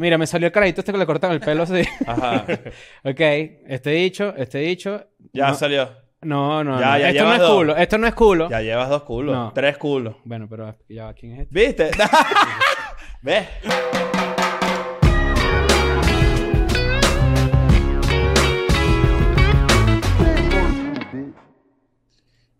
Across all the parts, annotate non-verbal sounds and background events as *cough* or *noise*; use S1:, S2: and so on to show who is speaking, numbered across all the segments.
S1: Mira, me salió el carajito este que le cortan el pelo así.
S2: *laughs* Ajá.
S1: *laughs* ok, este dicho, este dicho.
S2: Ya
S1: no,
S2: salió.
S1: No, no,
S2: Ya,
S1: no.
S2: ya
S1: esto no
S2: llevas
S1: es
S2: dos.
S1: culo, esto no es culo.
S2: Ya llevas dos culos.
S1: No.
S2: Tres culos.
S1: Bueno, pero ya, va, ¿quién es este?
S2: ¿Viste? *laughs* ¿Ves?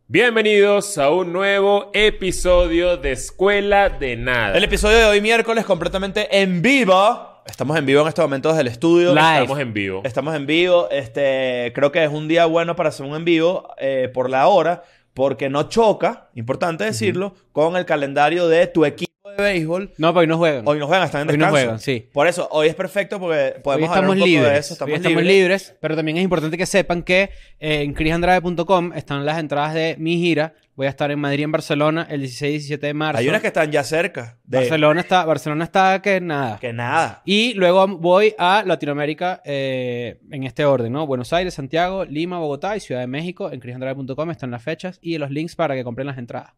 S3: Bienvenidos a un nuevo episodio de Escuela de Nada.
S2: El episodio de hoy miércoles completamente en vivo. Estamos en vivo en estos momentos del estudio.
S1: La-
S3: Estamos en vivo.
S2: Estamos en vivo. Este, creo que es un día bueno para hacer un en vivo eh, por la hora, porque no choca, importante decirlo, con el calendario de tu equipo de béisbol.
S1: No, pero hoy no juegan.
S2: Hoy no juegan, están en
S1: Mm. Hoy no
S2: descanso.
S1: juegan, sí.
S2: Por eso, hoy es perfecto porque
S1: Hoy
S2: podemos hablar
S1: estamos
S2: un poco
S1: libres.
S2: de eso. Estamos,
S1: Hoy estamos
S2: libres.
S1: libres. Pero también es importante que sepan que eh, en chrisandrade.com están las entradas de mi gira. Voy a estar en Madrid y en Barcelona el 16 y 17 de marzo.
S2: Hay unas que están ya cerca. De,
S1: Barcelona está, Barcelona está que nada.
S2: Que nada.
S1: Y luego voy a Latinoamérica eh, en este orden, ¿no? Buenos Aires, Santiago, Lima, Bogotá y Ciudad de México. En chrisandrade.com están las fechas y los links para que compren las entradas.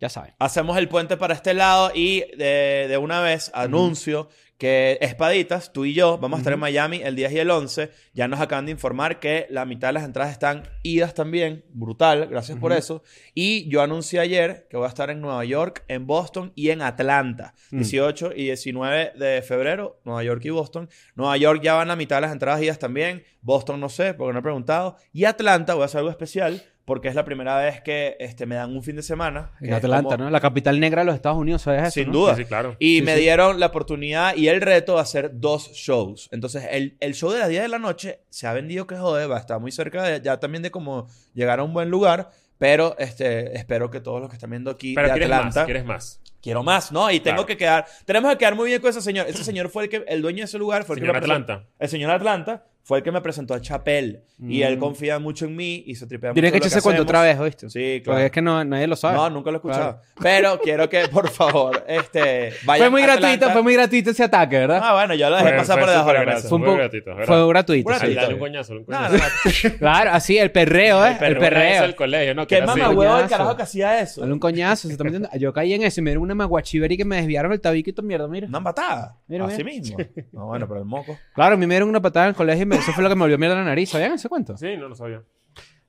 S1: Ya saben.
S2: Hacemos el puente para este lado y eh, de, de una vez anuncio que Espaditas, tú y yo, vamos a estar en Miami el 10 y el 11. Ya nos acaban de informar que la mitad de las entradas están idas también. Brutal, gracias por
S1: Ujú.
S2: eso. Y yo anuncié ayer que voy a estar en Nueva York, en Boston y en Atlanta.
S1: Mm.
S2: 18 y 19 de febrero, Nueva York y Boston. Nueva York ya van la mitad de las entradas idas también. Boston no sé, porque no he preguntado. Y Atlanta, voy a hacer algo especial. Porque es la primera vez que este, me dan un fin de semana. que
S1: En
S2: es
S1: Atlanta,
S2: como-
S1: ¿no? La capital negra de los Estados Unidos, ¿sabes eso?
S2: sin
S1: no?
S2: duda.
S3: Sí, sí, claro.
S2: Y
S1: Sí,
S2: me
S1: sí.
S2: dieron la oportunidad y el reto de hacer dos shows. Entonces, el, el show de las 10 de la noche se ha vendido que jode, va, está muy cerca de- ya también de como llegar a un buen lugar. Pero este, espero que todos los que están viendo aquí
S3: Pero
S2: de
S3: quieres
S2: Atlanta.
S3: más, quieres más.
S2: Quiero más, ¿no? Y tengo
S3: Claro.
S2: que quedar. Tenemos que quedar muy bien con ese señor.
S3: *clears throat*
S2: Ese señor fue el que. El dueño de ese lugar fue el
S3: Señor
S2: que. me presentó-
S3: Atlanta.
S2: El señor Atlanta fue el que me presentó a Chapel. Y
S1: Mm.
S2: él confía mucho en mí y se tripea
S1: Tienes
S2: mucho.
S1: que
S2: lo
S1: echar ese cuento
S2: hacemos.
S1: otra vez, ¿oíste?
S2: Sí, claro.
S1: Porque es que no, nadie lo sabe.
S2: No, nunca lo he escuchado.
S1: Claro.
S2: Pero quiero que, por favor, este, vayan
S1: fue muy
S2: a
S1: gratuito,
S2: Atlanta.
S1: fue muy gratuito ese ataque, ¿verdad?
S2: Ah, bueno, yo lo dejé
S3: Fue-
S2: pasar
S3: fue
S2: por debajo de la
S3: súper
S2: mesa.
S1: fue un
S3: fue
S1: poco-
S3: gratuito, es verdad.
S1: fue gratuito.
S2: Fue
S1: sí.
S3: Ahí,
S2: gratuito.
S3: dale un coñazo, un
S2: No,
S3: coñazo.
S2: no, no.
S1: Claro, así, el perreo, ¿eh? El
S3: Eso
S1: perreo.
S3: el colegio, ¿no? Que
S2: Qué
S3: era así.
S2: mamá huevo el
S1: Coñazo.
S2: carajo que hacía eso.
S1: Dale un coñazo, se está metiendo. Yo caí en eso y me dieron una maguachiveri que me desviaron el tabique y tu mierda, mira.
S2: Una embatada.
S1: Mira,
S2: Así
S1: mira.
S2: mismo. No, bueno, pero el moco.
S1: Claro, a mí me dieron una patada en el colegio y me- eso fue lo que me volvió mierda la nariz. ¿Sabían ese cuento?
S3: Sí, no lo sabía.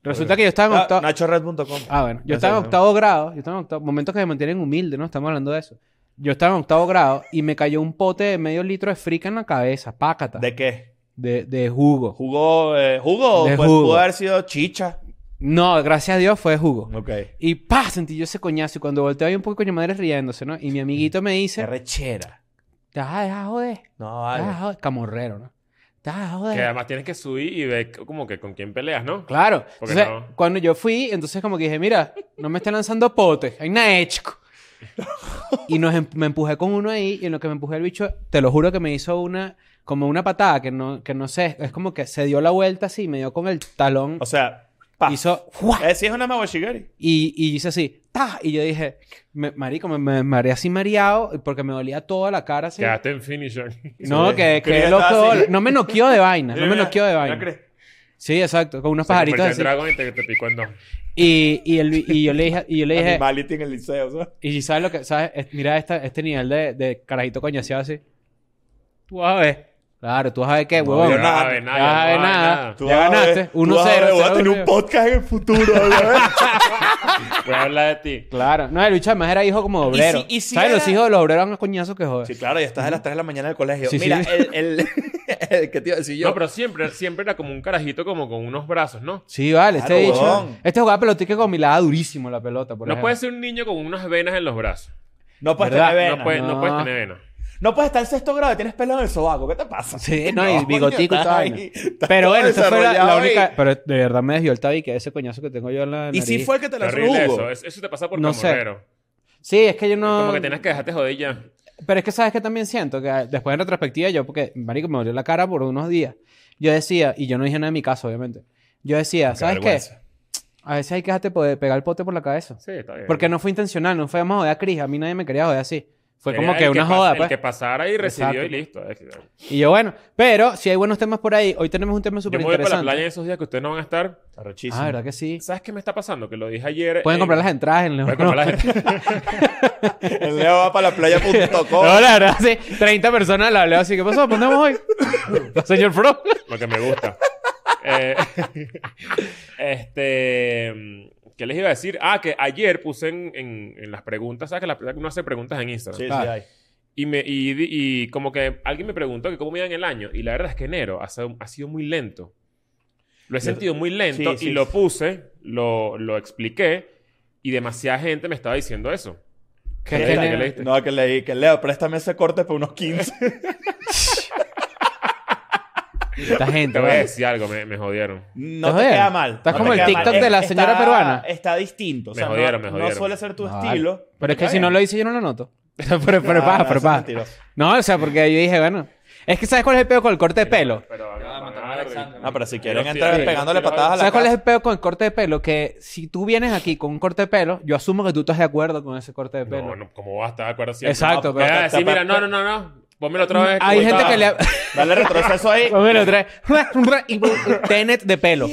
S1: Resulta que yo estaba en
S2: Ah,
S1: octavo.
S2: NachoRed.com.
S1: Ah, bueno. Yo
S2: No
S1: estaba en
S2: sé,
S1: octavo grado. Yo estaba en octavo... Momentos que me mantienen humilde, ¿no? Estamos hablando de eso. Yo estaba en octavo grado y me cayó un pote de medio litro de frica en la cabeza. Pácata. De,
S2: ¿De qué?
S1: de, jugo.
S2: ¿Jugó? Eh, ¿Jugó?
S1: De
S2: Pues
S1: jugo.
S2: pudo haber sido chicha.
S1: No, gracias a Dios fue de jugo.
S2: Ok.
S1: Y pa, sentí yo ese coñazo. Y cuando volteo hay un poco de coño madre riéndose, ¿no? Y mi amiguito me
S2: Qué
S1: dice,
S2: rechera.
S1: te vas a dejar joder.
S2: No,
S1: Te vas a
S2: vale.
S1: joder. Camorrero, ¿no? Te vas a
S3: Que
S1: joder.
S3: además tienes que subir y ver como que con quién peleas, ¿no?
S1: Claro.
S3: Porque
S1: Entonces,
S3: no.
S1: cuando yo fui, entonces como que dije, mira, no me están lanzando potes. Hay una
S3: *laughs*
S1: chico. Y nos em- me empujé con uno ahí. Y en lo que me empujé el bicho, te lo juro que me hizo una... Como una patada que no, que no sé. Es como que se dio la vuelta así. Me dio con el talón.
S2: O sea, pa.
S1: hizo... ¡fua!
S2: Eh, sí es una mawashigari.
S1: Y, y hice así, ¡ta! Y yo dije, me- marico, me, me mareé así mareado porque me dolía toda la cara así.
S3: Quedaste en finisher.
S1: No,
S2: Sí.
S1: que,
S2: Quería
S1: que loco.
S2: estar así.
S1: No me noqueó de vaina, no me noqueó de
S2: Eh, ¿No
S1: vaina.
S2: crees?
S1: Sí, exacto, con *laughs* unos
S3: Se
S1: pajaritos
S3: convirtió en
S1: así.
S3: dragón y te, te picó en dos.
S1: Y, y, el- y yo le dije, y yo le dije,
S2: Animality en el liceo, ¿sabes?
S1: y sabes lo que, sabes, Es- mira esta, este nivel de, de carajito coñaseado así. Tú vas a ver. Claro, tú vas a ver qué, huevón.
S2: yo
S1: No,
S3: No
S2: nada,
S3: sabe
S1: vas a ver
S3: no sabe
S1: nada.
S2: Tú
S1: Ya
S2: vas a ver-
S1: ganaste,
S2: tú
S1: 1-0,
S2: vas a ver, Voy a
S1: cero,
S2: tener un
S1: cero.
S2: podcast en el futuro, ¿verdad?
S3: Voy a hablar de ti.
S1: Claro. No, el bicho además era hijo como de
S2: Y si-
S1: obrero.
S2: y si
S1: ¿Sabes? Los
S2: era-
S1: hijos de los obreros eran coñazos que joder.
S2: *laughs* Sí, claro, y estás a las 3 de la mañana del colegio.
S1: Sí, sí.
S2: Mira, el, el, *laughs* el que te iba a decir yo.
S3: No, pero siempre, siempre era como un carajito como con unos brazos, ¿no?
S1: Sí, vale,
S2: Claro,
S1: este dicho.
S2: huevón.
S1: Este jugaba pelotique con milada durísimo la pelota, por
S3: No
S1: ejemplo.
S3: puede ser un niño con unas venas en los brazos.
S2: no puedes
S1: ¿verdad?
S2: tener venas.
S3: No
S2: No,
S3: puedes, no
S1: no.
S3: puedes tener venas.
S2: puedes estar en sexto grado y tienes pelo en el sobaco. ¿Qué te pasa?
S1: Sí,
S2: *laughs*
S1: no, y bigotico y
S2: estás
S1: toda
S2: ahí,
S1: vaina.
S2: estás
S1: Pero
S2: todo
S1: bueno, esa fue la, la
S2: desarrollado
S1: única.
S2: ahí.
S1: Pero de verdad me desvió el tabique, ese coñazo que tengo yo en la.
S2: Y
S1: nariz.
S2: sí fue el que te lo
S3: Terrible
S2: Hugo.
S3: eso. Es- Eso te pasa por
S1: No sé.
S3: camorrero.
S1: Sí, es que yo no.
S3: Como que tenías que dejarte joder ya.
S1: Pero es que sabes que también siento que después en retrospectiva yo, porque marico me dolió la cara por unos días. Yo decía, y yo no dije nada en mi caso, obviamente. Yo decía, ¿sabes qué?
S2: vergüenza.
S1: A veces hay que dejarte poder pegar el pote por la cabeza.
S3: Sí, está bien.
S1: Porque no fue intencional, no fue más joder a Cris. A mí nadie me quería joder así. Fue
S3: Era
S1: como
S3: el
S1: que una
S3: pas-
S1: joda,
S3: El
S1: pues.
S3: que pasara y recibió
S1: Exacto.
S3: y listo. Es-
S1: Y yo, bueno. Pero si hay buenos temas por ahí, hoy tenemos un tema
S3: Yo
S1: súper
S3: me voy para la
S1: interesante.
S3: playa en esos días que ustedes no van a estar.
S2: Arrechísimo.
S1: Ah, ¿verdad que sí?
S3: ¿Sabes qué me está pasando? Que lo dije ayer.
S1: Pueden
S3: en-
S1: comprar las entradas en León.
S3: Pueden
S1: *laughs*
S3: comprar las entradas.
S2: El Leo va para la playa.com.
S1: *laughs* No, la verdad, sí. 30 personas la hablé así. ¿Qué pasó? ¿Ponemos
S3: *laughs*
S1: hoy? Señor Frost.
S3: *laughs* lo que me gusta. *laughs* Eh, este. ¿Qué les iba a decir? Ah, que ayer puse en, en- en las preguntas. ¿Sabes que la- uno hace preguntas en Instagram?
S2: Sí, sí,
S1: Ah.
S2: hay.
S3: Y, me, y, di- y como que alguien me preguntó que cómo me iba en el año. Y la verdad es que enero ha, sido- ha sido muy lento. Lo he
S2: Yo-
S3: sentido muy lento
S2: sí,
S3: y
S2: sí.
S3: lo puse, lo, lo expliqué. Y demasiada gente me estaba diciendo eso.
S1: ¿Qué
S3: ¿Qué leíste?
S1: genera?
S3: ¿Qué leíste?
S2: No, que leí, que Leo, préstame ese corte para unos 15.
S1: Esta gente,
S3: Te voy a
S1: ¿verdad?
S3: decir algo, me, me jodieron.
S2: No
S1: ¿Estás
S2: te
S1: bien?
S2: queda mal.
S1: Estás
S2: no
S1: como
S2: te
S1: el
S2: queda mal.
S1: TikTok de la
S2: Es-
S1: señora
S2: está-
S1: peruana.
S2: Está distinto. O
S3: Me
S2: sea, no-
S3: jodieron, me
S2: no,
S3: jodieron.
S2: suele ser tu
S1: No,
S2: estilo.
S1: Pero es que
S2: está
S1: si no
S2: bien.
S1: lo hice, yo no lo noto. *laughs* pero, pero,
S2: Ah,
S1: paja,
S2: no,
S1: pero,
S2: eso es
S1: paja.
S2: mentiroso.
S1: No, o sea, porque yo dije, bueno. Es que ¿sabes cuál es el peo con el corte de pelo?
S3: Pero,
S4: Ya, mataron a Alexander.
S2: No, Ah, pero si
S3: Yo
S2: quieren
S3: estoy-
S2: entrar
S3: sí,
S2: pegándole
S3: yo estoy-
S2: patadas a la
S1: ¿Sabes cuál es
S2: cara.
S1: el peo con el corte de pelo? Que si tú vienes aquí con un corte de pelo, yo asumo que tú estás de acuerdo con ese corte de pelo.
S3: No, no, ¿cómo vas a estar de acuerdo siempre?
S1: Exacto,
S3: Me vas a
S1: pero-
S3: decir, mira, no, no, no, no. Pónmelo otra vez.
S1: Hay gente
S3: como
S1: *laughs*
S3: estaba.
S1: que le... ha-
S2: Dale
S1: *laughs*
S2: retroceso ahí. *laughs*
S1: Póngale Pues otra vez. Y Tenet de pelo.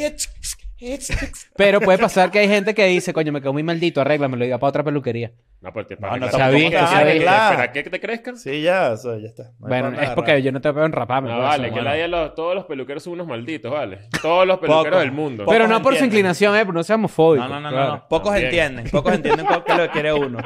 S1: Pero puede pasar que hay gente que dice, coño, me quedo muy maldito, arréglamelo y va para otra peluquería.
S3: No, pero te
S2: No, no,
S3: para-
S1: tampoco te
S3: ¿Sabías? ¿Sabías?
S1: van a
S2: arreglar.
S3: ¿Para qué que te crezcan?
S2: Sí, ya, o sea, ya está. No hay
S1: Bueno,
S2: problema, Ah,
S1: es porque yo no te veo en rapame.
S3: No,
S1: pues,
S3: Ah, vale,
S1: eso,
S3: que
S1: bueno.
S3: la día los- todos los peluqueros son unos malditos, vale. Todos los peluqueros
S2: Poco.
S3: del mundo.
S2: Poco.
S1: Pero no
S2: Pocos
S1: por su
S2: entienden.
S1: inclinación, eh, pero no seamos fóbicos.
S2: No, no, no, no,
S1: claro.
S2: no. Pocos
S3: También.
S2: entienden. *laughs* Pocos entienden cuál- qué es lo que quiere uno.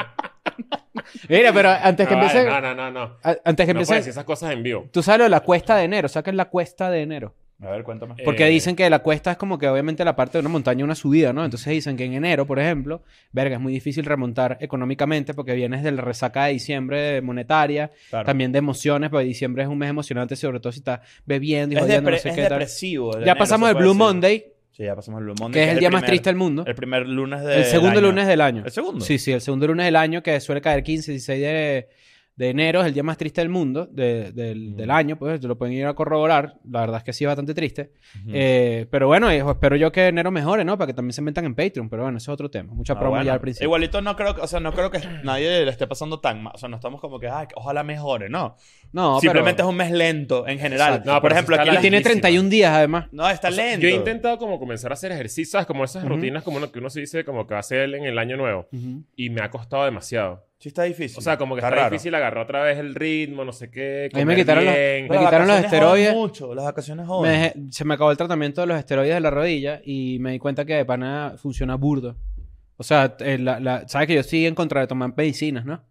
S1: Mira, pero antes
S3: No,
S1: que
S2: Ah,
S3: vale,
S1: empiece...
S3: Ah, no, no, no, no.
S1: a- Antes que
S3: No puedes
S1: empiece...
S3: decir esas cosas en vivo.
S1: Tú sabes lo de la cuesta de enero, o sea que es la cuesta de enero.
S2: A ver, cuéntame.
S3: Eh,
S1: Porque dicen que la cuesta es como que obviamente la parte de una montaña, una subida, ¿no? Entonces dicen que en enero, por ejemplo, verga, es muy difícil remontar económicamente porque vienes de la resaca de diciembre de monetaria,
S2: Claro.
S1: también de emociones, porque diciembre es un mes emocionante, sobre todo si estás bebiendo y
S2: es,
S1: jodiendo,
S2: depre-
S1: no sé
S2: es
S1: qué tal.
S2: depresivo. el
S1: Ya
S2: enero,
S1: pasamos
S2: se
S1: el
S2: puede
S1: Blue
S2: decir.
S1: Monday,
S2: Sí, ya pasamos el Blue
S1: que
S2: Monday.
S1: es el, día más
S2: primer-
S1: triste del mundo.
S2: El primer lunes del
S1: El segundo
S2: año.
S1: lunes del año.
S2: ¿El segundo?
S1: Sí, sí, el segundo lunes del año, que suele caer 15, 16 de, de enero, es el día más triste del mundo, de- del, del año, pues lo pueden ir a corroborar. La verdad es que sí, es bastante triste.
S2: Ujú.
S1: Eh, pero bueno, hijo, espero yo que enero mejore, ¿no? Para que también se metan en Patreon, pero bueno, ese es otro tema. Mucha
S2: Ah,
S1: promo
S2: bueno.
S1: ya al principio.
S2: Igualito no creo, que- o sea, no creo que nadie le esté pasando tan mal. O sea, no estamos como que, ay, ojalá mejore, no.
S1: no,
S2: Simplemente
S1: pero...
S2: es un mes lento en general.
S3: Exacto. No,
S2: Por
S3: pero
S2: ejemplo,
S3: sí está
S2: aquí
S3: la-
S1: Y tiene
S3: larguísimo.
S1: 31 días, además.
S2: No, está lento.
S3: Yo he intentado como comenzar a hacer ejercicios, ¿sabes? como esas rutinas como uno, que uno se dice como que va a hacer en el año nuevo. Y me ha costado demasiado.
S2: Sí está difícil.
S3: O sea, como que está, difícil agarrar otra vez el ritmo, no sé qué.
S1: A mí me
S3: comer
S1: quitaron los-
S3: bien.
S1: Me quitaron los esteroides.
S2: mucho, las vacaciones
S1: Me
S2: joven.
S1: dejé- se me acabó el tratamiento de los esteroides de la rodilla y me di cuenta que de pana funciona burdo. O sea, eh, la- la- sabes que yo estoy en contra de tomar medicinas, ¿no?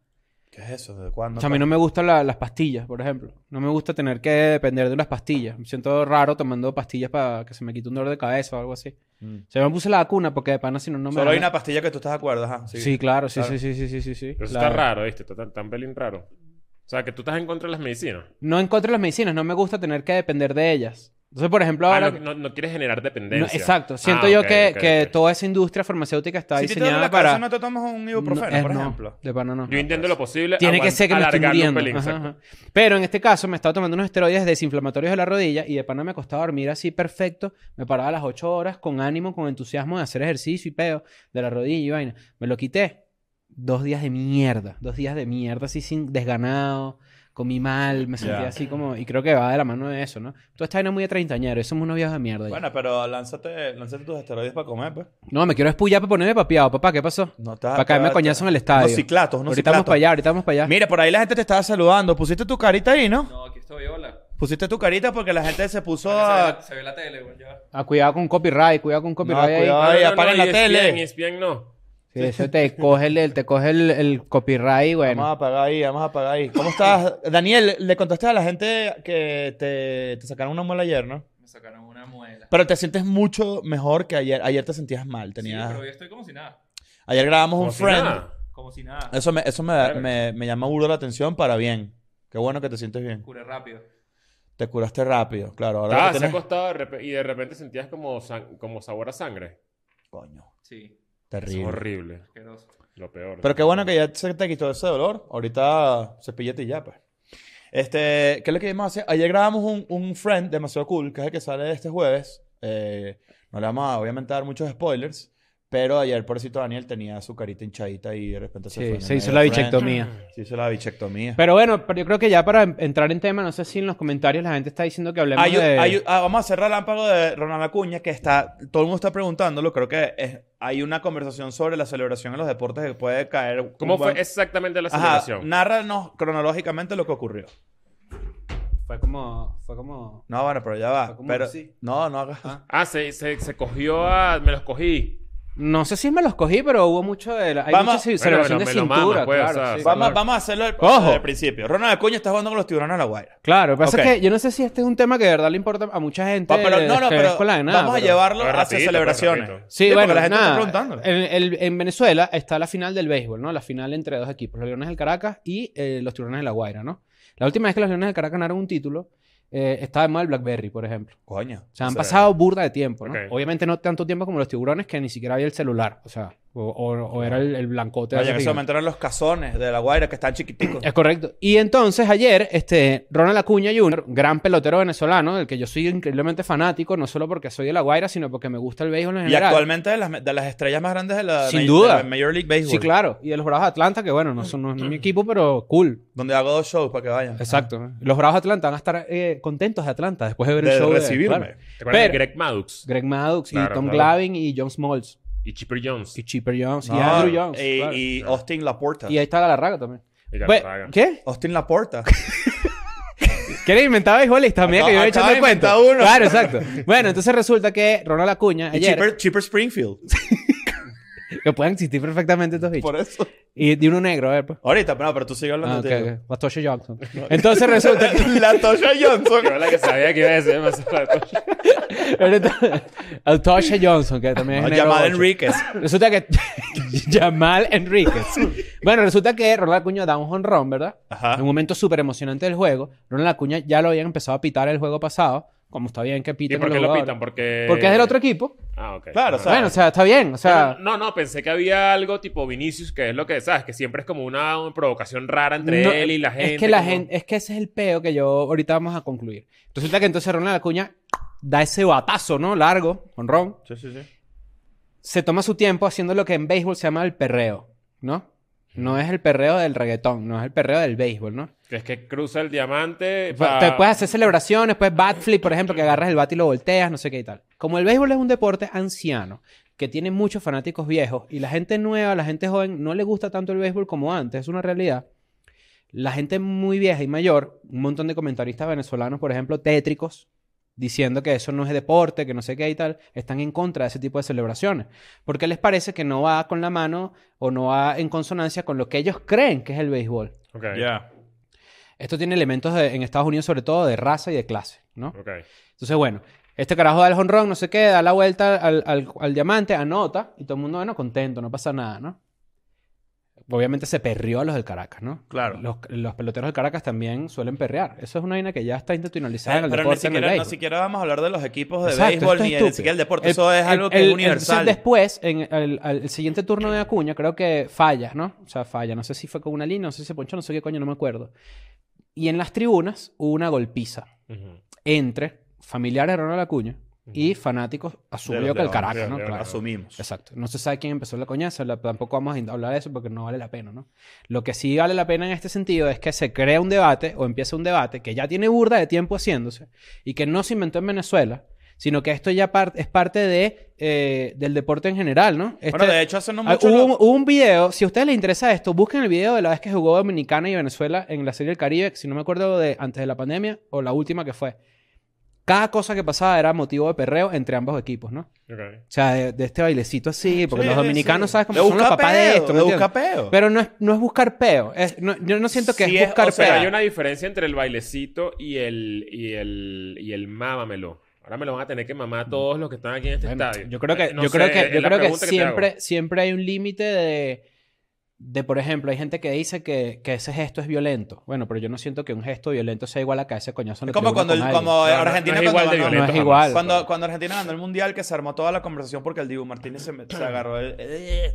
S2: ¿Qué es eso? ¿De cuándo?
S1: O sea, a mí no me gustan la- las pastillas, por ejemplo. No me gusta tener que depender de unas pastillas. Me siento raro tomando pastillas para que se me quite un dolor de cabeza o algo así.
S2: Mm.
S1: O sea, me puse la vacuna porque de pana si no, no me...
S2: Solo
S1: dan
S2: hay
S1: la-
S2: una pastilla que tú estás de acuerdo, ajá. Sí.
S1: Sí, claro, sí,
S2: claro.
S1: sí, sí, sí, sí, sí, sí.
S3: Pero eso
S1: Claro.
S3: está raro, ¿viste? Está tan, tan pelín raro. O sea, que tú estás en contra de las medicinas.
S1: No en contra de las medicinas, no me gusta tener que depender de ellas. Entonces, por ejemplo,
S3: Ah,
S1: ahora...
S3: no, no, no quieres generar dependencia.
S1: No, exacto. Siento
S3: Ah,
S1: yo
S3: ok,
S1: que,
S3: ok,
S1: que
S3: ok.
S1: toda esa industria farmacéutica está
S2: Si te duele
S1: diseñada
S2: la
S1: para...
S2: cabeza, no te tomas un ibuprofeno,
S1: No,
S2: por
S1: eh, no,
S2: ejemplo.
S1: de pana no.
S3: Yo intento lo *laughs* posible.
S1: Tiene que
S3: aguant-
S1: ser que me estoy muriendo.
S3: alargarlo Un pelín,
S1: Ajá,
S3: exacto.
S1: ajá. Pero en este caso me estaba tomando unos esteroides desinflamatorios de la rodilla y de pana me costaba dormir así perfecto. Me paraba a las 8 horas con ánimo, con entusiasmo de hacer ejercicio y peo de la rodilla y vaina. Me lo quité. Dos días de mierda. Dos días de mierda así sin desganado. Comí mal, me sentía
S2: Ya.
S1: así como... Y creo que va de la mano de eso, ¿no? Tú estás muy de treintañero. Eso somos unos viejos de mierda. ya.
S2: Bueno, pero lánzate, lánzate tus esteroides para comer, pues.
S1: No, me quiero despullar para ponerme papiado. Papá, ¿qué pasó?
S2: No te vas a
S1: para caerme a
S2: acabar-
S1: coñazo en el estadio.
S2: Unos ciclatos, unos
S1: ahorita vamos
S2: ciclatos.
S1: para allá, ahorita vamos para allá.
S2: Mira, por ahí la gente te estaba saludando. Pusiste tu carita ahí, ¿no?
S4: No, aquí estoy, hola.
S2: Pusiste tu carita porque la gente se puso
S4: Se ve la-
S2: a...
S4: Se ve la tele, güey, ya.
S1: Ah, cuidado con copyright, cuidado con copyright ahí.
S2: cuidado.
S3: No,
S2: Ay,
S3: no,
S2: apaguen
S3: no,
S2: la
S3: y
S2: tele.
S3: ESPN, ESPN no.
S1: Sí, eso te coge el, el- te coge el, el copyright,
S2: Vamos a
S1: bueno.
S2: apagar ahí, vamos a apagar ahí. ¿Cómo estás? Daniel, le contaste a la gente que te, te sacaron una muela ayer, ¿no?
S4: Me sacaron una muela.
S2: Pero te sientes mucho mejor que ayer. Ayer te sentías mal.
S4: Sí,
S2: Tenías...
S4: pero yo estoy como si nada.
S2: Ayer grabamos
S3: Como
S2: un
S3: si
S2: friend.
S3: nada.
S4: Como si nada.
S2: Eso, me, eso me,
S3: Claro.
S2: me, me llama burdo la atención para bien. Qué bueno que te sientes bien.
S4: Curé rápido.
S2: Te curaste rápido, claro. Ahora
S3: Ah,
S2: que
S3: se ha
S2: tienes-
S3: costado de repe- y de repente sentías como, san- como sabor a sangre.
S2: Coño,
S4: Sí,
S3: Es
S2: terrible.
S3: horrible.
S4: asqueroso.
S3: Lo peor.
S2: Pero qué bueno que ya se te quitó ese dolor. Ahorita cepillete y ya, pues. Este, ¿qué es lo que íbamos a hacer? Ayer grabamos un, un friend demasiado cool, que es el que sale este jueves. Eh, no le vamos a, obviamente, dar muchos spoilers, Pero ayer, pobrecito Daniel, tenía su carita hinchadita y de repente se fue.
S1: Sí,
S2: en
S1: se
S2: el
S1: hizo
S2: medio
S1: la
S2: del frente. *clears throat*
S1: bichectomía.
S2: Se hizo la bichectomía.
S1: Pero bueno, pero yo creo que ya para en- entrar en tema, no sé si en los comentarios la gente está diciendo que hablemos
S2: Hay un-
S1: de...
S2: hay un- ah, vamos a hacer relámpago de Ronald Acuña, que está, todo el mundo está preguntándolo. Creo que es- hay una conversación sobre la celebración en los deportes que puede caer. un
S3: ¿Cómo
S2: buen-
S3: fue exactamente la
S2: Ajá,
S3: celebración?
S2: Nárranos cronológicamente lo que ocurrió.
S1: Fue como... Fue como...
S2: No, bueno, pero ya va.
S1: Fue como
S2: Pero,
S1: así.
S2: no, no hagas.
S1: Ah.
S3: Ah, se, se, se cogió a... Me los cogí.
S1: No sé si me los cogí, pero hubo mucho de... la- Hay
S2: Vamos-
S1: mucha ce-
S3: Bueno,
S1: celebración
S3: me lo-
S1: de
S3: me lo
S1: cintura,
S3: mamas, pues,
S1: claro.
S3: o sea,
S1: sí.
S2: Vamos,
S3: claro.
S2: vamos a hacerlo del,
S1: Ojo.
S2: del principio. Ronald Acuña está jugando con los tiburones de la Guaira.
S1: Claro, lo que pasa
S2: Ok.
S1: es que yo no sé si este es un tema que de verdad le importa a mucha gente.
S2: Ah, pero, no, no,
S1: que
S2: pero
S1: es con la de nada,
S2: vamos
S1: pero-
S2: a llevarlo
S3: Pero
S2: hacia
S3: rapidito, pues,
S2: celebraciones.
S3: rapidito.
S1: Sí,
S2: porque
S1: bueno,
S2: la gente
S1: nada, eh,
S2: está preguntando.
S1: En, el- en Venezuela está la final del béisbol, ¿no? La final entre dos equipos, los Leones del Caracas y eh, los Tiburones de la Guaira, ¿no? La última vez que los Leones del Caracas ganaron un título eh, estaba de moda el BlackBerry, por ejemplo.
S2: Coño.
S1: O sea, han
S2: Sí.
S1: pasado burda de tiempo, ¿no?
S3: Ok.
S1: Obviamente no tanto tiempo como los Tiburones que ni siquiera había el celular, o sea, o, o- o era el, el blancote. de
S2: Oye, en
S1: hace
S2: ese
S1: tiempo.
S2: momento eran los cazones de la Guaira que están chiquiticos.
S1: Es correcto. Y entonces ayer, este, Ronald Acuña Jr., gran pelotero venezolano, del que yo soy increíblemente fanático, no solo porque soy de La Guaira, sino porque me gusta el béisbol en
S2: y
S1: general.
S2: actualmente de las, de las estrellas más grandes de la,
S1: Sin
S2: de-
S1: duda.
S2: de la Major League Baseball.
S1: Sí, claro. Y de los Bravos de Atlanta, que bueno, no son no es mi equipo, pero cool.
S2: Donde hago dos shows para que vayan.
S1: Exacto. Los Bravos de Atlanta van a estar eh, contentos de Atlanta después de
S2: Ah,
S1: ver el
S2: De
S1: show. de-
S2: recibirme.
S1: claro.
S3: ¿Te acuerdas de
S1: Pero-
S3: Greg Maddux?
S1: Greg Maddux y
S3: Claro,
S1: Tom
S3: claro.
S1: Glavin y John Smalls.
S3: Y Chipper Jones.
S1: Y Chipper Jones y
S2: No,
S1: Andrew Jones.
S2: y,
S1: claro. Y,
S2: y Austin Laporta.
S1: ahí está Galarraga también.
S3: Y ya,
S1: Pues,
S3: raga.
S1: ¿Qué? *laughs*
S2: Austin Laporta.
S1: ¿Quieres inventar béisbolistas? Mira que yo
S2: Acaba-
S1: he hecho
S2: acaba de
S1: el cuento.
S2: inventar uno.
S1: Claro, exacto. Bueno, entonces resulta que Ronald Acuña
S2: y
S1: ayer...
S2: Chipper, Chipper Springfield.
S1: Que pueden existir perfectamente estos bichos.
S2: Por eso.
S1: Y de uno negro, a ver, pues.
S2: Ahorita, pero, no, pero tú sigues hablando
S1: Ah, ok,
S2: de ti.
S1: ok. Batosha Johnson. Entonces resulta que...
S2: La Tosha
S3: Yo
S2: Johnson.
S3: era la que sabía que iba a decir me hace rato.
S1: *laughs* Batosha Johnson, que también es
S2: No,
S1: negro.
S2: Jamal
S1: bocho.
S2: Enríquez.
S1: Resulta que... *laughs* Jamal Enríquez. bueno, resulta que Ronald Acuña da un honrón, ¿verdad?
S2: Ajá.
S1: En un momento súper emocionante del juego. Ronald Acuña ya lo habían empezado a pitar el juego pasado. Como está bien que
S3: ¿Y
S1: piten
S3: por
S1: los
S3: qué lo
S1: jugadores.
S3: pitan? Porque...
S1: Porque es del otro equipo.
S3: Ah, ok.
S2: Claro, o
S3: Ah.
S2: sea,
S1: Bueno, o sea, está bien. O sea...
S3: no, no, no, pensé que había algo tipo Vinicius, que es lo que, ¿sabes? Que siempre es como una, una provocación rara entre
S1: No,
S3: él y la gente.
S1: Es que la
S3: como-
S1: gente, es que ese es el peo que yo ahorita vamos a concluir. Resulta que entonces Ronald Acuña da ese batazo, ¿no? Largo, con Ron.
S2: Sí, sí, sí.
S1: Se toma su tiempo haciendo lo que en béisbol se llama el perreo, ¿no? No es el perreo del reggaetón, no es el perreo del béisbol, ¿no?
S3: Que es que cruza el diamante.
S1: Pu-
S3: pa-
S1: Pues, Te puedes hacer celebraciones, puedes backflip, por ejemplo, que agarras el bat y lo volteas, no sé qué y tal. Como el béisbol es un deporte anciano, que tiene muchos fanáticos viejos, y la gente nueva, la gente joven, no le gusta tanto el béisbol como antes, es una realidad. La gente muy vieja y mayor, un montón de comentaristas venezolanos, por ejemplo, tétricos, diciendo que eso no es deporte, que no sé qué y tal, están en contra de ese tipo de celebraciones. Porque les parece que no va con la mano o no va en consonancia con lo que ellos creen que es el béisbol.
S3: Ok,
S2: Ya.
S1: Esto tiene elementos de- en Estados Unidos, sobre todo, de raza y de clase, ¿no?
S3: ok.
S1: Entonces, bueno, este carajo da el honrón, no sé qué, da la vuelta al, al- al diamante, anota, y todo el mundo, bueno, contento, no pasa nada, ¿no? Obviamente se perrió a los del Caracas, ¿no?
S2: Claro.
S1: Los, los peloteros del Caracas también suelen perrear. Eso es una vaina que ya está institucionalizada en el
S2: Eh, Pero ni
S1: deporte, en el
S2: siquiera, ni
S1: béisbol.
S2: siquiera vamos a hablar de los equipos de
S1: Exacto,
S2: béisbol
S1: esto es
S2: ni ni
S1: estúpido.
S2: siquiera el deporte.
S1: El-
S2: Eso es
S1: el-
S2: algo que
S1: el-
S2: es
S1: entonces
S2: universal.
S1: después, en el, al- el siguiente turno de Acuña, creo que falla, ¿no? O sea, falla. No sé si fue con una línea, no sé si se ponchó, no sé qué coño, no me acuerdo. Y en las tribunas hubo una golpiza
S3: Ujú.
S1: entre familiares de Ronald Acuña y fanáticos, asumo
S2: De los
S1: yo que el
S2: Leones,
S1: Caracas,
S3: de
S1: ¿no?
S3: los Leones.
S1: Claro.
S2: Asumimos.
S1: Exacto. No se sabe quién empezó la coñaza, la- tampoco vamos a hablar de eso porque no vale la pena, ¿no? Lo que sí vale la pena en este sentido es que se crea un debate o empieza un debate que ya tiene burda de tiempo haciéndose y que no se inventó en Venezuela, sino que esto ya par- es parte de, eh, del deporte en general, ¿no? Este-
S2: Bueno, de hecho, hace no
S1: Ah,
S2: mucho.
S1: Hubo
S2: lo-
S1: un, hubo un video, si a ustedes les interesa esto, busquen el video de la vez que jugó Dominicana y Venezuela en la Serie del Caribe, que si no me acuerdo de antes de la pandemia o la última que fue. Cada cosa que pasaba era motivo de perreo entre ambos equipos, ¿no?
S3: Ok.
S1: O sea, de, de este bailecito así, porque
S2: Sí,
S1: los
S2: sí,
S1: dominicanos,
S2: sí.
S1: ¿sabes cómo
S2: Le
S1: son los
S2: busca
S1: papás
S2: peo,
S1: de esto? ¿me
S2: le
S1: entiendes?
S2: busca peo.
S1: Pero no es, no es buscar peo. Es- no- yo no siento que
S2: Sí
S1: es
S2: es-
S1: buscar
S2: o sea,
S1: peo.
S3: Pero hay una diferencia entre el bailecito y el, y el, y el mámamelo. Ahora me lo van a tener que mamar todos los que están aquí en este
S1: Mm. Bueno,
S3: estadio.
S1: Yo creo que,
S3: Eh, no
S1: yo
S3: sé,
S1: creo que,
S3: es
S1: yo
S3: la
S1: creo que
S3: pregunta te hago.
S1: siempre, siempre hay un límite de, de, por ejemplo, hay gente que dice que, que ese gesto es violento. Bueno, pero yo no siento que un gesto violento sea igual a que ese coñazo. en la
S2: Es como
S1: tribuna
S2: cuando,
S1: con
S2: el-
S1: alguien.
S2: como
S3: No, no,
S2: Argentina
S3: no es igual
S2: cuando
S3: de
S2: ganó-
S1: No
S3: violento
S1: es
S3: jamás.
S1: igual.
S2: Cuando, cuando Argentina ganó el mundial, que se armó toda la conversación porque el Dibu Martínez se, me- se agarró el- eh,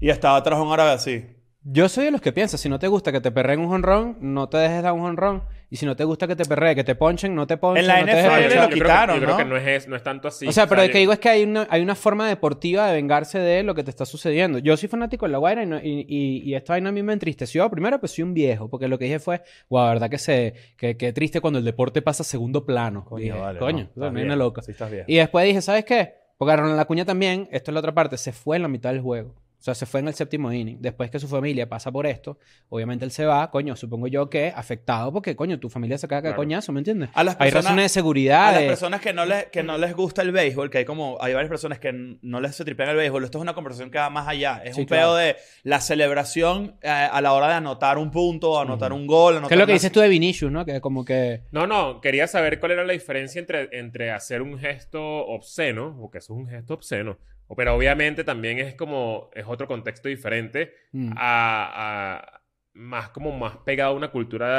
S2: y estaba atrás un árabe así.
S1: Yo soy de los que piensa, si no te gusta que te perren un honrón, no te dejes dar un honrón. Y si no te gusta que te perree, que te ponchen, no te ponchen.
S2: En la
S1: no te dejes
S2: NFL
S3: yo
S2: lo
S1: ponchar.
S3: creo que-
S2: quitaron,
S3: yo creo que
S2: ¿no?
S3: no es, no es tanto así.
S1: o sea, pero lo
S3: yo-
S1: que digo es que hay una, hay una forma deportiva de vengarse de lo que te está sucediendo. Yo soy fanático de la Guaira y, no- y, y- y esta vaina a mí me entristeció. Primero, pues soy un viejo, porque lo que dije fue, guau, verdad que se que, que triste cuando el deporte pasa a segundo plano.
S2: Coño,
S1: Dije,
S2: vale, no,
S1: coño,
S2: estás
S1: una vaina
S2: viejo,
S1: loca.
S2: Sí, estás viejo.
S1: Y después dije, ¿sabes qué? Porque Ronald Acuña también, esto es la otra parte, se fue en la mitad del juego. O sea, se fue en el séptimo inning. Después que su familia pasa por esto, obviamente él se va, coño, supongo yo que afectado porque, coño, tu familia se caga de
S3: Claro.
S1: coñazo, ¿me entiendes?
S2: A las
S1: Hay
S2: personas-
S1: razones de
S2: A
S1: seguridad.
S2: las
S1: de-
S2: personas que no les, que no les gusta el béisbol, que hay como, hay varias personas que n- no les se tripean el béisbol, esto es una conversación que va más allá. Es
S1: Sí,
S2: un
S1: claro.
S2: pedo de la celebración eh, a la hora de anotar un punto, anotar un gol, anotar
S1: Que es lo que
S2: una-
S1: dices tú de Vinicius, ¿no? Que como que...
S3: No, no, quería saber cuál era la diferencia entre, entre hacer un gesto obsceno, porque eso es un gesto obsceno, o- pero obviamente también es como, es otro contexto diferente
S1: mm.
S3: a, a- más como más pegado a una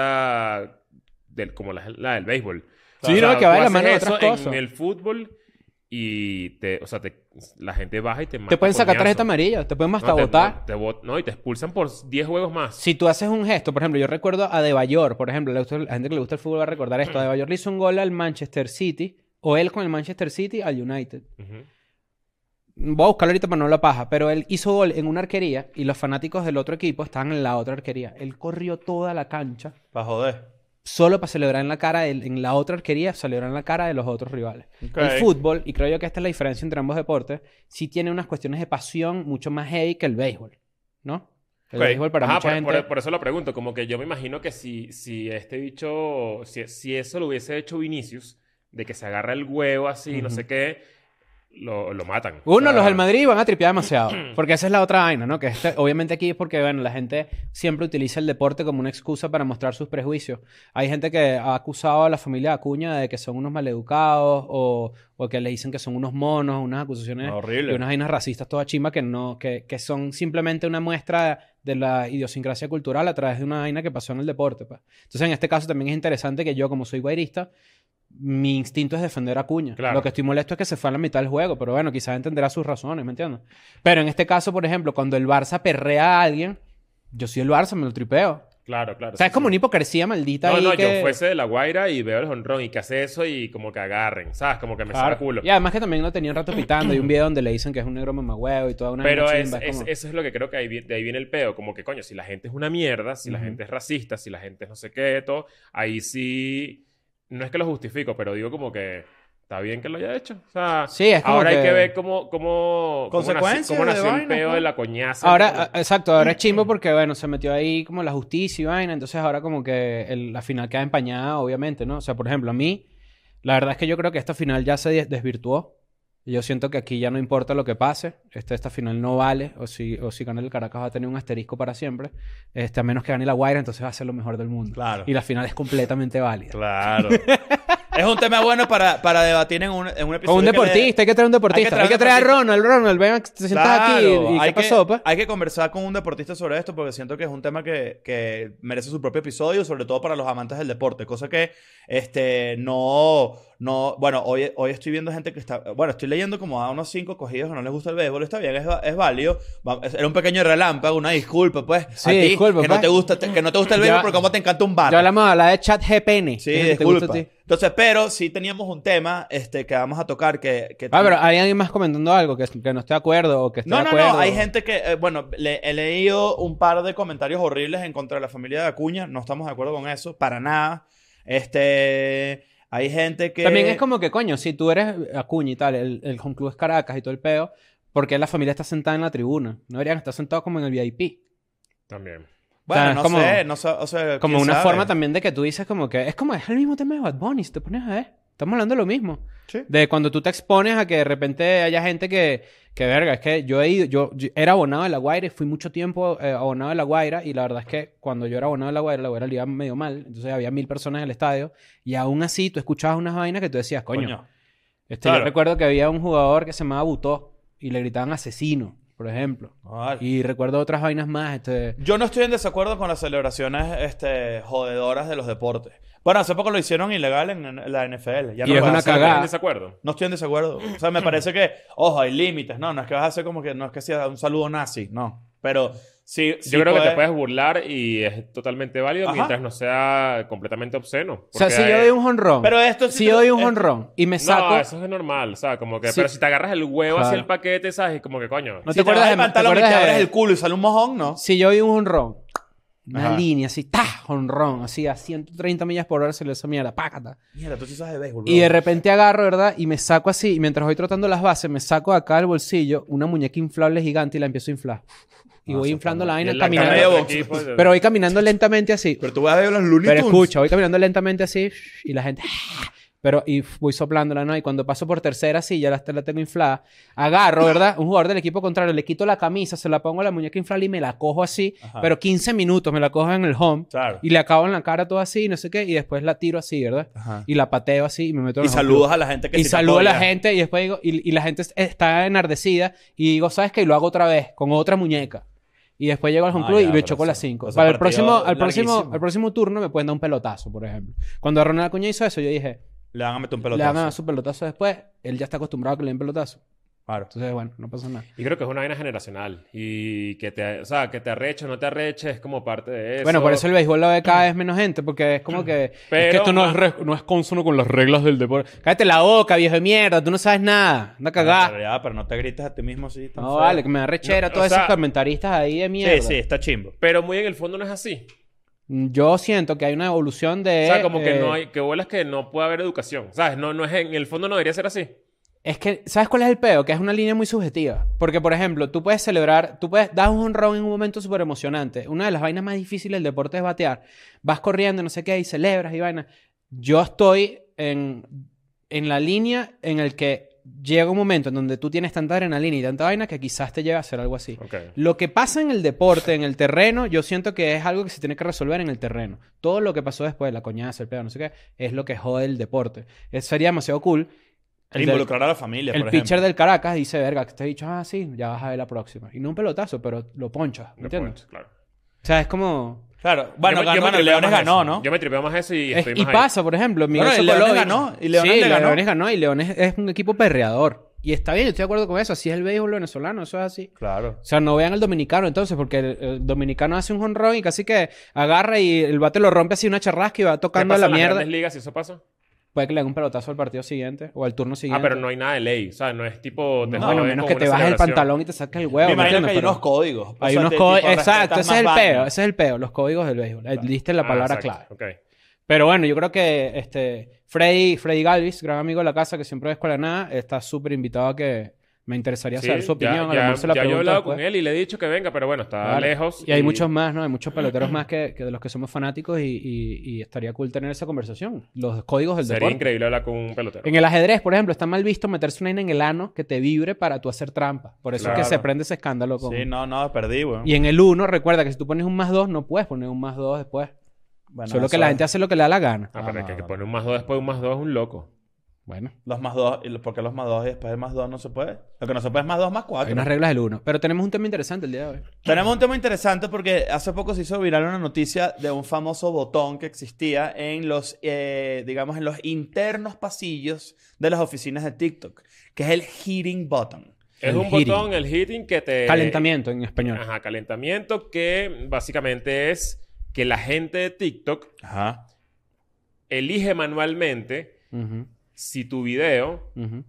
S3: cultura del, como la, la del béisbol.
S1: Sí, no, que va de
S3: tú
S1: la
S3: haces
S1: mano de
S3: eso
S1: otras cosas.
S3: En el fútbol y te, o sea, te- la gente baja y te mata
S1: Te pueden sacar
S3: coñazo.
S1: tarjeta amarilla, te pueden hasta
S3: No, te-
S1: votar.
S3: no, te bot- no, y te expulsan por 10 juegos más.
S1: Si tú haces un gesto, por ejemplo, yo recuerdo a De Bayor, por ejemplo, le gusta- la gente que le gusta el fútbol va a recordar esto. A De Bayor le hizo un gol al Manchester City, o él con el Manchester City al United.
S3: Ujú.
S1: Voy a buscarlo ahorita para no la paja, pero él hizo gol en una arquería y los fanáticos del otro equipo estaban en la otra arquería. Él corrió toda la cancha
S2: Pa' joder.
S1: solo para celebrar en la cara, del- en la otra arquería, celebrar en la cara de los otros rivales. El fútbol, y creo yo que esta es la diferencia entre ambos deportes, sí tiene unas cuestiones de pasión mucho más heavy que el béisbol, ¿no? El
S2: Ok.
S1: béisbol para
S3: Ajá,
S1: mucha
S3: por,
S1: gente...
S3: por- por eso lo pregunto. Como que yo me imagino que si, si este bicho, si, si eso lo hubiese hecho Vinicius, de que se agarra el huevo así, no
S1: Ujú.
S3: sé qué, lo, lo matan.
S1: Uno,
S3: O sea,
S1: los del Madrid van a tripear
S3: *clears throat*
S1: demasiado. Porque esa es la otra vaina, ¿no? Que este- obviamente aquí es porque, bueno, la gente siempre utiliza el deporte como una excusa para mostrar sus prejuicios. Hay gente que ha acusado a la familia de Acuña de que son unos maleducados o, o que le dicen que son unos monos, unas acusaciones y
S2: Horrible.
S1: unas vainas racistas toda chimba que no, que, que son simplemente una muestra de la idiosincrasia cultural a través de una vaina que pasó en el deporte. pues. Entonces, en este caso también es interesante que yo, como soy guairista, mi instinto es defender a Cuña.
S3: Claro.
S1: Lo que estoy molesto es que se fue a la mitad del juego, pero bueno, quizás entenderá sus razones, ¿me entiendes? Pero en este caso, por ejemplo, cuando el Barça perrea a alguien, yo soy el Barça, me lo tripeo.
S3: Claro, claro.
S1: O sea,
S3: sí,
S1: es como
S3: sí.
S1: una hipocresía maldita
S3: No,
S1: ahí
S3: no,
S1: que-
S3: yo fuese de la guaira y veo el honrón y que hace eso y como que agarren, ¿sabes? Como que me
S1: Claro.
S3: saca culo.
S1: Y además que también lo tenía un rato pitando. Hay un video donde le dicen que es un negro mamagüeo y toda una
S3: Pero
S1: vaina
S3: es,
S1: chimba,
S3: es-
S1: como-
S3: eso es lo que creo que ahí vi- de ahí viene el peo. Como que, coño, si la gente es una mierda, si la
S1: Ujú.
S3: gente es racista, si la gente es no sé qué, todo, ahí sí. No es que lo justifico, pero digo como que está bien que lo haya hecho. O sea,
S1: Sí, es como
S3: ahora hay
S1: que-
S3: que ver cómo, cómo, cómo nació-
S2: Consecuencias
S3: cómo
S2: de
S3: nació, el
S2: vainas,
S3: peo
S2: ¿no?
S3: de la coñaza.
S1: Ahora, a- exacto, ahora es chimbo porque, bueno, se metió ahí como la justicia y vaina, entonces ahora como que el- la final queda empañada, obviamente, ¿no? O sea, por ejemplo, a mí, la verdad es que yo creo que esta final ya se des- desvirtuó. Y Yo siento que aquí ya no importa lo que pase, este, esta final no vale, o si, o si gana el Caracas va a tener un asterisco para siempre, este, a menos que gane la Guaira, entonces va a ser lo mejor del mundo.
S2: Claro.
S1: Y la final es completamente válida. *laughs*
S2: Claro. es un tema bueno para, para debatir en un, en un episodio.
S1: Con un
S2: que le-
S1: deportista, hay que traer un deportista, hay que traer, a
S2: un
S1: Ronald, Ronald, ven, te sientas
S2: Claro,
S1: aquí, ¿y
S2: hay
S1: qué pasó, pues?
S2: que,
S1: pa?
S2: hay que conversar con un deportista sobre esto porque siento que es un tema que, que merece su propio episodio, sobre todo para los amantes del deporte, cosa que este no no, bueno, hoy, hoy estoy viendo gente que está, bueno, estoy leyendo como a unos cinco cogidos que no les gusta el béisbol, está bien, es, va- es válido, Va- es- era un pequeño relámpago, una disculpa, pues,
S1: Sí,
S2: a ti,
S1: disculpa,
S2: que no
S1: pa.
S2: te gusta, te- que no te gusta el béisbol
S1: Ya-
S2: porque como te encanta un bar.
S1: Ya hablamos a la de chat GPN.
S2: Sí,
S1: que es lo que te gusta a
S2: disculpa.
S1: ti.
S2: Entonces, pero sí teníamos un tema este, que vamos a tocar que... que
S1: Ah, pero hay alguien más comentando algo que, que no esté de acuerdo o que esté
S2: No,
S1: de
S2: no,
S1: acuerdo.
S2: no. Hay gente que, eh, bueno, le- he leído un par de comentarios horribles en contra de la familia de Acuña. No estamos de acuerdo con eso, para nada. Este, hay gente que.
S1: También es como que, coño, si tú eres Acuña y tal, el, el home club es Caracas y todo el peo, ¿por qué la familia está sentada en la tribuna? No deberían estar sentados como en el VIP.
S3: También.
S1: o sea,
S2: Bueno,
S1: es
S2: no
S1: como-
S2: sé, no sé, o sea,
S1: Como
S2: quién
S1: una
S2: sabe.
S1: forma también de que tú dices como que... Es como, es el mismo tema de Bad Bunny, si te pones a ver. Estamos hablando de lo mismo.
S2: Sí.
S1: De cuando tú te expones a que de repente haya gente que, que verga, es que yo he ido, yo, yo era abonado de La Guaira y fui mucho tiempo eh, abonado de La Guaira y la verdad es que cuando yo era abonado de La Guaira, La Guaira le iba medio mal, entonces había mil personas en el estadio y aún así tú escuchabas unas vainas que tú decías, coño, este, yo
S2: Claro.
S1: recuerdo que había un jugador que se llamaba Butó y le gritaban asesino, por ejemplo,
S2: Vale.
S1: y recuerdo otras vainas más, este...
S2: Yo no estoy en desacuerdo con las celebraciones este, jodedoras de los deportes. Bueno, hace poco lo hicieron ilegal en, en la NFL. Ya
S1: Y
S2: no
S1: es
S2: pueden
S1: una
S2: hacer-
S1: cagada.
S3: en desacuerdo?
S2: No estoy
S1: *clears throat*
S2: en desacuerdo. O sea, me parece que, ojo, hay límites. No, no es que vas a hacer como que, no es que sea un saludo nazi, no. Pero sí, sí
S3: Yo creo que
S2: puede-
S3: te puedes burlar y es totalmente válido
S2: Ajá.
S3: mientras no sea completamente obsceno.
S1: O sea,
S3: Porque
S1: si yo
S3: hay-
S1: doy un honrón,
S2: Pero esto sí
S1: si
S2: te-
S1: yo doy un
S2: es-
S1: honrón y me saco...
S3: No, eso es normal, ¿sabes? Como que...
S1: Sí.
S3: Pero si te agarras el huevo hacia
S1: Claro.
S3: el paquete, ¿sabes? Es como que, coño...
S1: No
S2: si
S1: te acuerdas
S2: vas
S1: de...
S2: el
S1: ¿te
S2: pantalón y te
S1: acuerdas de-
S2: abres el culo y sale un mojón, ¿no?
S1: Si yo doy un honrón, una
S2: Ajá.
S1: línea así, ¡ta! Honrón, así a 130 millas por hora se le esa mierda, pácata.
S2: Mierda, tú sí sabes de béisbol.
S1: Y de repente agarro, ¿verdad? Y me saco así, y mientras voy trotando las bases, me saco de acá del bolsillo una muñeca inflable gigante y la empiezo a inflar. Y
S2: No,
S1: voy
S2: eso
S1: inflando la
S2: está
S3: y
S1: vaina
S3: en la
S1: caminando.
S3: cara de otro
S2: Caminando.
S3: equipo,
S1: Pero voy caminando lentamente así.
S2: Pero tú vas a ver los Looney
S1: Pero
S2: Tunes.
S1: escucha, voy caminando lentamente así y la gente... "Ah", Pero y voy soplándola, ¿no? Y cuando paso por tercera así, ya la, la tengo inflada, agarro, ¿verdad? Un jugador del equipo contrario, le quito la camisa, se la pongo a la muñeca inflable y me la cojo así,
S2: Ajá.
S1: pero 15 minutos me la cojo en el home
S2: Claro.
S1: y le acabo en la cara todo así, no sé qué, y después la tiro así, ¿verdad?
S2: Ajá.
S1: Y la pateo así y me meto en
S2: Y
S1: el home
S2: saludas a la gente que
S1: y
S2: sí te
S1: saludo a la
S2: apoya.
S1: gente y después digo, y, y la gente es- está enardecida y digo, ¿sabes qué? Y lo hago otra vez con otra muñeca. Y después llego al home
S2: Ah,
S1: club
S2: ya,
S1: y le
S2: pero
S1: choco las
S2: eso-
S1: 5.
S2: eso
S1: Para el
S2: partido
S1: próximo, al próximo,
S2: larguísimo.
S1: al próximo turno me pueden dar un pelotazo, por ejemplo. Cuando Ronald Acuña hizo eso, yo dije,
S2: Le van a meter un
S1: le
S2: pelotazo.
S1: van a dar su pelotazo después. Él ya está acostumbrado a que le den pelotazo.
S2: Claro.
S1: Entonces, bueno, no pasa nada.
S3: Yo creo que es una vaina generacional. Y que te, o sea, que te arreche o no te arreche es como parte de eso.
S1: Bueno, por eso el béisbol lo ve cada vez menos gente, porque es como que. es que
S3: Pero-
S1: esto no es, re- no es consono con las reglas del deporte. Cállate la boca, viejo de mierda, tú no sabes nada. Anda a
S2: Pero
S1: cagar.
S2: ya, pero no te grites a ti mismo así. tan
S1: No,
S2: feo.
S1: vale, que me da rechera
S3: No, o
S1: todos
S3: sea-
S1: esos comentaristas ahí de mierda.
S2: Sí, sí, está chimbo.
S3: Pero muy en el fondo no es así.
S1: Mm, Yo siento que hay una evolución de.
S3: O sea, como que
S1: eh,
S3: no hay... Que bolas que no puede haber educación. ¿Sabes? No, no es... En el fondo no debería ser así.
S1: Es que, ¿sabes cuál es el peo? Que es una línea muy subjetiva. Porque, por ejemplo, tú puedes celebrar, tú puedes dar un honrón en un momento súper emocionante. Una de las vainas más difíciles del deporte es batear. Vas corriendo, no sé qué, y celebras y vainas. Yo estoy en, en la línea en el que llega un momento en donde tú tienes tanta adrenalina y tanta vaina que quizás te lleve a hacer algo así.
S3: Ok.
S1: Lo que pasa en el deporte, en el terreno, yo siento que es algo que se tiene que resolver en el terreno. Todo lo que pasó después, la coñaza, el pedo, no sé qué, es lo que jode el deporte. Es- sería demasiado cool.
S2: El
S1: del-
S2: involucrar a la familia,
S1: el
S2: por ejemplo.
S1: pitcher del Caracas dice, verga, que te he dicho, ah, sí, ya vas a ver la próxima. Y no un pelotazo, pero lo ponchas, ¿me
S3: No
S1: entiendes?
S3: puedes, claro.
S1: O sea, es como...
S2: Claro. Bueno,
S3: Yo me- yo
S2: ganó,
S3: me
S2: bueno,
S3: tripeo
S2: Leones
S3: más
S2: ganó,
S3: eso.
S2: ¿no?
S3: Yo me tripeo más eso y
S1: es-
S3: estoy
S1: y
S3: más ahí.
S1: pasa, por ejemplo, Miguel
S2: Bueno, y Leones
S1: Sokolovic-
S2: ganó, y Leones
S1: sí,
S2: le ganó.
S1: Leones ganó, y Leones es un equipo perreador. Y está bien, yo estoy de acuerdo con eso. Así es el béisbol venezolano, eso es así.
S2: Claro.
S1: O sea, no vean al dominicano entonces, porque el, el dominicano hace un honrón y casi que agarra y el bate lo rompe así una charrasca y va
S3: ¿Qué
S1: tocando
S3: pasa
S1: a la
S3: en las
S1: mierda.
S3: grandes ligas si eso pasa?
S1: Puede que le haga un pelotazo al partido siguiente o al turno siguiente.
S3: Ah, pero no hay nada de ley. O sea, no es tipo... te
S1: No,
S3: joden
S1: bueno, menos
S3: con
S1: que
S3: una
S1: te bajes el
S3: celebración.
S1: pantalón y te saques el huevo.
S2: Me
S1: ¿me
S2: imagino que
S1: entiendes?
S2: hay
S1: Pero
S2: unos códigos. O
S1: hay
S2: sea,
S1: unos
S2: te-
S1: códigos.
S2: tipo,
S1: Exacto,
S2: respetas
S1: ese
S2: más
S1: es el
S2: baño.
S1: peo, ese es el peo, los códigos del béisbol. Eh, Diste la
S3: Ah,
S1: palabra clave.
S3: exacto. Ok.
S1: Pero bueno, yo creo que este Freddy, Freddy Galvis, gran amigo de la casa que siempre ve Escuela de Nada, está súper invitado a que me interesaría
S3: Sí,
S1: saber su
S3: ya-
S1: opinión. a lo
S3: Ya,
S1: mejor se la
S3: ya yo he
S1: pregunto
S3: hablado
S1: después.
S3: con él y le he dicho que venga, pero bueno, está
S1: Claro.
S3: lejos.
S1: Y hay muchos más, ¿no? Hay muchos peloteros más que, que de los que somos fanáticos y, y- y estaría cool tener esa conversación. Los códigos del
S3: Sería
S1: deporte.
S3: increíble hablar con un pelotero.
S1: En el ajedrez, por ejemplo, está mal visto meterse una vaina en el ano que te vibre para tú hacer trampa. Por eso es que
S2: Claro.
S1: se prende ese escándalo con...
S2: Sí, no, no, perdí, weón.
S1: Y en el 1, recuerda que si tú pones un más 2, no puedes poner un más 2 después.
S2: Bueno,
S1: Solo que
S2: eso
S1: la
S2: es.
S1: gente hace lo que le da la gana.
S3: Ah,
S2: Ah,
S3: pero es
S2: no,
S3: que,
S2: no.
S3: pone un más dos después de un más dos es un loco.
S1: Bueno,
S2: Los más dos, y lo- ¿por qué los más dos y después del más dos no se puede? Lo que no se puede es más dos, más
S1: hay
S2: cuatro.
S1: unas reglas del 1. Pero tenemos un tema interesante el día de hoy.
S2: Tenemos un tema interesante porque hace poco se hizo viral una noticia de un famoso botón que existía en los, eh, digamos, en los internos pasillos de las oficinas de TikTok, que es el hitting button.
S3: Es
S1: El
S3: un
S1: hitting.
S3: botón, el hitting, que te...
S1: Calentamiento en español.
S3: Eh, Ajá, calentamiento, que básicamente es que la gente de TikTok
S2: Ajá.
S3: elige manualmente
S1: Ujú,
S3: si tu video
S1: ujú.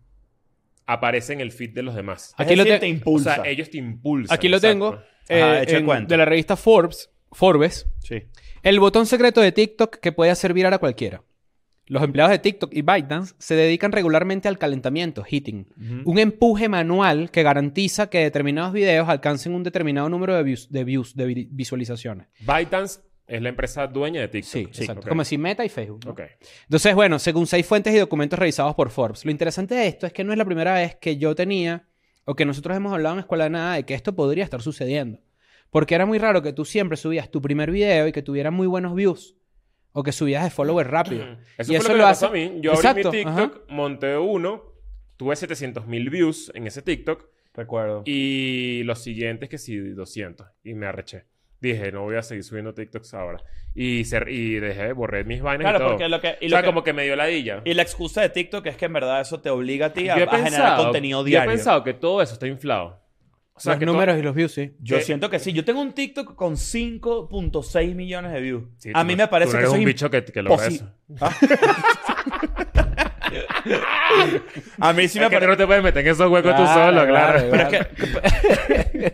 S3: aparece en el feed de los demás.
S1: Aquí lo
S2: te...
S1: te-
S2: te
S3: O
S2: impulsa.
S3: sea, ellos te impulsan.
S1: Aquí lo
S3: exacto.
S1: tengo.
S2: Ajá,
S1: eh,
S2: echa el
S1: en-
S2: cuento.
S1: de la revista Forbes, Forbes,
S2: Sí.
S1: El botón secreto de TikTok que puede hacer virar a cualquiera. Los empleados de TikTok y ByteDance se dedican regularmente al calentamiento, hitting, un empuje manual que garantiza que determinados videos alcancen un determinado número de views, de, views, de vi- visualizaciones.
S3: ByteDance es la empresa dueña de TikTok.
S1: Sí, exacto.
S3: ok.
S1: Como si Meta y Facebook. ¿no?
S3: Ok.
S1: Entonces, bueno, según seis fuentes y documentos revisados por Forbes, lo interesante de esto es que no es la primera vez que yo tenía o que nosotros hemos hablado en Escuela de Nada de que esto podría estar sucediendo. Porque era muy raro que tú siempre subías tu primer video y que tuviera muy buenos views o que subías de followers
S2: Mm.
S3: *clears throat*
S1: rápido.
S3: Eso
S1: Y
S3: fue
S1: eso
S3: lo que
S1: lo
S3: me pasó a
S1: hace-
S3: mí. Yo
S1: Exacto,
S3: abrí mi TikTok, monté uno, tuve 700 mil views en ese TikTok
S2: Recuerdo.
S3: y los siguientes que sí 200 y me arreché. Dije, no voy a seguir subiendo TikToks ahora. Y, cer- y dejé, borré mis vainas y
S2: Claro,
S3: todo.
S2: porque lo que... Y
S3: o
S2: lo
S3: sea,
S2: que-
S3: como que me dio ladilla.
S2: Y la excusa de TikTok es que en verdad eso te obliga a ti
S3: Yo
S2: a,
S3: he
S2: a generar contenido
S3: yo
S2: diario.
S3: he pensado que todo eso está inflado. O sea,
S1: los
S3: que to-
S1: números y los views, sí.
S2: Yo
S3: ¿Qué?
S2: siento que sí. Yo tengo un TikTok con 5.6 millones de views.
S3: Sí,
S2: a
S3: tú
S2: mí
S3: no-
S2: me parece
S3: tú no
S2: que
S3: eres
S2: eso
S3: un
S2: es
S3: bicho que, que logra
S1: Pues
S2: imposi-
S3: eso.
S1: Ah.
S2: *laughs* A mí sí
S3: es
S2: me
S3: que tú
S2: parece...
S3: no te puedes meter en esos huecos tú
S1: Claro,
S3: solo, claro.
S1: claro,
S2: Pero es que...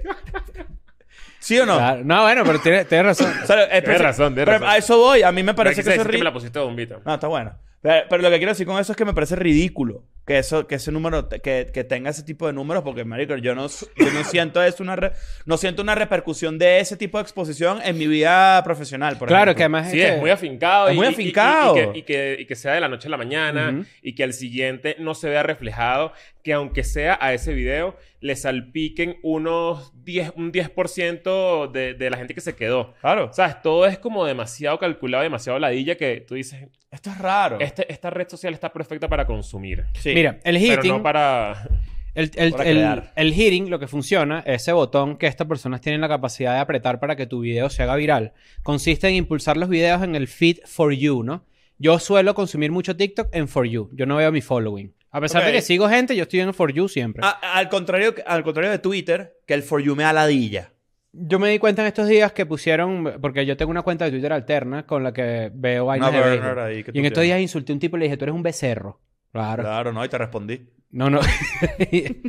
S2: *laughs* ¿Sí o no?
S1: Claro. No, bueno, pero tienes tienes razón.
S2: O sea, es-
S3: Tienes
S2: pero-
S3: razón, tienes
S2: pero
S3: razón.
S2: a eso voy. A mí me
S3: Pero
S2: parece que
S3: quise
S2: eso es
S3: decir que
S2: ri-
S3: me
S2: Ah,
S3: la pusiste bombita.
S2: No, está bueno. Pero, pero lo que quiero decir con eso es que me parece ridículo que, eso, que ese número, te- que, que tenga ese tipo de números, porque, marico, yo no, yo no siento es una re- no siento una repercusión de ese tipo de exposición en mi vida profesional, por
S1: Claro, que
S2: ejemplo.
S1: además
S3: Sí,
S1: que-
S3: es muy afincado.
S2: Es
S3: y-
S2: muy
S3: y- y- y-
S2: afincado.
S3: Y, que, y que- y que sea de la noche a la mañana
S1: Ujú.
S3: y que al siguiente no se vea reflejado. Que aunque sea a ese video, le salpiquen unos 10, un 10% de, de la gente que se quedó.
S2: Claro.
S3: ¿Sabes? Todo es como demasiado calculado, demasiado ladilla que tú dices,
S2: Esto es raro.
S3: este- esta red social está perfecta para consumir.
S2: Sí.
S1: Mira, el
S3: Pero
S1: hitting,
S2: *laughs*
S3: no para...
S1: el, el,
S2: para
S1: el-
S2: crear.
S1: el hitting, lo que funciona, ese botón que estas personas tienen la capacidad de apretar para que tu video se haga viral, consiste en impulsar los videos en el feed for you, ¿no? Yo suelo consumir mucho TikTok en for you. Yo no veo mi following. A pesar
S2: Ok. Ah.
S1: de que sigo gente, yo estoy en for you siempre.
S2: A- al, contrario, que- al contrario de Twitter, que el For You me aladilla.
S1: Yo me di cuenta en estos días que pusieron, porque yo tengo una cuenta de Twitter alterna con la que veo vainas
S2: Una
S1: de
S2: burner
S1: béisbol.
S2: ahí que
S1: Y en
S2: tú
S1: estos
S2: tienes.
S1: días insulté a un tipo y le dije, tú eres un becerro. Claro.
S2: Claro, no, y te respondí.
S1: No, no. *laughs* y,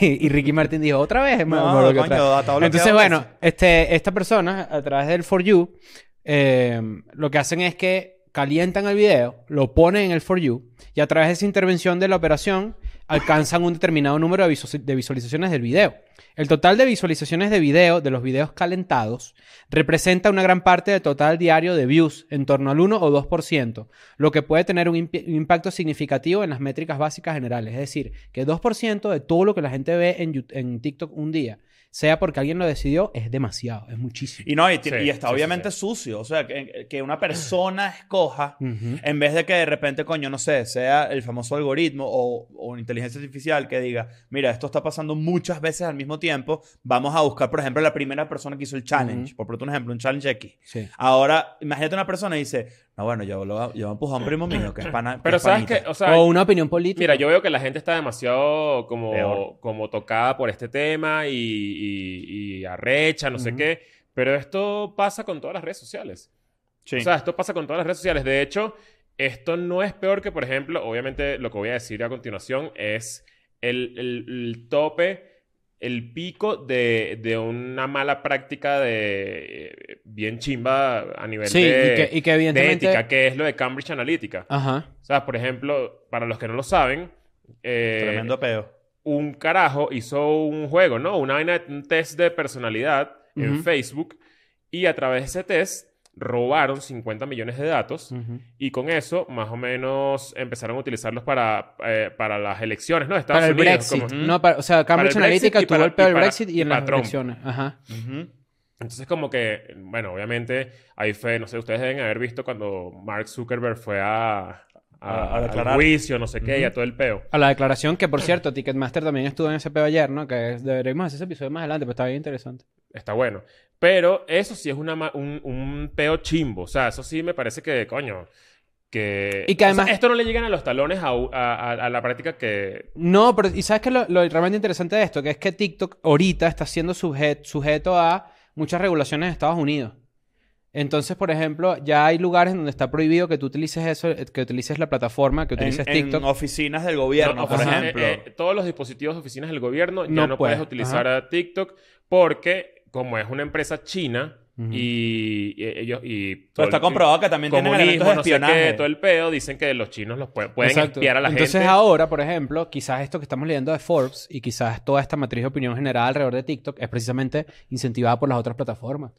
S1: y Ricky Martin dijo, otra vez, me
S2: No,
S1: acuerdo que
S2: coño,
S1: otra vez".
S2: está bloqueado
S1: Entonces, bueno,
S2: eso.
S1: este, esta persona, a través del For You, eh, lo que hacen es que calientan el video, lo ponen en el For You, y a través de esa intervención de la operación, alcanzan un determinado número de, visu- de visualizaciones del video. El total de visualizaciones de video, de los videos calentados, representa una gran parte del total diario de views, en torno al 1 o 2%, lo que puede tener un, impi- un impacto significativo en las métricas básicas generales. Es decir, que 2% de todo lo que la gente ve en, Yu- en TikTok un día, sea porque alguien lo decidió, es demasiado, es muchísimo.
S2: Y no, y, ti-
S3: Sí,
S2: y está
S3: sí, sí,
S2: obviamente sucio. O sea, que, que una persona escoja,
S1: Ujú.
S3: Eh,
S2: en vez de que de repente, coño, no sé, sea el famoso algoritmo o, o inteligencia artificial que diga, mira, esto está pasando muchas veces al mismo tiempo, vamos a buscar, por ejemplo, la primera persona que hizo el challenge.
S1: Ujú.
S2: Por pronto, un ejemplo, un challenge X.
S1: Sí.
S2: Ahora, imagínate una persona y dice, no, bueno, yo, lo, yo empujo a un primo mío que es pana. que
S3: Pero
S2: es
S3: sabes
S2: panita". Oh,
S3: que, o sea,
S1: o una opinión política.
S3: Mira, yo veo que la gente está demasiado como,
S2: Peor.
S3: como tocada por este tema y, y- y arrecha, no sé
S1: Ujú.
S3: qué. Pero esto pasa con todas las redes sociales.
S2: Sí.
S3: O sea, esto pasa con todas las redes sociales. De hecho, esto no es peor que, por ejemplo, obviamente lo que voy a decir a continuación es el, el- el tope, el pico de, de una mala práctica de eh, bien chimba a nivel
S1: sí,
S3: de,
S1: y, que, y que
S3: de
S1: evidentemente...
S3: ética, que es lo de Cambridge Analytica.
S1: Ajá.
S3: O sea, por ejemplo, para los que no lo saben, eh,
S2: Tremendo peo.
S3: un carajo hizo un juego, ¿no? Una vaina, un test de personalidad en
S1: Ujú.
S3: Facebook y a través de ese test robaron 50 millones de datos
S1: Ujú.
S3: y con eso más o menos empezaron a utilizarlos para, eh, para las elecciones, ¿no? De Estados
S1: Para el
S3: Unidos,
S1: Brexit.
S3: como-
S1: No, para- o sea, Cambridge
S3: Para el Brexit
S1: Analytica
S3: y
S1: tuvo
S3: para-
S1: el peor
S3: y para-
S1: Brexit y
S3: y
S1: en
S3: para
S1: las
S3: Trump.
S1: elecciones. Ajá.
S2: Ujú.
S3: Entonces como que, bueno, obviamente ahí fue, no sé, ustedes deben haber visto cuando Mark Zuckerberg fue a, a-
S2: A- a
S3: al
S2: declarar.
S3: juicio, no sé qué, y a
S1: Ujú.
S3: todo el peo.
S1: A la declaración, que por cierto, Ticketmaster también estuvo en ese peo ayer, ¿no? Que es- deberíamos hacer ese episodio más adelante, pero está bien interesante.
S3: Está bueno. Pero eso sí es una, ma- un, un peo chimbo. O sea, eso sí me parece que, coño, que...
S1: Y que
S3: o sea,
S1: además-
S3: esto no le llegan a los talones a, u- a- a- a la práctica que...
S1: No, pero y sabes que lo, lo realmente interesante de esto, que es que TikTok ahorita está siendo suje- sujeto a muchas regulaciones de Estados Unidos. Entonces, por ejemplo, ya hay lugares donde está prohibido que tú utilices eso, eh, que utilices la plataforma, que
S2: En,
S1: utilices
S2: en
S1: TikTok.
S2: oficinas del gobierno,
S3: No,
S2: por
S3: oficina-
S2: ejemplo.
S3: eh, eh, todos los dispositivos de oficinas del gobierno ya
S1: No
S3: no,
S1: puede.
S3: puedes utilizar a TikTok porque como es una empresa china
S1: Ujú.
S3: y, y ellos... Y todo
S2: Pero está
S3: el-
S2: comprobado que también tienen elementos
S3: Comunismo,
S2: de
S3: no sé qué,
S2: espionaje.
S3: todo el peo, dicen que los chinos los pue- pueden
S1: Exacto.
S3: espiar a la
S1: Entonces
S3: gente.
S1: ahora, por ejemplo, quizás esto que estamos leyendo de Forbes y quizás toda esta matriz de opinión general alrededor de TikTok es precisamente incentivada por las otras plataformas.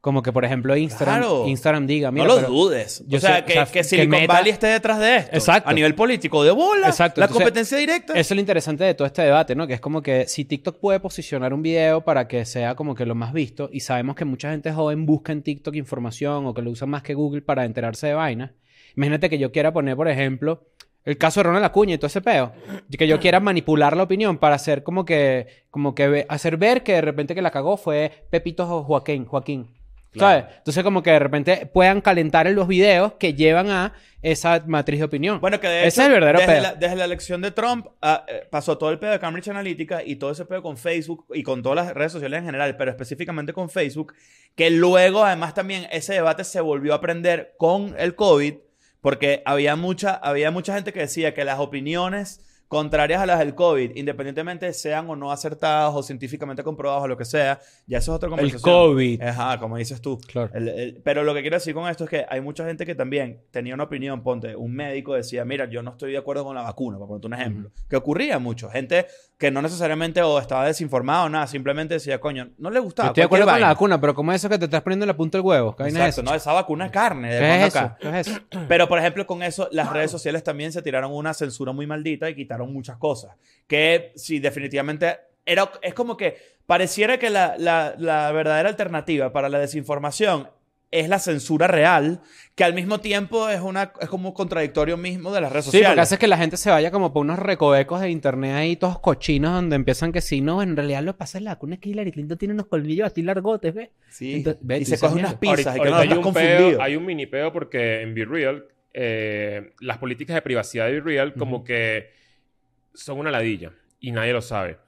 S1: Como que, por ejemplo, Instagram,
S2: Claro.
S1: Instagram diga, mira,
S2: no lo
S1: pero-
S2: dudes.
S1: yo
S2: o sea,
S1: sé-
S2: que,
S1: o sea,
S2: que
S1: que
S2: Silicon
S1: Meta-
S2: Valley esté detrás de esto.
S1: Exacto.
S2: A nivel político, de bola.
S1: Exacto.
S2: La
S1: Entonces,
S2: competencia directa.
S1: Eso es lo interesante de todo este debate, ¿no? Que es como que si TikTok puede posicionar un video para que sea como que lo más visto, y sabemos que mucha gente joven busca en TikTok información o que lo usa más que Google para enterarse de vainas. Imagínate que yo quiera poner, por ejemplo, el caso de Ronald Acuña y todo ese peo. Y Que yo quiera manipular la opinión para hacer como que, como que ve- hacer ver que de repente que la cagó fue Pepito Jo- Joaquín, Joaquín.
S3: Claro.
S1: ¿Sabes? Entonces, como que de repente puedan calentar en los videos que llevan a esa matriz de opinión.
S2: Bueno, que de
S1: Ese
S2: hecho,
S1: es el verdadero
S2: desde,
S1: pedo.
S2: la, desde la elección de Trump ah, eh, pasó todo el pedo de Cambridge Analytica y todo ese pedo con Facebook y con todas las redes sociales en general, pero específicamente con Facebook, que luego además también ese debate se volvió a prender con el COVID, porque había mucha, había mucha gente que decía que las opiniones contrarias a las del COVID, independientemente sean o no acertadas o científicamente comprobadas o lo que sea, ya eso es otra
S1: el
S2: conversación.
S1: COVID.
S2: Ajá, como dices tú.
S1: Eh, Claro.
S2: El- el- pero lo que quiero decir con esto es que hay mucha gente que también tenía una opinión, ponte, un médico decía, mira, yo no estoy de acuerdo con la vacuna, para ponerte un ejemplo, que ocurría mucho, gente que no necesariamente o estaba desinformada o nada, simplemente decía, coño, no le
S1: Yo
S2: gustaba.
S1: estoy de acuerdo
S2: cualquier
S1: con la
S2: vaina".
S1: vacuna, pero como eso que te estás poniendo en la punta del huevo. ¿Qué vaina es
S2: Exacto,
S1: eso?
S2: no, esa vacuna es carne, de
S1: ¿Qué
S2: cuando
S1: es eso?
S2: acá.
S1: ¿Qué es eso?
S2: Pero, por ejemplo, con eso, las redes sociales también se tiraron una censura muy maldita y quitaron muchas cosas. Que sí, definitivamente era, es como que pareciera que la, la- la verdadera alternativa para la desinformación es la censura real, que al mismo tiempo es, una, es como contradictorio mismo de las redes
S1: Sí, lo que
S2: sociales.
S1: hace es que la gente se vaya como por unos recovecos de internet ahí, todos cochinos, donde empiezan que si no, en realidad lo que pasa es la vacuna es que Hillary Clinton tiene unos colmillos así largotes, ¿ves?
S2: Sí.
S1: Entonces, ve,
S2: y
S1: tú
S2: se
S1: dices,
S2: cogen
S1: mierda.
S2: unas pizzas y
S3: Ahorita-
S2: que no
S3: ahorita
S2: estás
S3: hay un peo-
S2: confundido.
S3: hay un mini peo porque en BeReal, eh, las políticas de privacidad de BeReal como
S1: Ujú.
S3: que son una ladilla y nadie lo sabe.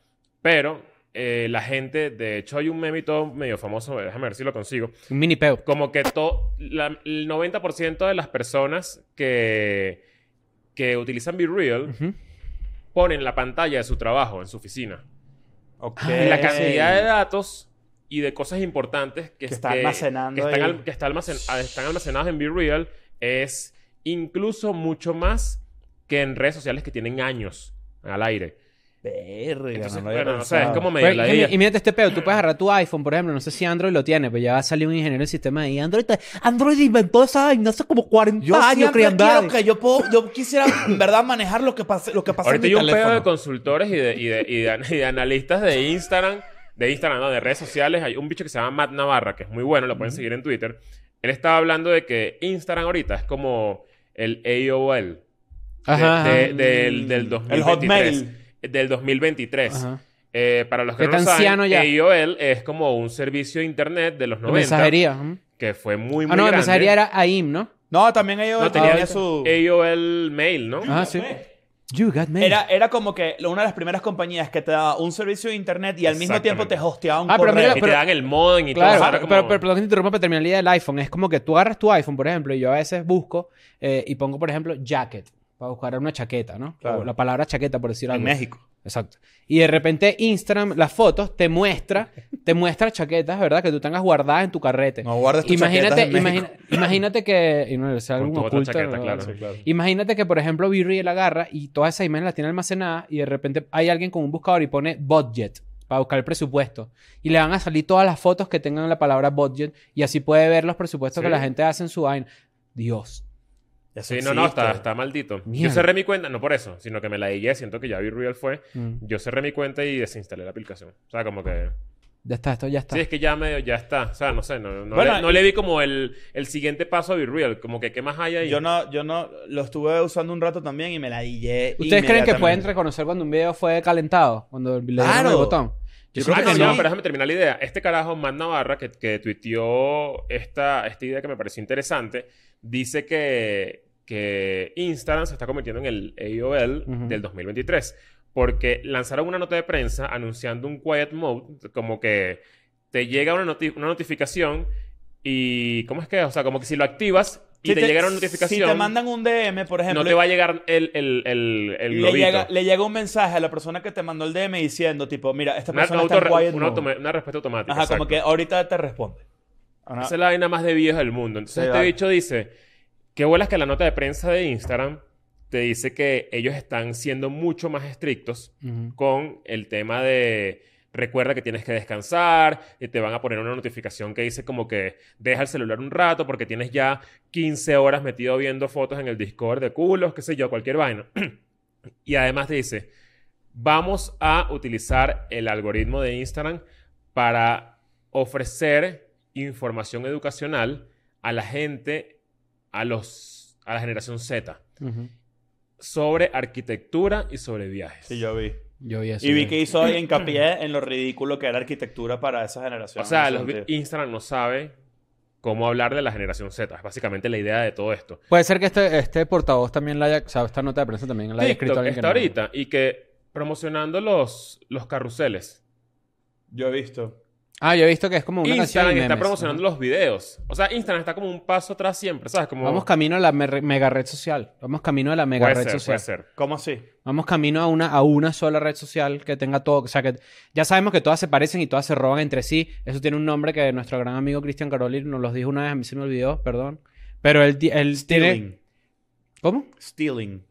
S3: Pero eh, la gente, de hecho, hay un meme y todo medio famoso, déjame ver si lo consigo.
S1: Un mini peo.
S3: Como que to- la- el 90% de las personas que, que utilizan BeReal
S1: Ujú.
S3: ponen la pantalla de su trabajo en su oficina.
S2: Ok.
S3: Ah, Y la cantidad de datos y de cosas importantes que,
S2: Que está almacenando
S3: que están,
S2: ahí.
S3: al- que está almacen- ah, están almacenadas en BeReal es incluso mucho más que en redes sociales que tienen años al aire.
S2: Verga,
S3: Entonces,
S2: no lo había
S3: bueno, no sé, es
S2: pensado.
S3: como medio
S1: Pero, y,
S3: ladilla.
S1: y mírate este peo, tú puedes agarrar tu iPhone, por ejemplo, no sé si Android lo tiene, pero ya va a salir un ingeniero de sistema y Android, te- Android inventó esa vaina hace como 40
S3: Ah,
S2: Yo
S1: años,
S2: siempre
S1: criandad.
S2: quiero que yo puedo, yo quisiera en verdad manejar lo que pasa, lo que pasa en
S3: Ahorita
S2: mi
S3: hay un pedo
S2: teléfono.
S3: de consultores y de, y de- y de- *laughs* y de analistas de Instagram, de Instagram, no, de redes sociales. Hay un bicho que se llama Matt Navarra, que es muy bueno, lo pueden seguir en Twitter. Él estaba hablando de que Instagram ahorita es como el AOL de-
S1: Ajá.
S3: de- del, del
S2: Mm.
S3: 2023.
S2: El Hotmail.
S3: Del 2023.
S1: Ajá.
S3: Eh, para los que
S1: Qué
S3: no
S1: tan
S3: lo
S1: anciano
S3: saben,
S1: ya.
S3: AOL es como un servicio de internet de los
S1: La
S3: 90.
S1: mensajería. ujú.
S3: Que fue muy, muy
S1: Ah, no, la
S3: grande.
S1: mensajería era AIM, ¿no?
S2: No, también ellos
S3: No,
S2: tenían
S1: tenía-
S2: su...
S3: AOL Mail, ¿no?
S1: Ah, sí. You got mail.
S2: Era, era como que lo- una de las primeras compañías que te daba un servicio de internet y al mismo tiempo
S3: Exactamente.
S2: te hosteaba un
S1: Ah, pero
S2: correo.
S1: mira,
S3: Y te
S1: pero-
S3: dan el modem y
S1: Claro,
S3: todo.
S1: pero, pero- pero perdón que te interrumpa, pero terminé la idea del iPhone. Es como que tú agarras tu iPhone, por ejemplo, y yo a veces busco eh, y pongo, por ejemplo, jacket, para buscar una chaqueta, ¿no?
S2: Claro.
S1: O la palabra chaqueta, por decir
S2: En
S1: algo.
S2: México.
S1: Exacto. Y de repente Instagram, las fotos, te muestra, te muestra chaquetas, ¿verdad? Que tú tengas guardadas en tu carrete.
S2: No guardes tus chaquetas
S1: imagínate,
S2: en México.
S1: imagina- imagínate que... Y no, o sea,
S3: Con
S1: algún
S3: tu otra
S1: oculto,
S3: chaqueta,
S1: ¿no?
S3: claro.
S1: Sí. Imagínate que, por ejemplo, la agarra y todas esas imágenes las tiene almacenadas y de repente hay alguien con un buscador y pone budget para buscar el presupuesto. Y le van a salir todas las fotos que tengan la palabra budget y así puede ver los presupuestos que
S3: Sí.
S1: la gente hace en su vaina. Dios.
S2: Eso
S3: Sí, no, no,
S2: existe.
S3: está, está maldito.
S1: Mierda.
S3: Yo cerré mi cuenta, no por eso, sino que me la dije, siento que ya vi Real fue.
S1: Mm.
S3: Yo cerré mi cuenta y desinstalé la aplicación. O sea, como que...
S1: Ya está, esto ya está.
S3: Sí, es que ya medio, ya está. O sea, no sé, no, no
S2: Bueno,
S3: le, no le vi como el, el siguiente paso a BeReal. Como que, ¿qué más hay ahí?
S2: Yo no, yo no, lo estuve usando un rato también y me la dije
S1: ¿Ustedes creen que pueden reconocer cuando un video fue calentado? Cuando le dieron
S2: Claro.
S1: el botón. Yo,
S2: creo
S3: Ah,
S1: siento
S2: que
S1: que
S3: no,
S1: no.
S3: no, pero déjame terminar la idea. Este carajo, Matt Navarra, que, que tuiteó esta, esta idea que me pareció interesante, dice que, que Instagram se está convirtiendo en el AOL
S1: Ujú.
S3: del 2023. Porque lanzaron una nota de prensa anunciando un quiet mode, como que te llega una, noti- una notificación y... ¿Cómo es que? O sea, como que si lo activas y te, llega una notificación,
S2: Si te mandan un DM, por ejemplo,
S3: no te va a llegar el, el, el, el
S2: le,
S3: globito.
S2: llega, le llega un mensaje a la persona que te mandó el DM diciendo, tipo, mira, esta
S3: Una,
S2: persona está en
S3: autorre-
S2: quiet
S3: una
S2: mode.
S3: automa- una respuesta automática.
S2: Ajá,
S3: exacto.
S2: como que ahorita te responde. Ah, no.
S3: Esa es la vaina más de vieja del mundo. Entonces
S2: Sí,
S3: este
S2: vale.
S3: bicho dice, qué bolas que la nota de prensa de Instagram te dice que ellos están siendo mucho más estrictos
S1: Ujú.
S3: con el tema de recuerda que tienes que descansar, y te van a poner una notificación que dice como que deja el celular un rato porque tienes ya 15 horas metido viendo fotos en el Discord de culos, qué sé yo, cualquier vaina. *clears throat* y además te dice, vamos a utilizar el algoritmo de Instagram para ofrecer información educacional a la gente, a los a la generación Z
S1: Ujú.
S3: sobre arquitectura y sobre viajes.
S2: Sí, yo vi.
S1: Yo vi eso.
S2: Y vi
S1: ya.
S2: que hizo hincapié en lo ridículo que era arquitectura para esa generación.
S3: O sea,
S2: en ese
S3: los vi-
S2: sentido.
S3: Instagram no sabe cómo hablar de la generación Z. Es básicamente la idea de todo esto.
S1: Puede ser que este, este portavoz también la haya... O sea, esta nota de prensa también la haya escrito
S3: TikTok
S1: alguien que
S3: está
S1: no-
S3: ahorita y que promocionando los, los carruseles.
S2: Yo he visto.
S1: Ah, yo he visto que es como una canción
S3: Instagram
S1: de
S3: está
S1: memes.
S3: promocionando los videos. O sea, Instagram está como un paso atrás siempre, ¿sabes? Como...
S1: Vamos camino a la mer- mega red social. Vamos camino a la mega
S3: puede
S1: red
S3: ser,
S1: social.
S3: puede ser.
S2: ¿Cómo así?
S1: Vamos camino a una, a una sola red social que tenga todo. O sea, que ya sabemos que todas se parecen y todas se roban entre sí. Eso tiene un nombre que nuestro gran amigo Cristian Caroli nos los dijo una vez. A mí se me olvidó, perdón. Pero él, ti- él tiene...
S2: Stealing.
S1: ¿Cómo?
S2: Stealing.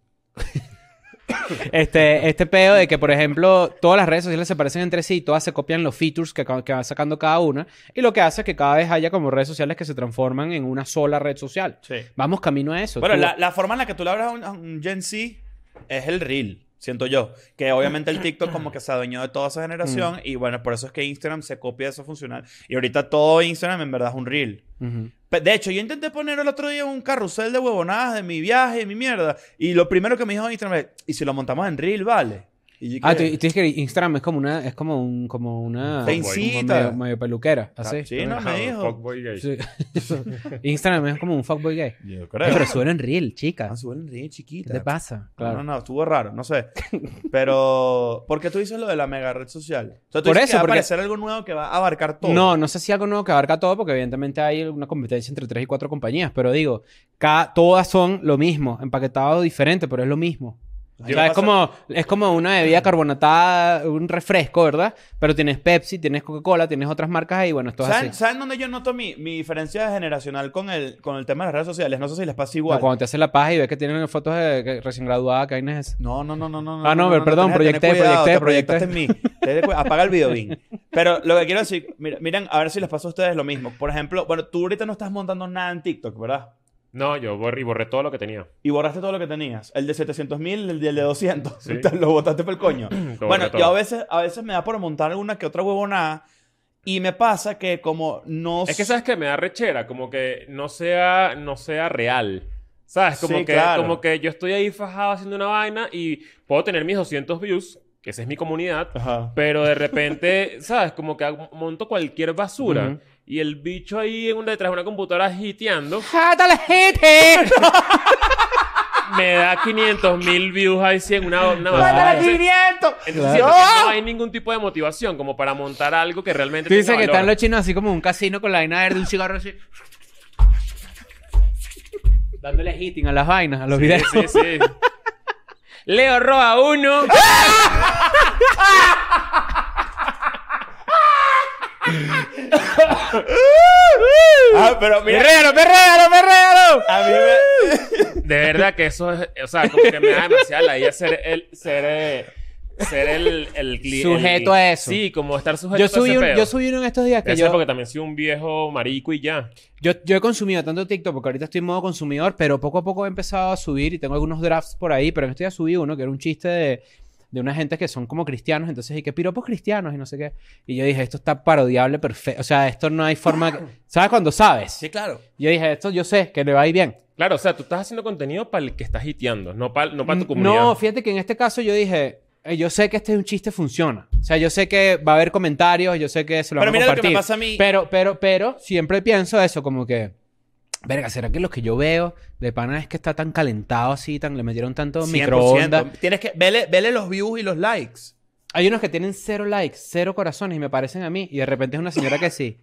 S1: Este, este pedo de que, por ejemplo, todas las redes sociales se parecen entre sí y todas se copian los features que, ca- que va sacando cada una. Y lo que hace es que cada vez haya como redes sociales que se transforman en una sola red social.
S2: Sí.
S1: Vamos camino a eso.
S2: Bueno,
S1: Tú-
S2: la, la forma en la que tú le hablas a un, a un Gen Z es el reel, siento yo. Que obviamente el TikTok como que se adueñó de toda esa generación y bueno, por eso es que Instagram se copia de esa funcional. Y ahorita todo Instagram en verdad es un reel.
S1: Ujú.
S2: Pe- De hecho, yo intenté poner el otro día un carrusel de huevonadas de mi viaje, de mi mierda. Y lo primero que me dijo Instagram es, ¿y si lo montamos en reel, vale? Y yo,
S1: Ah, tú,
S2: ¿qué?
S1: tú dices que Instagram es como una... Es como, un, como una...
S2: Te
S1: como
S2: incita.
S1: medio, medio peluquera.
S2: Ah,
S1: Así.
S2: sí, no
S3: Ajá,
S2: me dijo.
S3: fuckboy gay.
S1: Sí. *laughs* Instagram es como un fuckboy gay.
S2: Yo
S1: Ay,
S2: creo.
S1: Pero suena en reel, chica.
S2: Ah, sube en reel,
S1: ¿Qué
S2: chiquita.
S1: te pasa?
S2: Claro. No,
S1: Claro.
S2: no, estuvo raro,
S1: *laughs*
S2: no sé. Pero, ¿por qué tú dices lo de la mega red social? O sea, tú
S1: Por
S2: dices que
S1: eso,
S2: va
S1: porque-
S2: a aparecer algo nuevo que va a abarcar todo.
S1: No, no sé si algo nuevo que abarca todo, porque evidentemente hay una competencia entre tres y cuatro compañías, pero digo, ca- todas son lo mismo, empaquetado diferente, pero es lo mismo. O
S2: Yo
S1: sea, es,
S2: pasa-
S1: como, es como una bebida carbonatada, un refresco, ¿verdad? Pero tienes Pepsi, tienes Coca-Cola, tienes otras marcas ahí, bueno, esto es
S2: ¿Saben,
S1: así.
S2: saben dónde yo noto mi, mi diferencia generacional con el, con el tema de las redes sociales? No sé si les pasa
S1: O
S2: igual.
S1: cuando te haces la paja y ves que tienen fotos de que recién graduada, que hay es
S2: No, no, no, no, no.
S1: Ah, no, pero perdón,
S2: tenés que tener
S1: proyecté,
S2: cuidado, te
S1: proyecté,
S2: proyectaste en mí. Tenés que cu- Apaga el
S1: *laughs*
S2: video, Vin. Pero lo que quiero decir, mira- miren, a ver si les pasa a ustedes lo mismo. Por ejemplo, bueno, tú ahorita no estás montando nada en TikTok, ¿verdad?
S3: No, yo borré, borré todo lo que tenía.
S2: Y borraste todo lo que tenías. El de 700 mil, el de, el de 200.
S3: Sí.
S2: *laughs* Lo botaste por el coño.
S3: *clears throat* Lo
S2: bueno,
S3: borré todo.
S2: yo a veces, a veces me da por montar alguna que otra huevonada. Y me pasa que como no...
S3: Es que sabes que me da rechera, como que no sea, no sea real. ¿Sabes? Como,
S2: Sí,
S3: que,
S2: claro.
S3: como que yo estoy ahí fajado haciendo una vaina y puedo tener mis 200 views, que esa es
S2: *laughs*
S3: mi comunidad,
S2: Ajá.
S3: pero de repente, *laughs* ¿sabes? Como que hago- monto cualquier basura
S1: Ujú.
S3: y el bicho ahí en un- detrás de una computadora hiteando
S1: ¡Játale,
S3: *laughs*
S1: gente!
S3: me da 500 mil views ahí sí en una, una basura.
S1: Claro.
S3: Entonces- entonces siento
S1: Claro.
S3: que no hay ningún tipo de motivación como para montar algo que realmente
S1: Tú dices
S3: tenga
S1: que están
S3: valor.
S1: los chinos así como un casino con la vaina de un cigarro así. Dándole hitting a las vainas, a los videos.
S3: Sí,
S1: *laughs*
S3: sí, sí. Leo roba uno.
S2: Ah, pero mira...
S1: ¡Perréalo, perréalo, perréalo!
S2: A mí me...
S3: De verdad que eso es, o sea, como que me da demasiada la idea ser el, ser, eh, ser el, el cli-
S1: Sujeto
S3: el-
S1: a eso.
S3: Sí, como estar sujeto
S1: Yo
S3: a
S1: subí,
S3: ese
S1: un,
S3: pedo.
S1: yo subí uno en estos días que
S3: Debe
S1: yo,
S3: ser porque también soy un viejo marico y ya.
S1: yo, yo he consumido tanto TikTok porque ahorita estoy en modo consumidor, pero poco a poco he empezado a subir y tengo algunos drafts por ahí, pero en estos días subí uno que era un chiste de, de una gente que son como cristianos, entonces, y que piropos cristianos y no sé qué. Y yo dije, esto está parodiable, perfecto. O sea, esto no hay forma...
S2: *laughs*
S1: que- ¿Sabes cuando sabes?
S2: Sí, claro.
S1: Yo dije, esto yo sé que le va a ir bien.
S3: Claro, o sea, tú estás haciendo contenido para el que estás hiteando, no para no pa tu
S1: Mm,
S3: comunidad.
S1: No, fíjate que en este caso yo dije, eh, yo sé que este es un chiste funciona. O sea, yo sé que va a haber comentarios, yo sé que se lo
S2: Pero
S1: van a
S2: mira lo que
S1: compartir.
S2: me pasa a mí.
S1: Pero, pero, pero, siempre pienso eso, como que, verga, ¿será que los que yo veo de pana es que está tan calentado así, tan, le metieron tanto
S2: 100%.
S1: microondas?
S2: Tienes que... Vele, vele los views y los likes.
S1: Hay unos que tienen cero likes, cero corazones y me parecen a mí. Y de repente es una señora que
S2: *laughs*
S1: sí.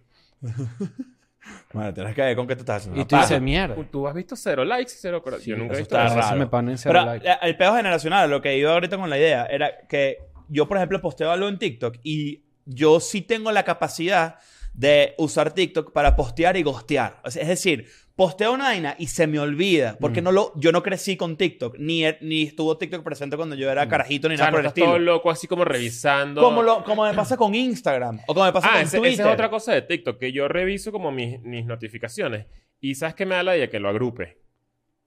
S2: Bueno, tienes que ver con qué te estás haciendo.
S1: y tú
S2: una
S1: dices,
S2: paja.
S1: mierda.
S3: Tú has visto cero likes y cero corazones. yo nunca he
S2: eso
S3: visto
S2: está
S3: eso.
S1: Entonces
S2: raro.
S1: me ponen cero
S2: Pero
S1: likes.
S2: la- el pedo generacional, lo que iba ahorita con la idea, era que yo, por ejemplo, posteo algo en TikTok y yo sí tengo la capacidad de usar TikTok para postear y gostear. O sea, es decir, posteo una vaina y se me olvida porque no lo, yo no crecí con TikTok, ni, ni estuvo TikTok presente cuando yo era carajito ni
S3: O sea,
S2: nada
S3: no
S2: por el
S3: estás todo
S2: estilo.
S3: loco así como revisando.
S2: Como, lo, como me pasa con Instagram o como me pasa
S3: Ah,
S2: con
S3: ese-
S2: Twitter.
S3: esa es otra cosa de TikTok, que yo reviso como mis, mis notificaciones. Y sabes que me da la idea que lo agrupe.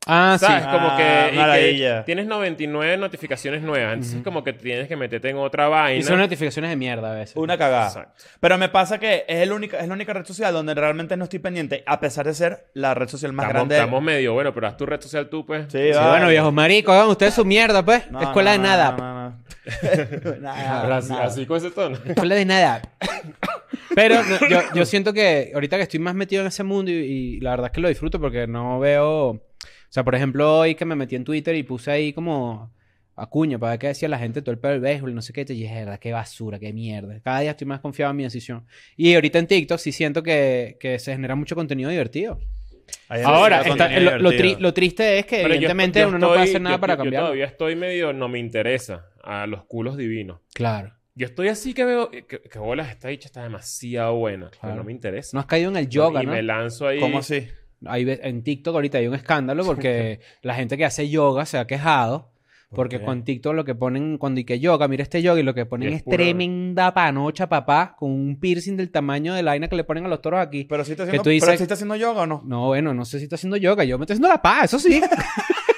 S1: Ah, sí.
S3: ¿Sabes? como
S2: Ah,
S3: que, y que
S2: maravilla.
S3: tienes 99 notificaciones nuevas. Entonces, como que tienes que meterte en otra vaina.
S1: Y son notificaciones de mierda a veces.
S2: Una cagada.
S3: Exacto.
S2: Pero me pasa que es, el única, es la única red social donde realmente no estoy pendiente, a pesar de ser la red social más
S3: estamos,
S2: grande.
S3: estamos medio, bueno, pero haz tu red social tú, pues.
S2: Sí,
S1: Sí,
S2: vale. *laughs*
S1: bueno, viejos maricos, hagan ustedes su mierda, pues.
S2: No,
S1: Escuela
S2: no,
S1: de
S2: no,
S1: nada.
S2: no, no, no.
S3: Pero
S1: *laughs*
S2: *laughs* Nada,
S3: así,
S2: nada.
S3: así con ese tono.
S1: Escuela de nada. *coughs* Pero no, yo, yo siento que ahorita que estoy más metido en ese mundo y, y la verdad es que lo disfruto porque no veo... O sea, por ejemplo, hoy que me metí en Twitter y puse ahí como a cuña para ver qué decía la gente todo el pedo del béisbol, no sé qué, y te dije, "Verdad, qué basura, qué mierda. Cada día estoy más confiado en mi decisión. Y ahorita en TikTok sí siento que, que se genera mucho contenido divertido. Ahora,
S2: Sí,
S1: está-
S2: contenido
S1: lo, lo tri-
S2: divertido.
S1: lo triste es que
S3: Pero yo-
S1: evidentemente
S3: yo
S1: uno no puede
S3: estoy-
S1: hacer nada
S3: yo-
S1: para
S3: yo
S1: cambiarlo.
S3: todavía estoy medio, no me interesa a los culos divinos.
S1: Claro.
S3: Yo estoy así que veo eh, que, que bolas esta dicha está demasiado buena. pero
S1: Claro.
S3: no me interesa.
S1: No has caído en el yoga,
S3: y
S1: ¿no?
S3: me lanzo ahí.
S2: ¿Cómo así?
S1: Hay ve- en TikTok ahorita hay un escándalo porque la gente que hace yoga se ha quejado.
S2: ¿Por
S1: Porque
S2: qué?
S1: con TikTok lo que ponen, cuando y que yoga, mira este yoga, y lo que ponen
S3: Y
S1: es,
S3: es pura-
S1: tremenda panocha, papá, con un piercing del tamaño de la vaina que le ponen a los toros aquí.
S2: Pero si está
S1: Que
S2: haciendo,
S1: tú dices-
S2: pero sí está haciendo yoga o no?
S1: No, bueno, no sé si está haciendo yoga, yo me estoy haciendo la paz, eso sí. *laughs*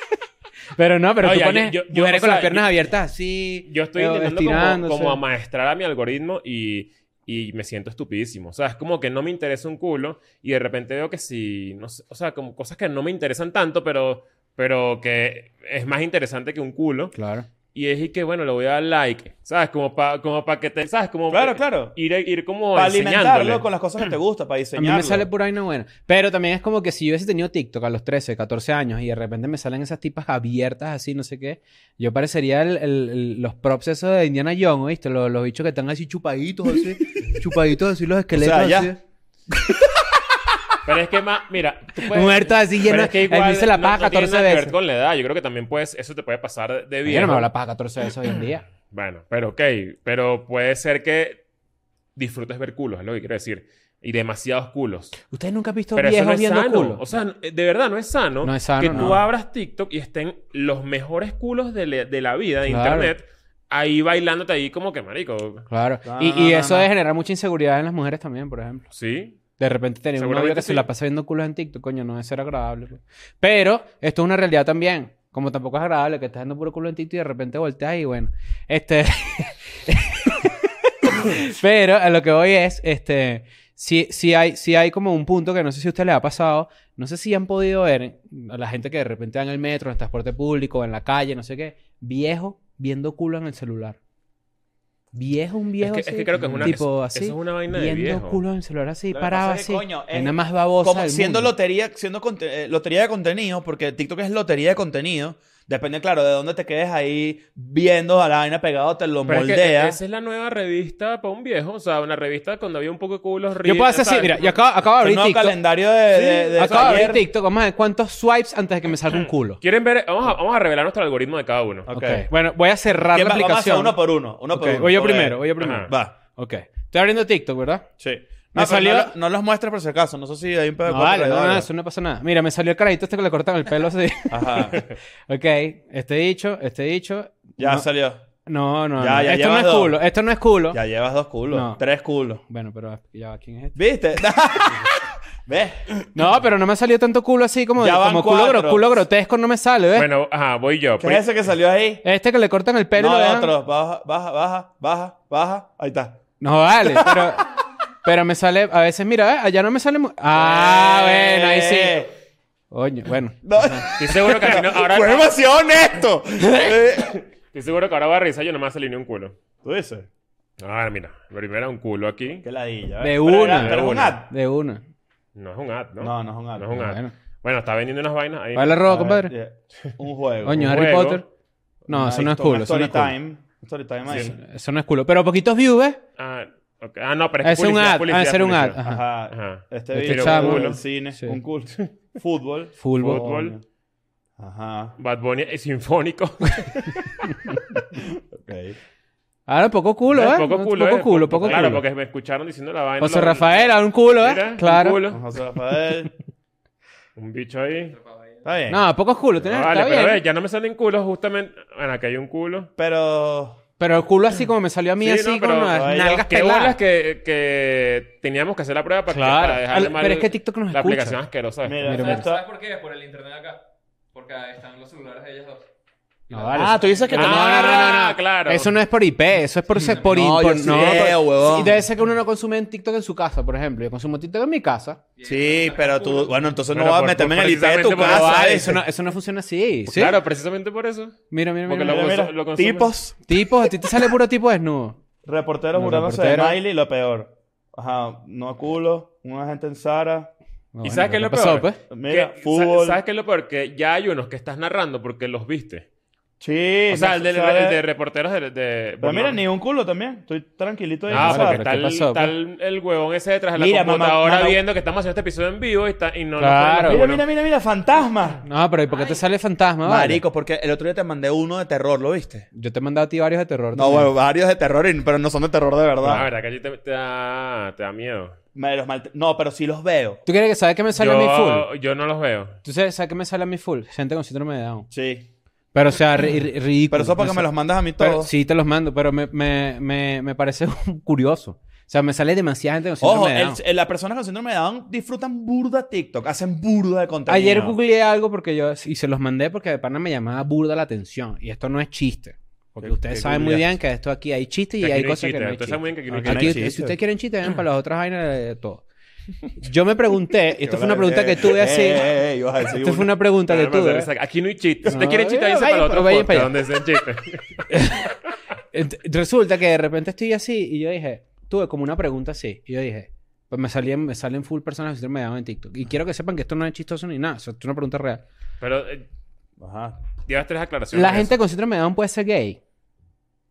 S1: pero no, pero
S3: No,
S1: tú
S3: ya,
S1: pones
S3: yo- yo-
S1: mujeres
S3: o
S1: con
S3: sea,
S1: las piernas
S3: yo-
S1: abiertas así.
S3: Yo estoy
S1: eh,
S3: intentando como,
S1: estirándose.
S3: como amaestrar a mi algoritmo y, y me siento estupidísimo. O sea, es como que no me interesa un culo y de repente veo que sí, no sé, o sea, como cosas que no me interesan tanto, pero, pero que es más interesante que un culo.
S1: Claro.
S3: Y es y que, bueno, le voy a dar like, ¿sabes? Como para como pa que te, ¿sabes? Como
S2: Claro,
S3: pa-
S2: claro.
S3: Ir, ir como
S2: Para
S3: eh, enseñándole.
S2: alimentarlo con las cosas que te gusta, para
S1: A mí
S2: diseñarlo.
S1: me sale pura vaina buena. Pero también es como que si yo hubiese tenido TikTok a los 13, 14 años y de repente me salen esas tipas abiertas así, no sé qué, yo parecería el- el- el- los props esos de Indiana Jones, ¿viste? Los, los bichos que están así chupaditos,
S3: *laughs*
S1: así, chupaditos así, los esqueletos
S2: O sea, ya.
S1: así.
S3: Pero es que más, mira, tú puedes...
S1: Muertos así
S3: Pues, pero
S1: llenos.
S3: es que igual
S1: ahí me hice la
S3: no-
S1: paja
S3: no tiene
S1: 14
S3: nada que ver
S1: veces.
S3: con la edad. Yo creo que también puedes... Eso te puede pasar de
S1: Yo
S3: viejo.
S1: no me hago la paja 14 veces hoy en
S3: *laughs*
S1: día.
S3: Bueno, pero ok, pero puede ser que disfrutes ver culos, es lo que quiero decir. Y demasiados culos.
S1: Ustedes nunca han visto
S3: Pero eso
S1: viejos
S3: no es
S1: viendo
S3: sano.
S1: culo.
S3: O sea, n- de verdad no es sano,
S1: No es sano,
S3: que tú
S1: no.
S3: abras TikTok y estén los mejores culos de, le- de la vida de
S1: Claro.
S3: internet ahí bailándote ahí como que marico.
S1: claro.
S3: Ah,
S2: No,
S1: y
S2: no,
S1: y
S2: no,
S1: eso
S2: no.
S1: de generar mucha inseguridad en las mujeres también, por ejemplo.
S3: Sí.
S1: De repente tener un novio
S3: Seguramente
S1: que se
S3: sí.
S1: la pasa viendo culos en TikTok, coño, no es ser agradable. pues. Pero esto es una realidad también. Como tampoco es agradable que estás viendo puro culo en TikTok y de repente volteas y bueno. Este. *laughs* Pero a lo que voy es, este. Si, si, hay, si hay como un punto que no sé si a usted le ha pasado, no sé si han podido ver eh, a la gente que de repente va en el metro, en el transporte público, en la calle, no sé qué, viejo viendo culo en el celular. Viejo, un
S3: Es
S1: viejo.
S3: que, es
S1: así,
S3: que creo que es una,
S1: tipo
S3: eso,
S1: así,
S3: eso es una vaina de
S1: viendo
S3: viejo.
S1: culo en el celular así,
S2: Lo que
S1: parado
S2: pasa es que,
S1: así.
S2: coño,
S1: Es
S2: es
S1: nada más babosa
S2: Como
S1: del
S2: siendo
S1: mundo.
S2: lotería, siendo conte- eh, lotería de contenido, porque TikTok es lotería de contenido. Depende, claro, de dónde te quedes ahí viendo a la vaina pegado, te lo
S3: Pero es que
S2: moldea.
S3: esa es la nueva revista para un viejo. O sea, una revista cuando había un poco de culos
S1: Yo
S3: rígidos,
S1: puedo hacer así,
S3: ¿sabes?
S1: mira, yo acabo, acabo de
S2: Es un
S1: abrir
S2: nuevo
S1: TikTok.
S2: calendario de,
S3: Sí,
S2: de- de
S1: acabo de abrir
S2: taller.
S1: TikTok. Vamos a ver cuántos swipes antes de que me salga un culo.
S3: ¿Quieren ver? Vamos a, vamos a revelar nuestro algoritmo de cada uno.
S2: Ok.
S1: Ok. Bueno, voy a cerrar
S2: Que
S1: la
S2: va- Vamos a hacer
S1: aplicación.
S2: uno por uno. uno por
S1: Ok,
S2: uno,
S1: Voy yo
S2: porque-
S1: primero, voy yo primero.
S3: Ajá.
S2: Va.
S1: Ok. Estoy abriendo TikTok, ¿verdad?
S2: Sí.
S1: Me
S2: No, pero
S1: salió-
S2: no, lo- no los muestres por si acaso. No sé si hay un pedo de
S1: No,
S2: cuerpo
S1: vale, no,
S2: alrededor.
S1: no, eso no pasa nada. Mira, me salió el carajito este que le cortan el pelo
S2: *laughs*
S1: así.
S2: Ajá.
S1: ok, este dicho, este dicho.
S2: Ya
S1: no,
S2: salió.
S1: no, no,
S2: Ya,
S1: no.
S2: ya
S1: Esto no
S2: llevas
S1: es
S2: dos.
S1: culo, esto no es culo.
S2: Ya llevas dos culos.
S1: No.
S2: Tres culos.
S1: Bueno, pero ya va, ¿quién es este?
S2: ¿Viste? *laughs* ¿Ves?
S1: No, pero no me ha salido tanto culo así como,
S2: Ya van
S1: como culo,
S2: cuatro.
S1: gro- culo grotesco, no me sale, ¿ves?
S3: Bueno, ajá, voy yo. pues,
S2: ¿Qué
S3: Pri-
S2: es ese que salió ahí?
S1: Este que le cortan el pelo y
S2: no,
S1: lo
S2: hay
S1: dejan-
S2: otro. Baja, baja, baja, baja, baja. Ahí está.
S1: No vale, pero, *laughs* pero me sale, a veces, mira, eh, allá no me sale mu- Ah,
S2: Eh.
S1: bueno, ahí sí. Coño, bueno.
S2: No.
S3: Estoy seguro que a mí
S1: *laughs*
S3: no-
S2: *laughs*
S3: ahora,
S2: ¡Fue demasiado *laughs* honesto! Eh,
S3: estoy seguro que ahora va a revisar yo nomás salí ni un culo.
S2: ¿Tú dices?
S3: Ah, mira. Primero un culo aquí.
S2: Qué ladilla.
S1: De
S2: ¿eh?
S1: una.
S2: Pero era-
S1: De
S2: pero es un
S3: una.
S2: ad.
S1: De una.
S3: No es un ad, ¿no?
S2: No, no es un ad.
S3: No es un ad.
S1: Bueno.
S3: Bueno, está vendiendo unas vainas ahí.
S1: ¿Cuál es la
S2: A
S1: roba,
S2: ver,
S1: compadre?
S2: yeah. Un juego.
S1: Coño,
S3: Ah, un
S1: Harry
S3: juego.
S1: Potter. No, eso no
S2: Una
S1: es
S2: histo- una
S1: culo, eso no es
S2: Story
S1: culo.
S2: time. Story time ahí.
S1: Eso no es culo. Pero poquitos views, ¿ves?
S3: Ah, ok. Ah, no, pero es
S1: Ese es un
S3: publicidad,
S1: ad,
S3: publicidad,
S1: ha de ser un
S3: publicidad.
S1: ad, ajá.
S2: Ajá.
S3: Ajá.
S2: Este
S1: Este
S2: video.
S1: chamo.
S2: un cine.
S1: Sí.
S2: Un cool. Fútbol.
S1: Fútbol.
S3: Fútbol.
S2: Oh, Ajá.
S3: Bad Bunny es sinfónico.
S2: Ok.
S1: Ahora poco
S3: *laughs*
S1: culo, ¿eh?
S3: Poco
S1: No,
S3: culo,
S1: Poco
S3: ¿eh?
S1: culo, poco
S3: Claro,
S1: culo.
S3: porque me escucharon diciendo la vaina.
S1: José
S3: Lo-
S1: Rafael, ahora un culo,
S3: Mira,
S1: ¿eh?
S3: un
S1: Claro.
S3: culo.
S2: José Rafael.
S3: Un bicho ahí.
S2: Está bien.
S1: No, pocos culos. tienes-
S3: No,
S1: está
S3: vale, pero
S1: bien.
S3: ve, ya no me salen culos justamente. Bueno, aquí hay un culo.
S2: Pero.
S1: Pero el culo así como me salió a mí,
S3: Sí,
S1: así
S3: no,
S1: con
S3: pero-
S1: las
S2: ay,
S1: nalgas
S3: Qué
S1: peladas.
S3: bolas que, que teníamos que hacer la prueba para, que-
S1: Claro.
S3: para dejar de
S1: Al-
S3: mal
S1: pero es que TikTok nos
S3: la
S1: escucha.
S3: aplicación asquerosa. esta.
S2: Mira,
S1: Mira,
S2: mira.
S1: mira.
S4: ¿Sabes, ¿Sabes por qué? Por el internet acá. Porque están los celulares de ellas dos.
S1: No, vale.
S2: Ah, tú dices que
S1: no,
S2: te-
S1: no, no, no,
S3: Ah,
S1: no.
S3: claro.
S1: Eso no es por IP, eso es por, se- por,
S2: No,
S1: in-
S2: yo
S1: por-
S2: sé,
S1: no, por-
S2: huevón.
S1: sí, debe ser que uno no consume en TikTok en su casa, por ejemplo. Yo consumo TikTok en mi casa.
S2: Sí, pero tú. Bueno, entonces no
S3: Pero
S2: vas a
S3: por-
S2: meterme en
S3: por-
S2: el IP de tu
S3: precisamente por-
S1: No,
S2: casa.
S1: vale,
S2: ¿eh?
S1: eso, no, eso no funciona así. ¿sí?
S3: Pues Claro, precisamente por eso.
S1: Mira, mira,
S3: Porque
S1: mira.
S3: lo-
S1: mira.
S2: Mira,
S3: consu-
S2: mira.
S3: consumes.
S2: Tipos.
S1: Tipos, a ti te sale puro tipo desnudo.
S2: Reporteros
S1: Los
S2: burlándose de
S1: reporteros.
S2: Miley, lo peor. Ajá, no a culo, un agente en Sara.
S3: ¿Y sabes qué es lo peor?
S1: pues.
S2: Mira,
S3: Que- sa-
S2: fútbol.
S3: ¿Sabes qué es lo peor? Que ya hay unos que estás narrando porque los viste.
S2: Sí.
S3: O sea,
S2: no
S3: el
S2: se
S3: de,
S2: sabe.
S3: el de reporteros de... de-
S2: Pero pues mira,
S3: Bonón.
S2: ni un culo también. Estoy tranquilito ahí.
S3: Ah,
S2: en
S1: Claro,
S2: Sara.
S3: porque
S1: pero
S3: está,
S1: ¿qué
S3: el,
S1: pasó,
S3: está
S1: pues?
S3: el- el huevón ese detrás de la
S2: Mira, mamá-
S3: computadora
S2: mamá-
S3: viendo que estamos haciendo este episodio en vivo y, está, y no
S1: Claro.
S2: Mira,
S3: lo pueden
S2: mira,
S3: ver.
S2: mira, mira, fantasma.
S1: No, pero ¿y por qué te sale fantasma? vale?
S2: Marico, porque el otro día te mandé uno de terror, ¿lo viste?
S1: Yo te he mandado a ti varios de terror.
S2: No,
S1: también.
S2: bueno, varios de terror, y- pero no son de terror de
S3: La
S2: verdad.
S3: verdad que allí te, te da, te da miedo.
S2: Me los malte- No, pero sí los veo.
S1: ¿Tú quieres que sabes que me sale a mí full?
S3: Yo, yo no los veo.
S1: ¿Tú sabes, sabes que me sale a mí full? Gente con síndrome de Down.
S2: Sí.
S1: Pero, o sea, ri- ri- ridículo. pues,
S2: Pero eso es porque
S1: No
S2: me
S1: sé.
S2: los mandas a mí
S1: Pero-
S2: todos.
S1: sí, te los mando, pero me, me, me, me parece *laughs* un curioso. O sea, me sale demasiada gente con síndrome
S2: Ojo,
S1: de Down.
S2: el- el- las personas con síndrome de Down disfrutan burda TikTok, hacen burda de contenido.
S1: Ayer googleé algo porque yo y se los mandé porque de pana me llamaba burda la atención. Y esto no es chiste. Porque
S2: ¿Qué-
S1: ustedes
S2: qué
S1: saben muy
S2: googleaste?
S1: bien que esto aquí hay chiste y
S3: Que aquí
S1: hay
S3: no hay
S1: cosas
S3: chiste.
S1: que no hay
S3: Ustedes
S1: chiste.
S3: saben muy bien que aquí no hay
S2: Ok.
S3: chiste.
S1: Aquí,
S2: no existe.
S1: si ustedes quieren chistes, vengan para las otras vainas de todo. Yo me pregunté, y esto fue una
S2: Eh,
S1: pregunta que tuve
S2: eh,
S1: así.
S2: eh, eh, ibas a decir
S1: Esto fue
S2: una-
S1: una pregunta que
S3: Nada más de
S1: tuve.
S3: risa. Aquí no hay chistes. Si te
S1: ¿eh? No,
S3: quieren chistes,
S1: vaya,
S3: dice para
S1: vaya,
S3: otro
S1: vaya
S3: podcast
S1: para allá.
S3: donde dicen chistes.
S1: Ent- Resulta que de repente estoy así y yo dije, tuve como una pregunta así. Y yo dije, pues me salían, me salen full personas que síndrome de Down en TikTok. Y quiero que sepan que esto no es chistoso ni nada. O sea, esto es una pregunta real.
S3: Pero eh,
S2: Ajá.
S3: llevas tres aclaraciones.
S1: ¿La
S3: de
S1: gente
S3: eso.
S1: con síndrome de Down puede ser gay?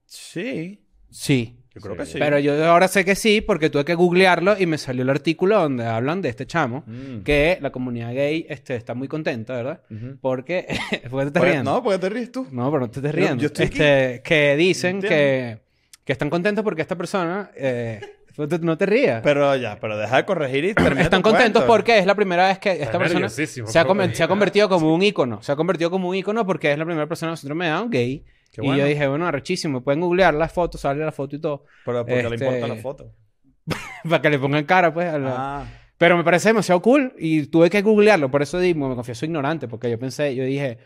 S2: Sí.
S1: Sí.
S2: Yo creo que sí.
S1: Pero yo ahora sé que sí porque tuve que googlearlo y me salió el artículo donde hablan de este chamo.
S2: Mm.
S1: Que la comunidad gay este, está muy contenta, ¿verdad?
S2: Ujú.
S1: Porque... *laughs* ¿Por qué te estás
S2: Oye,
S1: riendo?
S2: Pues, No, porque te ríes tú.
S1: No, pero no te estés
S2: Yo-
S1: riendo.
S2: yo estoy
S1: Este, Que dicen
S2: Entiendo.
S1: que, que están contentos porque esta persona... eh, *laughs* no te rías.
S2: Pero ya, pero deja de
S1: *clears throat*
S2: corregir y termina
S1: Están
S2: tu
S1: contentos
S2: cuento.
S1: porque es la primera vez que esta persona se
S3: nerviosísimo,
S1: ha,
S3: pobre.
S1: conver- se ha convertido como un ícono. Se ha convertido como un ícono porque es la primera persona con síndrome de Down gay.
S2: Qué
S1: Y
S2: bueno.
S1: yo dije, bueno, arrechísimo. Pueden googlear las fotos, sale la foto y todo. *laughs*
S2: Pero porque le
S1: Este-
S2: importa la foto.
S1: Para que le pongan cara, pues. a la-
S2: Ah.
S1: Pero me parece demasiado cool y tuve que googlearlo. Por eso digo, me confieso ignorante. Porque yo pensé, yo dije,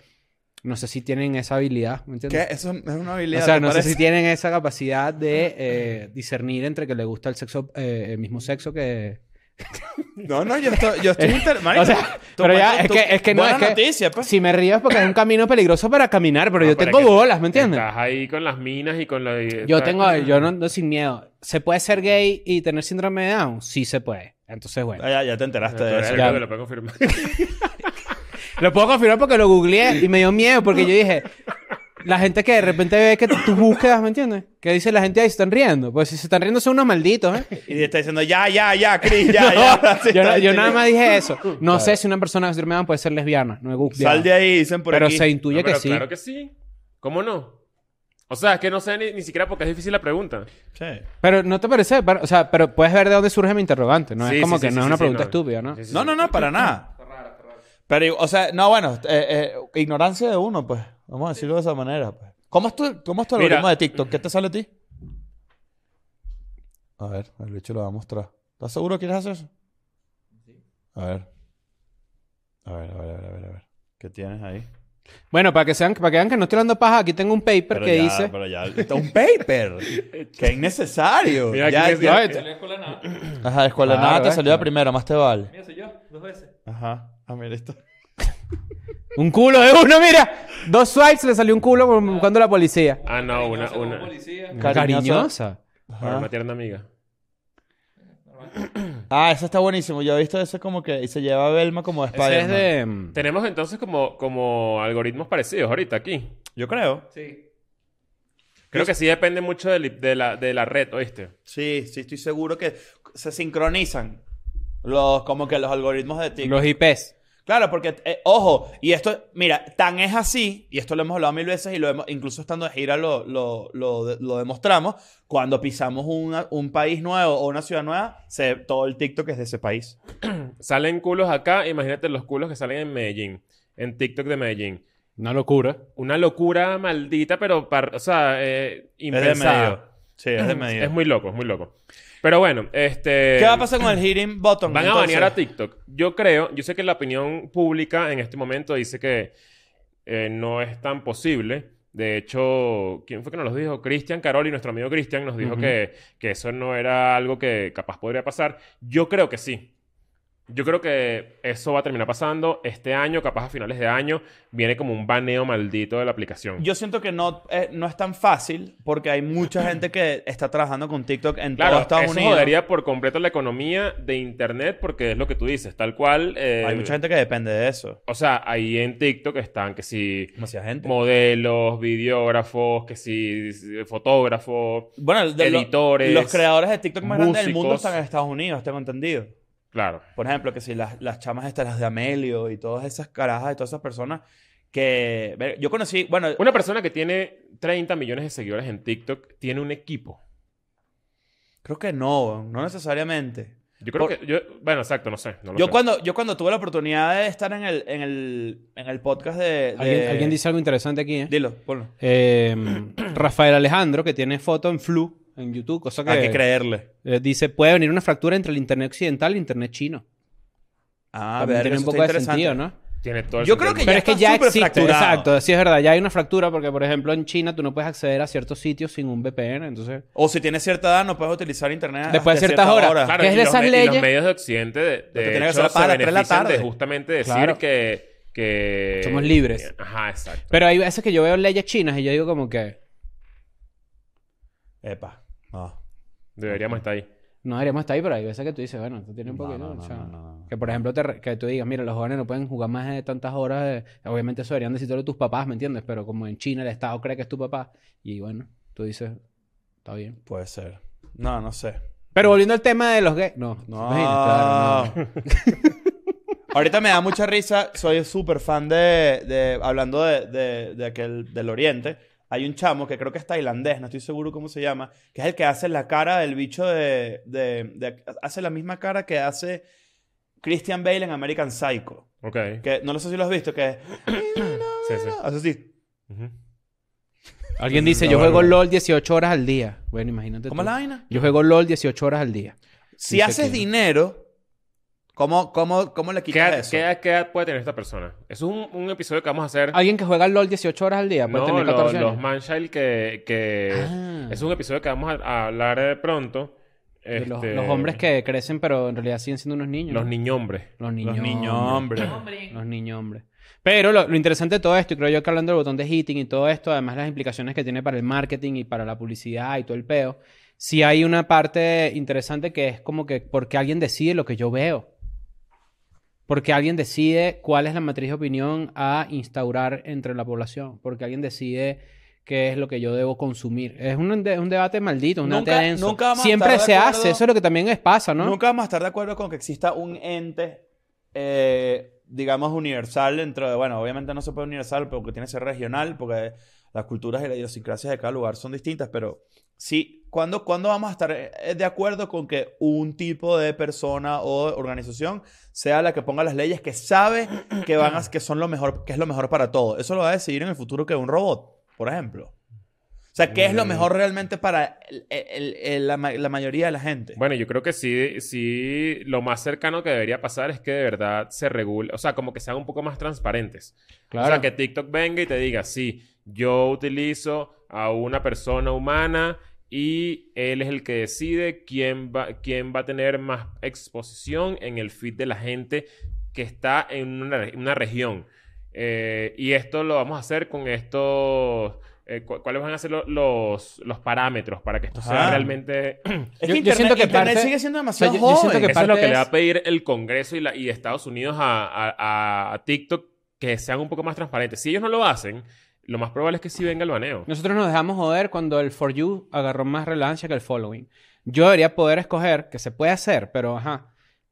S1: no sé si tienen esa habilidad. ¿Me
S2: ¿Qué?
S1: entiendes?
S2: Eso es una
S1: O
S2: habilidad.
S1: sea,
S2: ¿te
S1: no
S2: parece?
S1: sé si tienen esa capacidad
S2: *laughs*
S1: de eh, discernir entre que le gusta el sexo, eh, el mismo sexo que...
S2: No, no, yo estoy,
S1: *laughs*
S2: yo estoy inter... Marico,
S1: o sea,
S2: tu
S1: pero ya,
S2: cuento-
S1: es
S2: tu-
S1: que- es que no,
S2: buena
S1: es que-
S2: noticia, pues.
S1: Si me río es porque es un camino peligroso para caminar, pero
S3: No,
S1: yo
S3: pero
S1: tengo
S3: es que-
S1: bolas, ¿me entiendes?
S3: Estás ahí con las minas y con la... y
S1: Yo
S3: estás-
S1: tengo, yo no, no sin miedo. ¿Se puede ser gay y tener síndrome de Down? Sí se puede. Entonces, bueno.
S2: Ah, ya, ya te enteraste de eso.
S3: Pero
S1: Ya.
S3: que lo puedo confirmar.
S1: Lo puedo confirmar porque lo googleé y me dio miedo porque yo dije, la gente que de repente ve que tus búsquedas, ¿me entiendes? Que dice la gente ahí se están riendo. Pues si se están riendo son unos malditos, ¿eh?
S3: *laughs*
S2: Y te está diciendo, ya, ya, ya, Chris,
S1: *laughs*
S2: ya, ya.
S1: No,
S2: ahora sí
S1: yo, no-
S2: está
S1: yo nada
S2: entendiendo.
S1: más dije eso. No sé si una persona con síndrome de Down puede ser lesbiana. No he googleado.
S2: Sal de ahí, dicen por
S1: pero
S2: aquí.
S1: se intuye
S3: *laughs* No,
S1: que
S3: pero
S1: sí.
S3: Claro que sí. ¿Cómo no? O sea, es que no sé ni, ni siquiera porque es difícil la pregunta.
S2: Sí.
S1: Pero no te parece, Pero- o sea, pero puedes ver de dónde surge mi interrogante. No
S3: Sí,
S1: es como
S3: sí,
S1: que
S3: sí,
S1: no
S3: sí,
S1: es una
S3: sí,
S1: pregunta
S3: no.
S1: estúpida, ¿no?
S3: Sí, sí,
S2: No,
S3: sí.
S2: no, no, para nada.
S4: Está raro, está raro.
S2: Pero, o sea, no, bueno, eh, eh, ignorancia de uno, pues. Vamos a decirlo de esa manera, pues. ¿Cómo es tu, cómo es tu
S3: Mira.
S2: algoritmo de TikTok? ¿Qué te sale a ti? A ver, el bicho lo va a mostrar. ¿Estás seguro que quieres hacer eso? A ver. A ver, a ver, a ver, a ver. a ver. ¿Qué tienes ahí?
S1: Bueno, para que sean, para que vean que no estoy dando paja, aquí tengo un paper que
S2: ya,
S1: dice.
S2: Pero ya, está un *laughs* paper. que innecesario.
S3: Mira,
S2: ya,
S3: aquí es-
S2: ya-
S3: Eh,
S4: No le escuela nada.
S2: Ajá, escuela
S1: Claro,
S2: nada te
S1: eh,
S2: salió la
S1: claro.
S2: primera, más te vale.
S4: Mira, soy yo, dos veces.
S2: Ajá. Ah, mira esto.
S1: Un culo de uno, mira. Dos swipes le salió un culo buscando la policía.
S3: Ah, no, una-
S4: Cariñosa como
S3: una.
S4: policía.
S1: Cariñosa.
S3: Para una tierna amiga.
S4: Normal.
S2: Ah, ese está buenísimo. Yo he visto ese como que y se lleva a Velma como de
S1: Ese
S2: spider
S1: es de. mm,
S3: Tenemos entonces como, como algoritmos parecidos ahorita aquí.
S2: Yo creo.
S4: Sí.
S3: Creo que sí depende mucho del- de, la, de la red, ¿oíste?
S2: Sí, sí, estoy seguro que se sincronizan los como que los algoritmos de TikTok.
S1: Los IPs.
S2: Claro, porque eh, ojo, y esto, mira, tan es así, y esto lo hemos hablado mil veces y lo hemos, incluso estando de gira lo, lo, lo, de- lo demostramos, cuando pisamos una- un país nuevo o una ciudad nueva, se, todo el TikTok es de ese país.
S3: Salen culos acá, imagínate los culos que salen en Medellín, en TikTok de Medellín.
S1: Una locura.
S3: Una locura maldita, pero, par- o sea, eh,
S2: Es de
S3: impensada.
S2: medio. Sí, es de medio.
S3: Es muy loco, es muy loco. Pero bueno, este...
S2: ¿Qué va a pasar con el hitting button?
S3: Van a
S2: entonces?
S3: banear a TikTok. Yo creo, yo sé que la opinión pública en este momento dice que eh, no es tan posible. De hecho, ¿quién fue que nos lo dijo? Cristian Caroli, nuestro amigo Cristian, nos dijo
S1: Ujú.
S3: que, que eso no era algo que capaz podría pasar. Yo creo que sí. Yo creo que eso va a terminar pasando este año, capaz a finales de año, viene como un baneo maldito de la aplicación.
S2: Yo siento que no, eh, no es tan fácil porque hay mucha gente que está trabajando con TikTok en todo
S3: Claro,
S2: Estados
S3: eso
S2: Unidos.
S3: jodería por completo la economía de Internet porque es lo que tú dices, tal cual. eh,
S2: Hay mucha gente que depende de eso.
S3: O sea, ahí en TikTok están que si
S2: Demasiada gente.
S3: modelos, videógrafos, que si si fotógrafos,
S2: Bueno, de lo-
S3: editores,
S2: los creadores de TikTok más grandes del mundo
S3: músicos.
S2: están en Estados Unidos, tengo entendido.
S3: claro.
S2: Por ejemplo, que si las, las chamas estas, las de Amelio y todas esas carajas y todas esas personas que... ver, Yo conocí, bueno,
S3: Una persona que tiene 30 millones de seguidores en TikTok tiene un equipo.
S2: creo que no, no necesariamente.
S3: Yo creo
S2: Por-
S3: que... Yo, bueno, exacto, no sé. no lo
S2: Yo
S3: sé.
S2: cuando, yo cuando tuve la oportunidad de estar en el, en el, en el podcast de... de-
S1: ¿Alguien, alguien dice algo interesante aquí, ¿eh?
S2: Dilo, ponlo.
S1: Eh, Rafael Alejandro, que tiene foto en Flu, en YouTube, cosa que,
S2: Hay que creerle.
S1: eh, dice, puede venir una fractura entre el Internet occidental y el Internet chino.
S2: Ah,
S1: También
S2: verga,
S1: tiene un
S2: eso
S1: poco
S2: está
S1: de
S2: interesante.
S1: sentido, ¿no?
S3: Tiene todo el
S2: Yo creo
S3: sentido
S2: que
S3: del
S1: Pero
S2: ya
S1: es que
S2: está
S1: ya
S2: súper
S1: existe,
S2: fracturado.
S1: exacto, sí es verdad, ya hay una fractura porque, por ejemplo, en China tú no puedes acceder a ciertos sitios sin un VPN, entonces...
S2: O si tienes cierta edad, no puedes utilizar internet
S1: Después de
S2: hasta
S1: ciertas
S2: cierta
S1: horas.
S2: hora.
S3: mundo. Claro,
S1: que es
S3: y
S1: de
S3: los
S1: esas
S3: me- y
S1: leyes-
S3: los medios de Occidente, de, de
S2: tiene que
S3: hecho,
S2: ser
S3: se
S2: para las tres de la
S3: benefician de
S2: tarde.
S3: justamente decir
S1: Claro.
S3: que, que...
S1: Somos libres.
S3: Ajá, exacto.
S1: Pero hay veces que yo veo leyes chinas y yo digo como que
S2: Epa. No.
S3: Deberíamos estar ahí.
S1: no deberíamos estar ahí, pero hay veces que tú dices, bueno, esto tiene un
S2: No,
S1: poquito...
S2: no, no,
S1: o sea,
S2: no, no, no.
S1: Que por ejemplo te re- que tú digas, mira, los jóvenes no pueden jugar más de tantas horas, de- obviamente eso deberían decirlo tus papás, ¿me entiendes? Pero como en China el Estado cree que es tu papá y bueno, tú dices, está bien.
S2: Puede ser. No, no sé.
S1: Pero volviendo al tema de los gays, no, ¿te
S2: No.
S1: imaginas? Claro, no.
S2: Ahorita me da mucha risa. Soy súper fan de, de- Hablando de, de- de aquel, del Oriente. Hay un chamo que creo que es tailandés, no estoy seguro cómo se llama, que es el que hace la cara del bicho de. de- de- hace la misma cara que hace Christian Bale en American Psycho.
S3: Ok.
S2: Que no lo sé si lo has visto, que
S3: Sí, sí.
S2: hace así.
S3: Ujú.
S1: Alguien dice,
S3: La
S1: yo juego
S3: verdad.
S1: LOL 18 horas al día. Bueno, imagínate
S2: ¿Cómo
S1: tú.
S2: es la vaina?
S1: Yo juego LOL 18 horas al día.
S2: Si
S1: Dice
S2: haces
S1: que-
S2: dinero, ¿cómo, cómo, cómo le
S3: ¿Qué
S2: quitas
S3: edad,
S2: eso?
S3: qué edad- qué edad puede tener esta persona? Eso es un, un episodio que vamos a hacer.
S1: Alguien que juega LOL 18 horas al día puede
S3: no,
S1: tener
S3: lo-
S1: 14 años.
S3: los eh, Manchild que... que
S1: Ah.
S3: Es un episodio que vamos a, a hablar eh, pronto.
S1: De los,
S3: Este,
S1: los hombres que crecen, pero en realidad siguen siendo unos niños.
S3: Los
S1: ¿no?
S3: niñombres.
S1: Los niños.
S2: Los niños, hombre.
S4: Hombre.
S1: Los niños, hombre. Pero lo, lo interesante de todo esto, y creo yo que hablando del botón de hitting y todo esto, además las implicaciones que tiene para el marketing y para la publicidad y todo el peo, sí hay una parte interesante que es como que porque alguien decide lo que yo veo. Porque alguien decide cuál es la matriz de opinión a instaurar entre la población. Porque alguien decide qué es lo que yo debo consumir. Es un, de- un debate maldito, un
S2: Nunca-
S1: debate denso.
S2: nunca vamos a
S1: Siempre
S2: estar de
S1: se
S2: acuerdo.
S1: hace, eso es lo que también es, pasa, ¿no?
S2: Nunca vamos a estar de acuerdo con que exista un ente, eh, digamos, universal dentro de... Bueno, obviamente no se puede universal porque tiene que ser regional, porque las culturas y las idiosincrasias de cada lugar son distintas, pero sí, ¿cuándo, ¿cuándo vamos a estar eh, de acuerdo con que un tipo de persona o organización sea la que ponga las leyes que sabe que, van a, que, son lo mejor, que es lo mejor para todo? Eso lo va a decidir en el futuro que un robot, por ejemplo. O sea, ¿qué es lo
S3: Mm.
S2: mejor realmente para el- el- el- la, ma- la mayoría de la gente?
S3: Bueno, yo creo que sí, sí, lo más cercano que debería pasar es que de verdad se regule, o sea, como que sean un poco más transparentes.
S1: Claro.
S3: O sea, que TikTok venga y te diga, sí, yo utilizo a una persona humana y él es el que decide quién va, quién va a tener más exposición en el feed de la gente que está en una, re- una región. Eh, y esto lo vamos a hacer con estos... eh, cu- ¿Cuáles van a ser lo- los, los parámetros para que esto sea
S2: Ajá. Es
S3: realmente
S1: Yo-
S2: que
S1: yo
S2: Internet,
S1: siento que
S2: Internet
S1: parte-
S2: sigue siendo
S1: o sea,
S2: demasiado
S1: yo- yo siento
S2: joven.
S1: que
S3: Eso es lo
S1: parte
S3: que le va
S1: es-
S3: a pedir el Congreso y, la, y Estados Unidos a, a- a- a TikTok que sean un poco más transparentes. Si ellos no lo hacen, lo más probable es que sí venga el baneo.
S1: Nosotros nos dejamos joder cuando el For You agarró más relevancia que el Following. Yo debería poder escoger, que se puede hacer, pero ajá,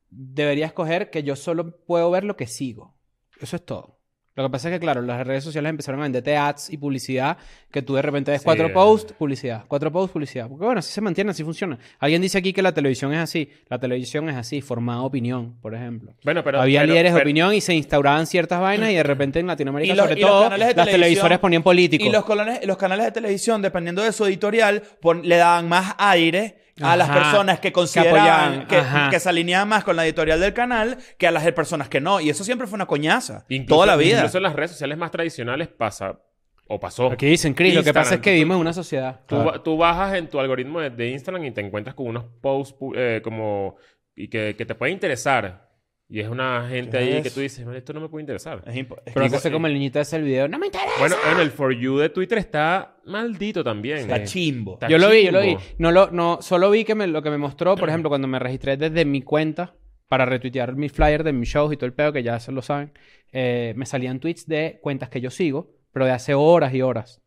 S1: debería escoger que yo solo puedo ver lo que sigo. Eso es todo. Lo que pasa es que, claro, las redes sociales empezaron a venderte ads y publicidad, que tú de repente ves
S3: Sí,
S1: cuatro
S3: eh.
S1: posts, publicidad, cuatro posts, publicidad. Porque bueno, así se mantiene, así funciona. Alguien dice aquí que la televisión es así. La televisión es así, formada opinión, por ejemplo.
S3: Bueno, pero...
S1: Había
S3: pero-
S1: líderes de
S3: pero-
S1: opinión y se instauraban ciertas vainas y
S2: *clears throat*
S1: de repente en Latinoamérica,
S2: Y los-
S1: sobre
S2: y los
S1: todo,
S2: canales de
S1: las
S2: televisión-
S1: televisoras ponían político.
S2: Y los, colones- los canales de televisión, dependiendo de su editorial, pon- le daban más aire a las
S1: Ajá,
S2: personas que
S1: apoyaban,
S2: consideraban que,
S1: ajá.
S2: que se alineaban más con la editorial del canal que a las de personas que no. Y eso siempre fue una coñaza.
S3: incluso-
S2: toda la vida.
S3: Incluso en las redes sociales más tradicionales pasa o pasó.
S1: Aquí dicen, Chris, lo que
S3: Instagram,
S1: pasa es que
S3: tú-
S1: vivimos en una sociedad.
S3: Tú, ba- tú bajas en tu algoritmo de, de Instagram y te encuentras con unos posts pu- eh, como... y que, que te pueden interesar. Y es una gente
S2: ¿Qué
S3: ahí
S2: es?
S3: que tú dices, "Man, esto no me puede interesar.
S2: Es impo- es
S1: Pero
S2: que-
S1: entonces como el niñito ese el video. ¡No me interesa!
S3: Bueno, en el For You de Twitter está maldito también.
S2: Está chimbo.
S3: Está
S1: yo lo vi, yo lo vi.
S3: chimbo.
S1: No lo, no, solo vi que me, lo que me mostró, por ejemplo, cuando me registré desde mi cuenta para retuitear mis flyers de mis shows y todo el pedo, que ya se lo saben, eh, me salían tweets de cuentas que yo sigo, pero de hace horas y horas.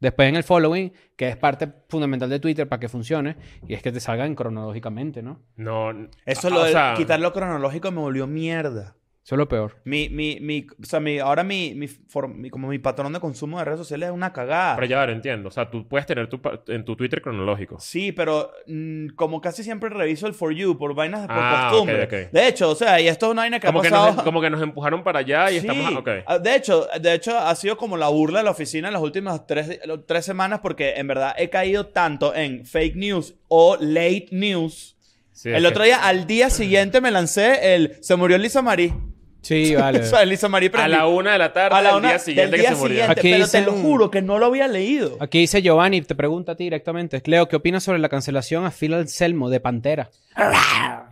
S1: Después en el following, que es parte fundamental de Twitter para que funcione, y es que te salgan cronológicamente, ¿no?
S3: No,
S2: Eso
S3: ah,
S2: lo
S3: o
S2: de
S3: sea,
S2: quitar lo cronológico me volvió mierda.
S1: Eso es lo peor.
S2: Mi, mi, mi, o sea, mi, ahora mi, mi, for- mi- como mi patrón de consumo de redes sociales es una cagada.
S3: Pero ya lo entiendo. O sea, tú puedes tener tu, pa- en tu Twitter cronológico.
S2: Sí, pero mm, como casi siempre reviso el For You por vainas por
S3: Ah,
S2: costumbre.
S3: ok, ok.
S2: De hecho, o sea, y esto es una vaina que
S3: Como
S2: ha
S3: que,
S2: pasado...
S3: nos, em, como que nos empujaron para allá y
S2: Sí.
S3: estamos... a- Ok.
S2: Ah, De hecho, de hecho, ha sido como la burla de la oficina en las últimas tres, lo- tres semanas porque en verdad he caído tanto en fake news o late news.
S3: Sí,
S2: el
S3: es
S2: otro
S3: que-
S2: día, al día siguiente, me lancé el... Se murió Lisa Marie.
S1: Sí, vale.
S2: *laughs* o sea, Lisa Marie
S3: A
S2: prendí-
S3: la una de la tarde,
S2: a la
S3: al
S2: una
S3: día siguiente
S2: del día
S3: que se murió.
S2: siguiente,
S1: Aquí
S2: pero te
S1: dicen-
S2: lo juro que no lo había leído.
S1: Aquí dice Giovanni, te pregunta a ti directamente. Leo, ¿qué opinas sobre la cancelación a Phil Anselmo de Pantera?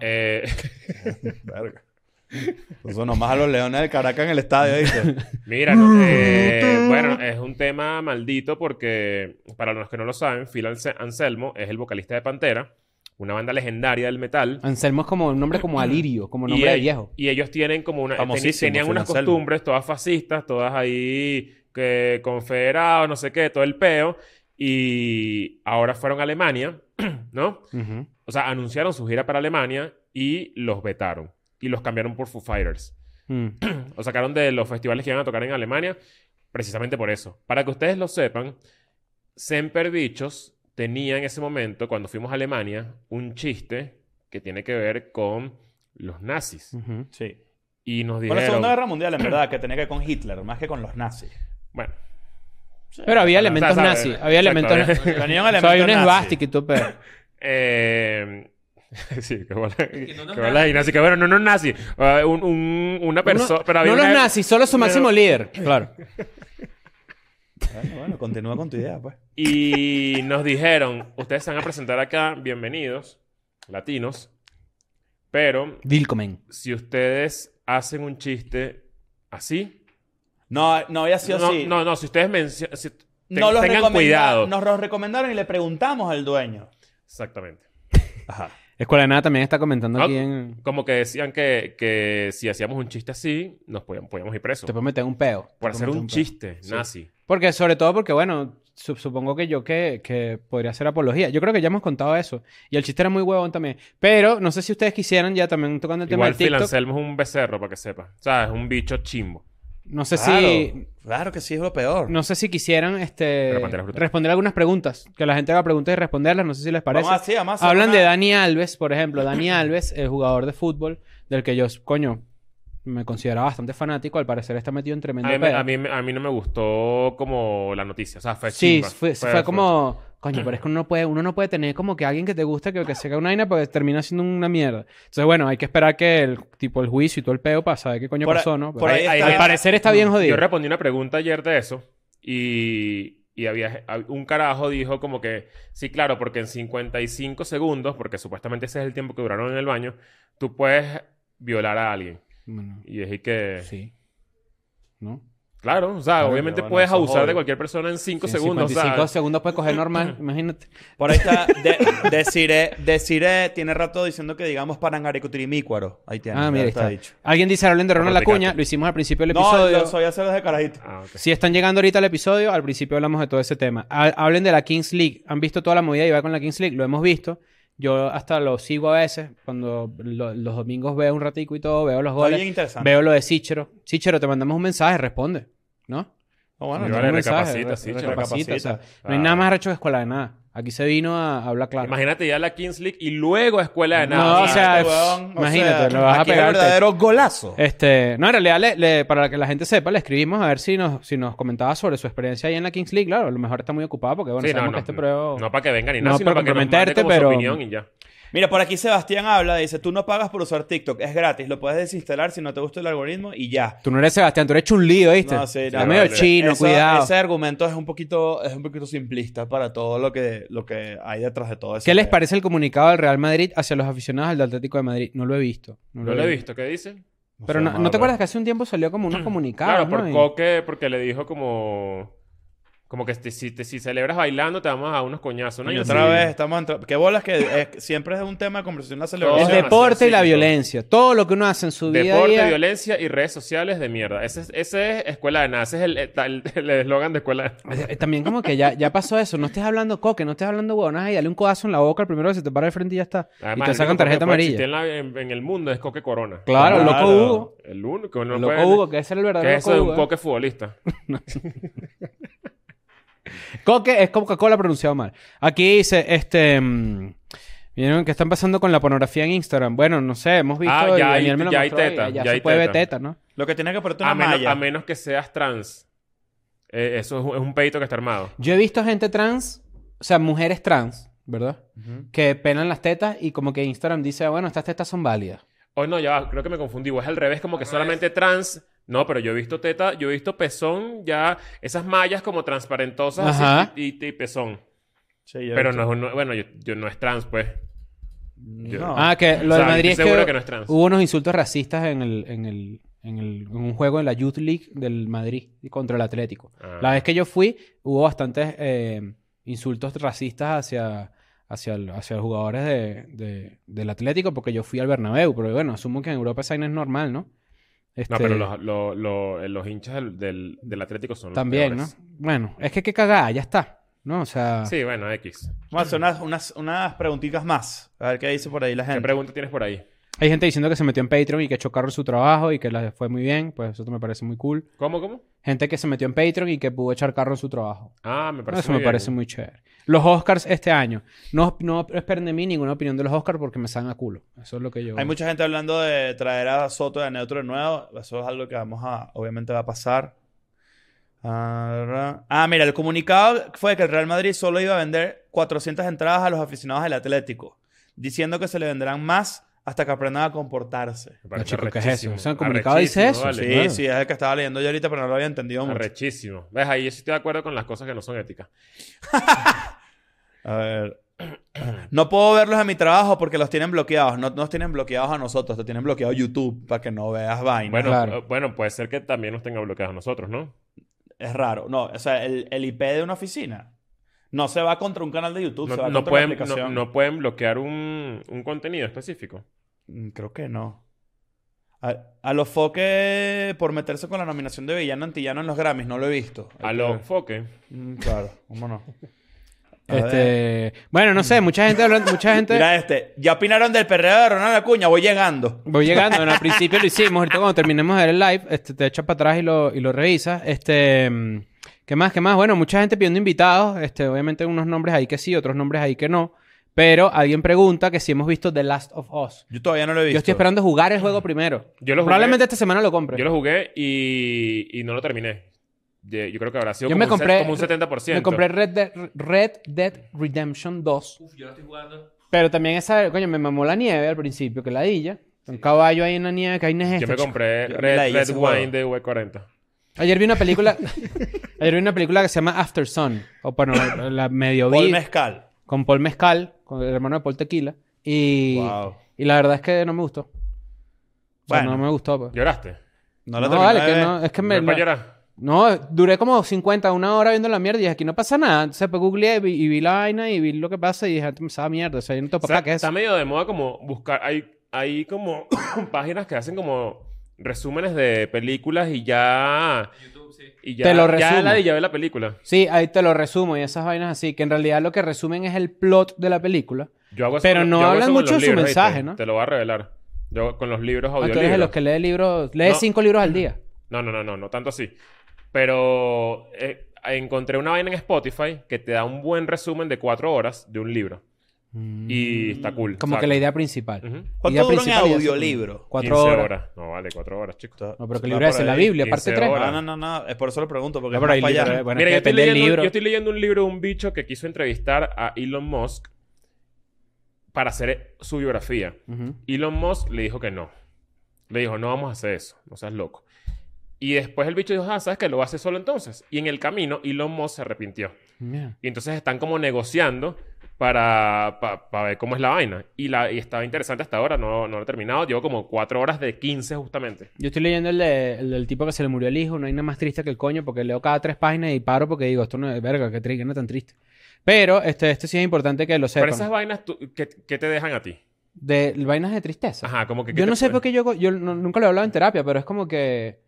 S3: Eh, *laughs*
S2: Verga. Eso nomás a los leones de Caracas en el estadio, ¿viste?
S3: mira,
S2: *laughs*
S3: no, eh, bueno, es un tema maldito porque, para los que no lo saben, Phil Anse- Anselmo es el vocalista de Pantera, una banda legendaria del metal.
S1: Anselmo es como un nombre como alirio, como nombre
S3: y,
S1: de
S3: ell-
S1: viejo.
S3: y ellos tienen como una... teni-
S2: Famosísimo,
S3: tenían
S2: Phil
S3: unas
S2: Anselmo.
S3: costumbres todas fascistas, todas ahí que confederados, no sé qué, todo el peo. Y ahora fueron a Alemania, *clears throat* ¿no?
S1: Ujú.
S3: O sea, anunciaron su gira para Alemania y los vetaron. Y los cambiaron por Foo Fighters.
S1: Mm.
S3: Los sacaron de los festivales que iban a tocar en Alemania precisamente por eso. Para que ustedes lo sepan, Semper Bichos tenía en ese momento, cuando fuimos a Alemania, un chiste que tiene que ver con los nazis.
S1: Ujú.
S2: Sí.
S3: Y nos
S2: Con la
S3: dijeron...
S2: Segunda Guerra Mundial, en verdad, que tenía que ver con Hitler, más que con los
S1: *laughs*
S2: nazis.
S3: Bueno,
S1: Pero había
S3: Bueno,
S1: elementos
S3: sabe,
S1: nazis.
S3: sabe,
S1: Había
S3: exacto,
S1: elementos
S3: *laughs*
S1: nazis.
S3: había-
S2: Tenía un
S1: O sea,
S2: elemento
S1: había un
S2: nazi.
S1: esvástica y todo,
S3: *laughs*
S1: pero...
S3: eh, *laughs* sí, que bola, que
S4: no nos
S3: bola de nazi, que bueno, no, no nazi. Ah, un- un- una persona...
S1: No, no los nazis, solo su máximo
S3: *laughs*
S1: líder. Claro.
S2: Bueno, bueno, continúa con tu idea, pues.
S3: Y nos dijeron, ustedes se van a presentar acá, bienvenidos, latinos, pero
S1: Willkommen.
S3: si ustedes hacen un chiste así,
S2: No, no había sido
S3: no,
S2: así.
S3: no, no, si ustedes mencio- si te-
S2: No los
S3: tengan
S2: recomenda-
S3: cuidado.
S2: Nos los recomendaron y le preguntamos al dueño.
S3: Exactamente.
S2: Ajá.
S1: Escuela de Nada también está comentando
S3: Ah,
S1: aquí en...
S3: Como que decían que, que si hacíamos un chiste así, nos podíamos, podíamos ir presos.
S1: Te puedes meter un peo. Te
S3: Por
S1: puedes
S3: hacer
S1: meter
S3: un
S1: peo.
S3: chiste nazi.
S1: Porque, sobre todo porque, bueno, su- supongo que yo que, que podría hacer apología. Yo creo que ya hemos contado eso. Y el chiste era muy huevón también. Pero no sé si ustedes quisieran, ya también tocando el tema
S3: Igual
S1: del
S3: Phil
S1: TikTok.
S3: Anselmo es un becerro, para que sepa. O sea, es un bicho chimbo.
S1: No sé
S2: claro,
S1: si.
S2: claro que sí es lo peor.
S1: No sé si quisieran este,
S3: Pero Pantera es brutal.
S1: responder algunas preguntas. Que la gente haga preguntas y responderlas. No sé si les parece.
S2: Vamos así, vamos a hacer
S1: Hablan
S2: una-
S1: de Dani Alves, por ejemplo. Dani Alves, el jugador de fútbol, del que yo, coño, me considero bastante fanático. Al parecer está metido en
S3: A
S1: tremendo
S3: mí, me-
S1: pedo.
S3: a, mí, me- a mí no me gustó como la noticia. O sea, fue
S1: sí,
S3: chimba.
S1: fue, fue como... Coño, pero es
S3: *clears throat*
S1: que uno no, puede, uno no puede tener como que alguien que te gusta que, que se haga una vaina porque termina siendo una mierda. Entonces, bueno, hay que esperar que el tipo el juicio y todo el peo para saber qué coño
S2: Por-
S1: pasó, ¿no?
S2: por
S1: Pero-
S2: ahí,
S3: ahí-
S2: está-
S1: al parecer está bien jodido.
S3: Yo respondí una pregunta ayer de eso y, y había hab- un carajo dijo como que, sí, claro, porque en 55 segundos, porque supuestamente ese es el tiempo que duraron en el baño, tú puedes violar a alguien.
S1: Bueno,
S3: Y dije que,
S1: sí. ¿No?
S3: claro, o sea,
S2: Claro,
S3: obviamente
S2: bueno,
S3: puedes
S2: eso es
S3: abusar de
S2: obvio.
S3: cualquier persona en 5
S1: En
S3: segundos.
S1: 55
S3: o sea,
S1: segundos puedes coger
S2: *clears throat*
S1: normal, imagínate.
S2: Por ahí está. De, Desiree- Desiree tiene rato diciendo que digamos Parangaricutirimícuaro. Ahí tiene.
S1: Ah,
S2: ya
S1: mira, ahí
S2: está
S1: está.
S2: dicho.
S1: Alguien dice, hablen de Ronald
S3: Replicate.
S1: Acuña, lo hicimos al principio del
S2: No,
S1: episodio.
S2: lo soy hacer desde carajito.
S3: ah, ok.
S1: Si están llegando ahorita al episodio, al principio hablamos de todo ese tema. Ha- Hablen de la Kings League. ¿Han visto toda la movida y va con la Kings League? Lo hemos visto. Yo hasta lo sigo a veces. Cuando lo- los domingos veo un ratico y todo, veo los
S2: Está
S1: goles.
S2: bien interesante.
S1: Veo lo de Sichero. Sichero, te mandamos un mensaje, responde. ¿No?
S2: No, Oh, bueno,
S1: Te
S3: Y
S2: no,
S1: mandamos
S3: vale,
S1: un
S3: recapacita,
S1: re-
S3: Sichero,
S1: recapacita, o sea,
S3: recapacita.
S1: no hay nada más recho que escuela de nada. Aquí se vino a hablar claro.
S3: Imagínate ya la Kings League y luego escuela de
S1: No,
S3: nada.
S1: o sea,
S2: Imagínate, weón, este o
S1: imagínate,
S2: sea,
S1: lo vas a
S2: aquí es
S1: pegar al
S2: verdadero golazo.
S1: Este, no, en realidad, le- le- para que la gente sepa, le escribimos a ver si nos, si nos comentaba sobre su experiencia ahí en la Kings League. Claro, a lo mejor está muy ocupada porque, bueno,
S3: Sí,
S1: sabemos
S3: no, no,
S1: que este pruebo...
S3: no para que vengan ni nada,
S1: No
S3: sino
S1: para
S3: para que nos mande
S1: comprometerte,
S3: como su
S1: pero-
S3: opinión y ya.
S2: Mira, por aquí Sebastián habla, dice, tú no pagas por usar TikTok, es gratis, lo puedes desinstalar si no te gusta el algoritmo y ya.
S1: Tú no eres Sebastián, tú eres un lío, ¿viste?
S2: No, sí,
S1: Está
S2: no,
S1: medio
S3: vale.
S1: chino,
S2: Eso-
S1: cuidado.
S2: Ese argumento es un poquito, es un poquito simplista para todo lo que, lo que hay detrás de todo eso.
S1: ¿Qué les parece el comunicado del Real Madrid hacia los aficionados al Atlético de Madrid? No lo he visto.
S3: No lo he visto. ¿Qué dice?
S1: Pero no, ¿no te acuerdas que hace un tiempo salió como
S3: *clears throat*
S1: unos comunicados,
S3: Claro, por
S1: ¿no? Y-
S3: Coque, porque le dijo como... Como que si, si- si celebras bailando te vamos a unos coñazos. ¿no?
S2: Coño,
S3: Y
S2: otra
S3: así.
S2: vez estamos entrando. Qué bolas que es- siempre es un tema de conversación la
S1: Es
S2: celebración.
S3: Todo
S1: deporte y la
S3: demasiado cínico.
S1: violencia. Todo lo que uno hace en su vida
S3: Deporte,
S1: diaria-
S3: violencia y redes sociales de mierda. Ese es, ese es escuela de nada. Ese es el el- el- *laughs* el eslogan de escuela de nada.
S1: Eh, eh, También como que ya, ya pasó eso. No estés hablando coque, no estés hablando huevonadas y dale un codazo en la boca al primero que se te para de frente y ya está.
S3: Además,
S1: y te
S3: el
S1: sacan
S3: único que
S1: tarjeta
S3: puede
S1: amarilla.
S3: existir En, la- en- en el mundo es Coque Corona.
S1: Claro,
S2: Claro.
S1: loco Hugo.
S3: El único. No
S1: loco
S3: puede-
S1: Hugo, que ese era el
S3: que
S1: verdadero
S3: es eso de
S1: loco
S3: un
S1: Hugo. ¿eh?
S3: coque futbolista.
S1: Coque es Coca-Cola pronunciado mal. Aquí dice, este... mm, ¿Vieron qué están pasando con la pornografía en Instagram? Bueno, no sé, hemos visto...
S3: Ah,
S1: y
S3: ya hay-
S1: Daniel me lo
S3: ya hay
S1: mostró y
S3: teta,
S1: Ya,
S3: ya
S1: se
S3: hay
S1: puede ver
S3: teta.
S1: teta, ¿no?
S2: Lo que tiene que ponerte una
S3: A menos,
S2: malla.
S3: a menos que seas trans. Eh, eso es un, es un pedito que está armado.
S1: Yo he visto gente trans, o sea, mujeres trans, ¿verdad?
S2: Ujú.
S1: Que pelan las tetas y como que Instagram dice, "Ah, bueno, estas tetas son válidas.
S3: Oh, no, ya va, creo que me confundí. O es al revés, como que
S4: Al
S3: solamente trans. No, pero yo he visto teta, yo he visto pezón, ya esas mallas como transparentosas así,
S1: Ajá.
S3: y, y- y pezón.
S2: Sí, yo-
S3: Pero no, es un- bueno, yo, yo no es trans, pues. yo-
S2: No.
S1: Ah, que Eh, lo
S3: O sea,
S1: de Madrid
S3: estoy
S1: es
S3: seguro
S1: que,
S3: que no es trans.
S1: hubo unos insultos racistas en el, en el, en el- en un juego en la Youth League del Madrid contra el Atlético.
S3: Ah.
S1: La vez que yo fui, hubo bastantes eh, insultos racistas hacia, hacia, el- hacia los jugadores de, de- del Atlético, porque yo fui al Bernabéu, pero bueno, asumo que en Europa esa vaina es normal, ¿no?
S3: No,
S1: Este,
S3: pero los, lo- lo- eh, los hinchas del, del- del Atlético son los
S1: También, ¿no? Ah.
S3: peores.
S1: Bueno, es que qué cagada, ya está. ¿No? O sea,
S3: Sí, bueno, X.
S2: Vamos a hacer unas, unas, unas preguntitas más. A ver qué dice por ahí la
S3: ¿Qué
S2: gente.
S3: pregunta tienes por ahí?
S1: hay gente diciendo que se metió en Patreon y que chocaron su trabajo y que les fue muy bien, pues eso me parece muy cool.
S3: ¿Cómo, cómo?
S1: Gente que se metió en Patreon y que pudo echar carro en su trabajo.
S3: Ah, me parece
S1: Eso
S3: muy
S1: me
S3: bien.
S1: parece muy chévere. Los Oscars este año. No, no esperen de mí ninguna opinión de los Oscars porque me salen a culo. Eso es lo que yo...
S2: Hay mucha gente hablando de traer a Soto de neutro de nuevo. Eso es algo que vamos a, obviamente va a pasar. Ah, ah, mira, el comunicado fue que el Real Madrid solo iba a vender 400 entradas a los aficionados del Atlético, diciendo que se le vendrán más hasta que aprendan a comportarse.
S3: Me parece
S1: No, chico, ¿qué es eso?
S3: arrechísimo.
S1: O sea, el comunicado dice
S3: Arrechísimo,
S1: eso,
S2: Sí,
S3: vale.
S2: sí, es el que estaba leyendo yo ahorita, pero no lo había entendido mucho.
S3: Arrechísimo. ¿Ves? Ahí yo sí estoy de acuerdo con las cosas que no son éticas.
S2: A ver. No puedo verlos en mi trabajo porque los tienen bloqueados. No nos tienen bloqueados a nosotros, te tienen bloqueado YouTube para que no veas vaina.
S3: Bueno,
S1: Claro.
S3: eh, bueno, puede ser que también nos tenga bloqueados a nosotros, ¿no?
S2: Es raro. No, o sea, el, el IP de una oficina no se va contra un canal de YouTube,
S3: No,
S2: se va
S3: no
S2: contra
S3: pueden,
S2: una
S3: no-
S2: aplicación.
S3: no pueden bloquear un, un contenido específico.
S2: Mm, Creo que no. A, a los foques por meterse con la nominación de villano antillano en los Grammys, no lo he visto.
S3: A lo foque.
S2: Mm, Claro, vámonos. A ver.
S1: Este, bueno, no sé, mucha gente hablando, mucha gente...
S2: Mira este. Ya opinaron del perreo de Ronald Acuña, voy llegando.
S1: Voy llegando, bueno, al principio lo hicimos, ahorita cuando terminemos de ver el live, este, te echas para atrás y lo, y lo revisas. Este, mm, ¿Qué más? ¿Qué más? Bueno, mucha gente pidiendo invitados, este, obviamente unos nombres ahí que sí, otros nombres ahí que no, pero alguien pregunta que si hemos visto The Last of Us.
S2: Yo todavía no lo he visto.
S1: Yo estoy esperando jugar el juego primero.
S3: Yo lo jugué-
S1: Probablemente esta semana lo compre.
S3: Yo lo jugué y, y no lo terminé. De- Yo creo que habrá sido
S1: Yo
S3: como,
S1: me
S3: un set-
S1: compré-
S3: como un 70%.
S1: Me compré Red, De- Red Dead Redemption 2.
S4: Uf, yo lo estoy jugando.
S1: Pero también esa, coño, me mamó la nieve al principio, que la dilla. Un caballo ahí en la nieve, que hay es
S3: Yo
S1: esto,
S3: me
S1: chico?
S3: compré
S2: Yo-
S3: Red,
S2: mira, y
S3: Red
S2: ese
S3: Wine de V40.
S1: Ayer vi una película. *laughs* ayer vi una película que se llama After Sun. O bueno, la- la medio vi
S2: Paul Mezcal.
S1: con Paul Mezcal, con el hermano de Paul Tequila. Y,
S2: Wow.
S1: y la verdad es que no me gustó. O sea,
S2: Bueno.
S1: no me gustó. pues.
S3: ¿Lloraste?
S2: No lo
S1: No,
S2: terminé
S1: vale,
S2: de
S1: que
S2: ver.
S1: no, es que
S3: ¿No
S1: me,
S3: es para llorar?
S1: No, duré como 50, una hora viendo la mierda y dije, aquí no pasa nada. Entonces pues, googleé y vi, y vi la vaina y vi lo que pasa y dije, "Ah, esa mierda, o sea, yo no topo
S3: O sea,
S1: para qué es.
S3: Está medio de moda como buscar. Hay, hay como *coughs* páginas que hacen como resúmenes de películas y ya.
S4: YouTube, sí.
S3: Y ya
S1: Te lo
S3: Ya
S1: resumo.
S3: la de ya ve la película.
S1: Sí, ahí te lo resumo y esas vainas así, que en realidad lo que resumen es el plot de la película.
S3: Yo hago eso
S1: Pero
S3: con-
S1: no
S3: yo hago
S1: hablan
S3: eso con
S1: mucho
S3: los
S1: de su
S3: libros, ¿viste?
S1: mensaje, ¿no?
S3: Te lo voy a revelar. Yo con los libros
S1: Ah, tú eres de
S3: audiolibros.
S1: los que lee libros, lee
S3: No.
S1: cinco libros al día.
S3: No, no, no, no, no tanto así. Pero eh, encontré una vaina en Spotify que te da un buen resumen de cuatro horas de un libro. Y está cool.
S1: Mm. Como
S3: ¿sabes?
S1: que la idea principal.
S3: Ujú.
S2: ¿Cuánto
S1: Idea
S2: dura un
S1: principal y ya se-
S2: audiolibro?
S1: Cuatro
S3: 15
S1: horas.
S3: No, vale, cuatro horas, chicos.
S1: No, pero que
S2: Va
S1: el libro es
S2: por
S1: la
S2: ahí.
S1: Biblia, parte
S3: 15
S1: 3.
S3: horas.
S2: No, no, no, no. Es por eso lo pregunto,
S1: No,
S2: porque es
S1: pero
S2: más
S1: hay
S2: para allá.
S1: libros, eh, bueno,
S3: Mira,
S1: es
S3: yo
S1: que
S3: estoy,
S1: depende del
S3: leyendo,
S1: libro.
S3: yo estoy leyendo un libro de un bicho que quiso entrevistar a Elon Musk para hacer su biografía.
S1: Ujú.
S3: Elon Musk le dijo que no. Le dijo, no vamos a hacer eso, no seas loco. Y después el bicho dijo, ah, ¿sabes qué? Lo hace solo entonces. Y en el camino, Elon Musk se arrepintió.
S1: Mira.
S3: Y entonces están como negociando para, pa- pa ver cómo es la vaina. Y, la, y estaba interesante hasta ahora, no, no lo he terminado. Llevo como cuatro horas de 15 justamente.
S1: Yo estoy leyendo el, de- el del tipo que se le murió el hijo. No hay nada más triste que el coño porque leo cada tres páginas y paro porque digo, esto no es verga, qué triste, no es tan triste. Pero este, este sí es importante que lo
S3: Pero
S1: sepan.
S3: esas vainas, tú- ¿qué, qué te dejan a ti?
S1: De vainas de tristeza.
S3: Ajá, como que... ¿qué
S1: Yo
S3: te
S1: no sé
S3: puede-
S1: por qué yo, yo no- nunca lo he hablado en terapia, pero es como que...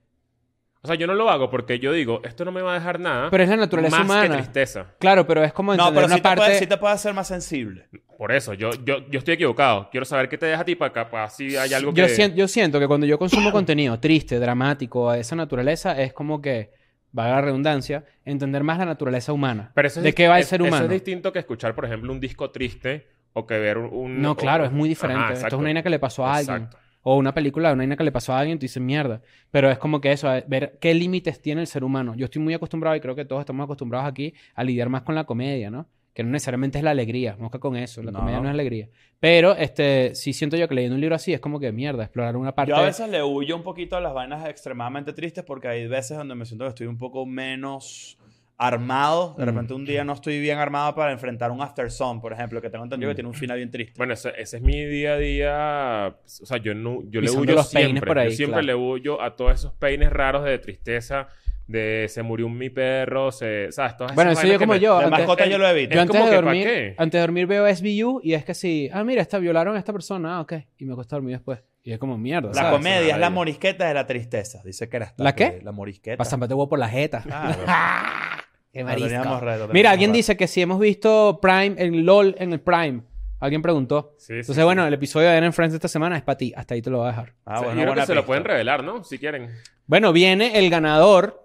S3: O sea, yo no lo hago porque yo digo, esto no me va a dejar nada.
S1: Pero es la naturaleza
S3: más
S1: humana.
S3: que tristeza.
S1: Claro, pero es como entender
S2: No, pero
S1: una
S2: sí,
S1: parte...
S2: te puede, sí te puede hacer más sensible.
S3: Por eso, yo, yo, yo estoy equivocado. Quiero saber qué te deja a ti para capaz si hay algo que...
S1: yo, siento, yo siento que cuando yo consumo *clears throat* contenido triste, dramático, de esa naturaleza, es como que, valga la redundancia, entender más la naturaleza humana.
S3: Pero eso es
S1: ¿De
S3: dist-
S1: qué va el
S3: es-
S1: ser
S3: Eso
S1: humano?
S3: es distinto que escuchar, por ejemplo, un disco triste o que ver un... un-
S1: no,
S3: o-
S1: claro, es muy diferente.
S3: Ajá,
S1: Esto es
S3: exacto.
S1: una vaina que le pasó a alguien.
S3: Exacto.
S1: O una película, una vaina que le pasó a alguien, tú dices mierda. Pero es como que eso, a ver qué límites tiene el ser humano. Yo estoy muy acostumbrado y creo que todos estamos acostumbrados aquí a lidiar más con la comedia, ¿no? Que no necesariamente es la alegría, mosca con eso, la
S2: No.
S1: comedia no es alegría. Pero este, sí siento yo que leyendo un libro así es como que mierda, explorar una parte.
S2: Yo a veces le huyo un poquito a las vainas extremadamente tristes porque hay veces donde me siento que estoy un poco menos armado. De
S1: Mm.
S2: repente un día no estoy bien armado para enfrentar un After Sun, por ejemplo, que tengo
S1: Mm.
S2: entendido que tiene un final
S1: *laughs*
S2: bien triste.
S3: Bueno, ese, ese es mi día a día. O sea, yo, no, yo le
S1: Pisando
S3: huyo
S1: los peines
S3: siempre.
S1: por ahí,
S3: yo siempre
S1: claro.
S3: le huyo a todos esos peines raros de tristeza, de se murió un mi perro, se, ¿sabes? Todas esas
S1: Bueno, eso
S3: vainas
S1: yo
S3: que
S1: como
S3: me-
S1: yo,
S2: De
S1: antes-
S2: mascota yo lo evito.
S1: Yo
S3: Es
S1: antes
S3: como
S1: de,
S3: que, ¿pa'
S1: dormir,
S3: qué?
S1: antes de dormir veo SBU y es que si, ah, mira, esta violaron a esta persona, ah, ok. Y me acosté a dormir después. Y es como mierda.
S2: La
S1: ¿sabes?
S2: comida es la
S3: maravilla.
S2: morisqueta de la tristeza. Dice que era
S1: ¿La qué?
S2: La morisqueta.
S1: Pasándote huevo por la jeta. *laughs*
S2: Ah,
S1: Qué
S2: bueno, lo
S1: marisco.
S2: teníamos reto,
S1: Mira,
S2: lo teníamos
S1: alguien
S2: reto.
S1: dice que si hemos visto Prime en LOL en el Prime. Alguien preguntó.
S3: Sí, sí,
S1: Entonces,
S3: sí.
S1: bueno, el episodio de Aaron Friends de esta semana es para ti. Hasta ahí te lo voy a dejar.
S2: Ah,
S3: O
S2: bueno,
S3: sea, yo creo que
S2: buena
S3: se lo
S2: pista.
S3: pueden revelar, ¿no? Si quieren.
S1: Bueno, viene el ganador.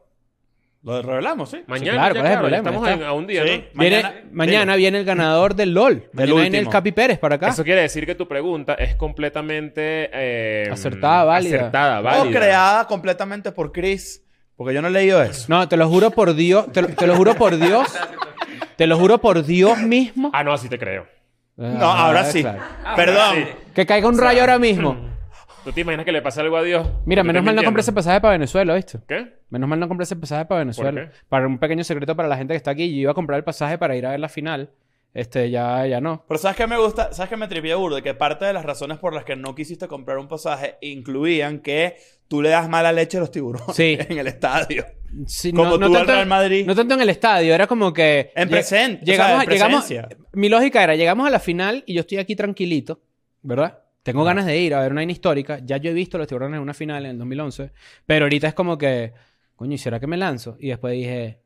S2: Lo revelamos, sí.
S3: Mañana,
S1: claro, ¿cuál es
S3: ya,
S1: el
S3: claro, ya
S1: problema?
S3: estamos
S1: Ya
S3: en-
S1: está.
S3: a un día,
S2: Sí.
S3: ¿no?
S1: Mañana,
S2: Mañana-
S1: viene, mañana viene el ganador del LOL. Mañana viene el
S2: último.
S1: Capi Pérez para acá.
S3: Eso quiere decir que tu pregunta es completamente... eh,
S1: Acertada, válida.
S3: Acertada,
S2: O
S3: válida.
S2: creada completamente por Chris, porque yo no he leído eso.
S1: No, te lo juro por Dios. Te lo, te lo juro por
S2: *laughs*
S1: Dios. Te lo juro por Dios mismo.
S3: Ah, no, así te creo.
S2: No, ahora sí.
S1: Ah, claro.
S2: Perdón.
S3: Ahora
S1: Que caiga un rayo ahora mismo.
S3: *clears throat* ¿Tú te imaginas que le pasa algo a Dios?
S1: Mira, menos
S3: Yo te estoy
S1: mal no compré ese
S3: mintiendo.
S1: pasaje para Venezuela, ¿viste?
S3: ¿Qué?
S1: Menos mal no compré ese pasaje para Venezuela.
S3: qué?
S1: Para un pequeño secreto para la gente que está aquí, yo iba a comprar el pasaje para ir a ver la final. Este, ya, ya no.
S2: Pero ¿sabes qué me gusta? ¿Sabes qué me tripié burdo? Que parte de las razones por las que no quisiste comprar un pasaje incluían que tú le das mala leche a los tiburones
S1: Sí.
S2: en el estadio.
S1: Sí,
S2: Como tú al Real Madrid.
S1: No tanto en el estadio, era como que.
S2: En
S1: lle-
S2: presen- o
S1: Llegamos,
S2: sea, en
S1: a- llegamos-
S2: presencia.
S1: mi lógica era: llegamos a la final y yo estoy aquí tranquilito, ¿verdad? Tengo ganas de ir a ver una vaina histórica. Ya yo he visto los tiburones en una final en el 2011, pero ahorita es como que. Coño, ¿y será que me lanzo? Y después dije.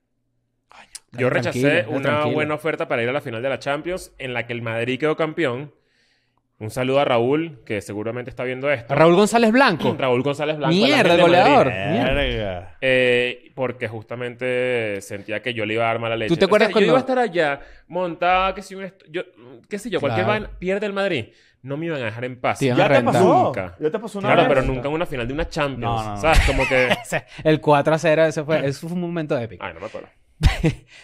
S1: coño,
S3: Yo
S1: dale,
S3: rechacé
S1: tranquilo, dale,
S3: una
S1: tranquilo.
S3: buena oferta para ir a la final de la Champions en la que el Madrid quedó campeón. Un saludo a Raúl, que seguramente está viendo esto.
S1: A Raúl González Blanco.
S3: Raúl González Blanco.
S1: Mierda,
S3: el agente de
S1: goleador.
S3: Madrid.
S1: Mierda.
S2: Verga.
S3: Eh, porque justamente sentía que yo le iba a dar mala leche.
S1: ¿Tú te acuerdas
S3: O sea, Yo
S1: cuando-
S3: iba a estar allá, montada, que si un... est- Yo, qué sé yo, cualquier
S1: Claro.
S3: vaina, pierde el Madrid. No me iban a dejar en paz.
S1: Te iban
S2: Ya te
S1: Renta.
S2: pasó.
S3: Nunca.
S2: Ya te pasó una
S3: Claro,
S2: vez.
S3: pero nunca en una final de una Champions.
S2: No, no, no.
S3: ¿Sabes? Como
S1: *laughs*
S3: que...
S1: Ese- El 4 a 0, ese fue, eso fue un momento épico.
S3: Ay, no me acuerdo.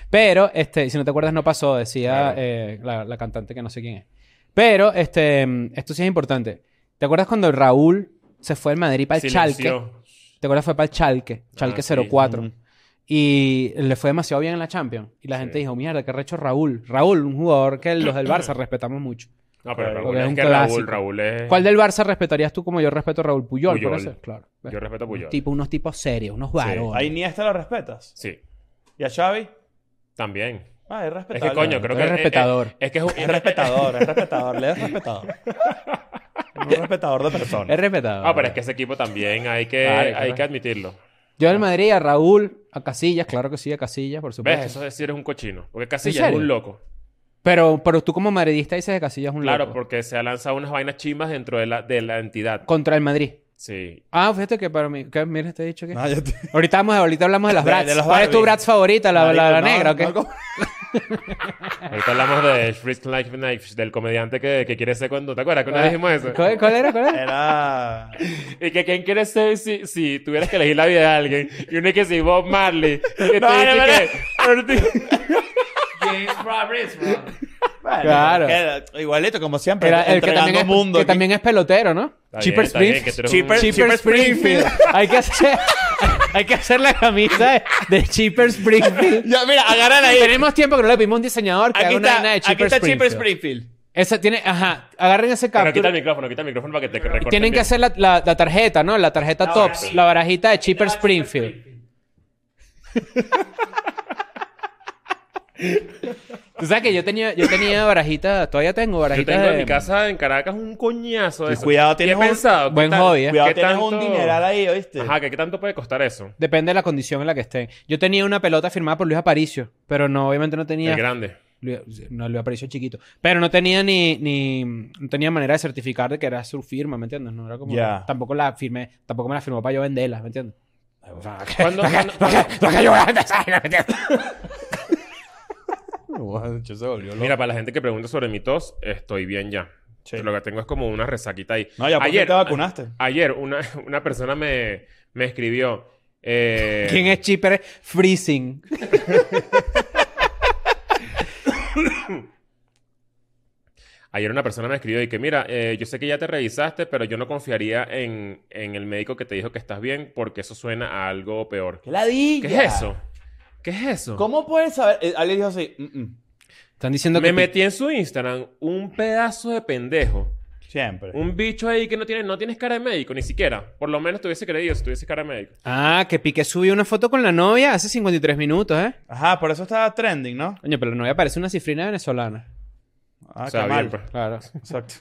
S1: Pero, este, si no te acuerdas, no pasó, decía
S3: Claro.
S1: eh, la, la cantante que no sé quién es. Pero, este, mm, esto sí es importante. ¿Te acuerdas cuando Raúl se fue al Madrid para el Chalque?
S3: Silencio. Ah,
S1: ¿Te acuerdas? Fue para el Chalque, Chalque
S3: sí.
S1: 04.
S2: Mm.
S1: Y le fue demasiado bien en la Champions. Y la
S3: Sí.
S1: gente dijo, mierda, qué recho Raúl. Raúl, un jugador que los del
S3: *coughs*
S1: Barça respetamos mucho.
S3: No, pero Raúl
S1: Porque es
S3: es,
S1: un
S3: que Raúl,
S1: clásico.
S3: Raúl es...
S1: ¿Cuál del Barça respetarías tú como yo respeto a Raúl Puyol? por
S3: Puyol.
S1: eso? Claro.
S3: Yo respeto a Puyol.
S1: Tipo, unos tipos serios, unos varones.
S2: A Iniesta lo respetas.
S3: Sí,
S2: ¿Y a Xavi?
S3: también.
S2: Ah, es
S3: Es
S2: respetable.
S3: que coño, creo
S1: Tú
S3: que...
S1: eres
S3: eh, eh,
S1: respetador.
S3: Es que es un...
S2: Es respetador, es respetador. Le es respetador. Un respetador de
S1: *laughs*
S2: personas.
S1: Es respetado.
S3: Ah, pero es que ese equipo también hay que,
S1: Claro, claro.
S3: hay que admitirlo.
S1: Yo del Madrid, a Raúl, a Casillas, claro que sí, a Casillas, por supuesto.
S3: ¿Ves? Eso es decir, eres un cochino. Porque
S1: ¿En
S3: Casillas es
S1: serio?
S3: un loco.
S1: Pero, pero tú como madridista dices que Casillas es un
S3: Claro,
S1: loco.
S3: porque se ha lanzado unas vainas chimbas dentro de la, de la entidad.
S1: Contra el Madrid.
S3: Sí.
S1: Ah, fíjate que para mí... que mira, te he dicho que...
S3: Ah.
S2: No, yo te-
S1: Ahorita, vamos, ahorita hablamos de las
S2: De-
S1: Brats.
S2: de los
S1: ¿Cuál es tu
S2: Barbies.
S1: Bratz favorita? ¿La, la, la
S2: Marico, no,
S1: negra o qué?
S2: no, como-
S3: Ahorita hablamos de Fritz Life Knife, del comediante que, que quiere ser cuando. ¿Te acuerdas que una vez dijimos eso?
S1: Ah, ¿Cuál, cuál era? ¿Cuál
S3: *laughs*
S1: era?
S2: Era...
S3: Y que quién quiere ser si, si tuvieras que elegir la vida de alguien. Y uno es que si Bob Marley. Y
S2: No,
S3: te
S2: no,
S3: dice que-
S4: James Roberts, bro.
S2: Bueno,
S1: Claro.
S2: que- igualito, como siempre.
S1: Era el que
S2: entregando
S1: también es,
S2: mundo.
S1: que
S2: aquí.
S1: también es pelotero, ¿no?
S3: Está bien,
S1: Cheaper
S3: está bien,
S1: Springs.
S3: que tú eres un-
S2: Cheaper-
S1: Cheaper
S2: Cheaper
S1: Springfield. Hay que hacer... *laughs* Hay que hacer la camisa de- de Cheaper Springfield.
S2: Ya, mira,
S1: *laughs*
S2: agarran ahí.
S1: Tenemos tiempo que no le pedimos a un diseñador que
S2: Aquí
S1: haga una
S2: está,
S1: vaina de Cheaper
S2: aquí está Cheaper
S1: Springfield.
S2: Springfield.
S1: Esa tiene, ajá, agarren ese
S3: Pero quita
S1: capture.
S3: el micrófono, quita el micrófono para que te
S1: Y
S3: recorten.
S1: tienen que
S3: bien.
S1: hacer la, la- la tarjeta, ¿no? La tarjeta
S5: La
S1: Tops,
S5: barajita.
S1: la barajita de Cheaper Springfield. Tú sabes que yo tenía, yo tenía barajita, todavía tengo
S3: Yo
S1: barajitas
S3: tengo en
S1: de-
S3: mi casa en Caracas un coñazo
S2: Sí,
S3: de eso.
S2: cuidado, tienes
S3: Y he
S2: un-
S3: pensado, ¿qué
S1: buen
S3: tal-
S1: hobby, ¿eh?
S2: Cuidado,
S3: ¿Qué
S2: tienes
S3: tanto-
S2: un dineral ahí, ¿oíste?
S1: *laughs*
S3: Ajá, ¿qué, qué tanto puede costar eso?
S1: Depende de la condición en la que estén. Yo tenía una pelota firmada por Luis Aparicio, pero no, obviamente no tenía. *laughs*
S3: El grande.
S1: Luis- No, Luis Aparicio chiquito. Pero no tenía ni, ni. No tenía manera de certificar de que era su firma, ¿me entiendes? No era como.
S2: Ya.
S1: Tampoco la firmé, tampoco me la firmó para yo venderla, ¿me entiendes?
S3: ¿Cuándo- cuándo-
S1: *laughs*
S3: *laughs*
S2: se volvió loco.
S3: Mira, para la gente que pregunta sobre mi tos, estoy bien ya.
S2: Sí.
S3: Lo que tengo es como una resaquita ahí.
S2: No, ya por qué
S3: ayer,
S2: te vacunaste.
S3: ayer una, *laughs* una persona me, me escribió. eh,
S1: ¿Quién es Cheaper Freezing?
S3: Ayer una persona me escribió y que, mira, eh, yo sé que ya te revisaste, pero yo no confiaría en, en el médico que te dijo que estás bien porque eso suena a algo peor.
S2: ¿Qué ladilla?
S3: ¿Qué es eso? ¿Qué es eso?
S2: ¿Cómo puedes saber? Eh, Ale dijo así. "Mm, mm".
S1: Están diciendo que.
S3: Me metí en su Instagram un pedazo de pendejo.
S2: Siempre.
S1: Uh.
S3: Un bicho ahí que no tiene, no tienes cara de médico, ni siquiera. Por lo menos te hubiese creído si tuviese cara de médico.
S1: Ah, que Piqué subió una foto con la novia hace 53 minutos, ¿eh?
S2: Ajá, por eso estaba trending, ¿no?
S1: Coño, pero la novia parece una cifrina venezolana.
S2: Ah,
S3: o sea,
S2: qué
S3: bien,
S2: mal.
S3: pues.
S1: Claro. *laughs*
S2: Exacto.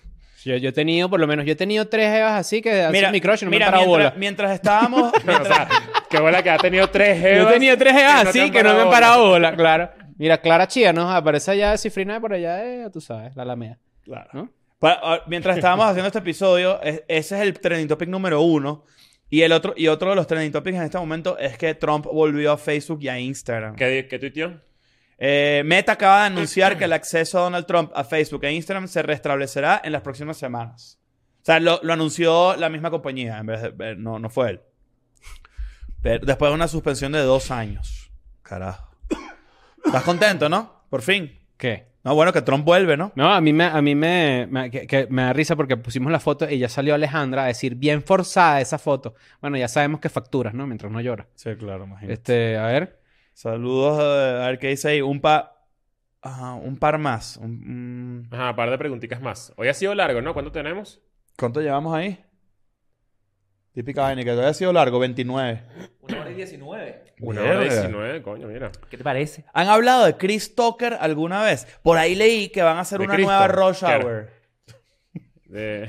S1: Yo, yo he tenido, por lo menos, yo he tenido tres evas así que hacen mi crush y no
S2: mira,
S1: me para
S2: mientras,
S1: bola.
S2: mientras estábamos.
S1: *laughs*
S3: O sea, que bola que ha tenido tres
S1: Yo
S3: jevas
S1: he tenido tres
S3: y
S1: evas
S3: te
S1: así
S3: han
S1: que no me han
S3: bola.
S1: parado bola, claro. Mira, Clara Chía, ¿no? Aparece allá de cifrina por allá de, tú sabes, la Alameda.
S2: Claro.
S1: ¿No?
S2: Para- ah, mientras estábamos haciendo este episodio, es- ese es el trending topic número uno. Y, el otro, y otro de los trending topics en este momento es que Trump volvió a Facebook y a Instagram.
S3: ¿Qué, qué tuiteó?
S2: Eh, Meta acaba de anunciar que el acceso a Donald Trump a Facebook e Instagram se restablecerá en las próximas semanas. O sea, lo, lo anunció la misma compañía, en vez de- eh, no, no fue él. Pero después de una suspensión de dos años. Carajo. ¿Estás contento, no? Por fin.
S1: ¿Qué?
S2: No, bueno, que Trump vuelve, ¿no?
S1: No, a mí me, a mí me, me- que- que me da risa porque pusimos la foto y ya salió Alejandra a decir bien forzada esa foto. Bueno, ya sabemos que facturas, ¿no? Mientras no llora.
S2: Sí, claro, imagínate.
S1: Este, a ver.
S2: Saludos, eh, a ver qué dice ahí. Un par. Ajá, un par más. Un- mm,
S3: Ajá, par de preguntitas más. Hoy ha sido largo, ¿no? ¿Cuánto tenemos?
S2: ¿Cuánto llevamos ahí? Típica vaina, que todavía ha sido largo, 29.
S4: Una hora y 19.
S3: Una hora
S2: Verga.
S3: 19, coño, mira.
S4: ¿Qué te parece?
S2: ¿Han hablado de Chris Tucker alguna vez? Por ahí leí que van a hacer
S3: De
S2: una
S3: Chris
S2: nueva
S3: Tucker.
S2: Rush Hour.
S3: De-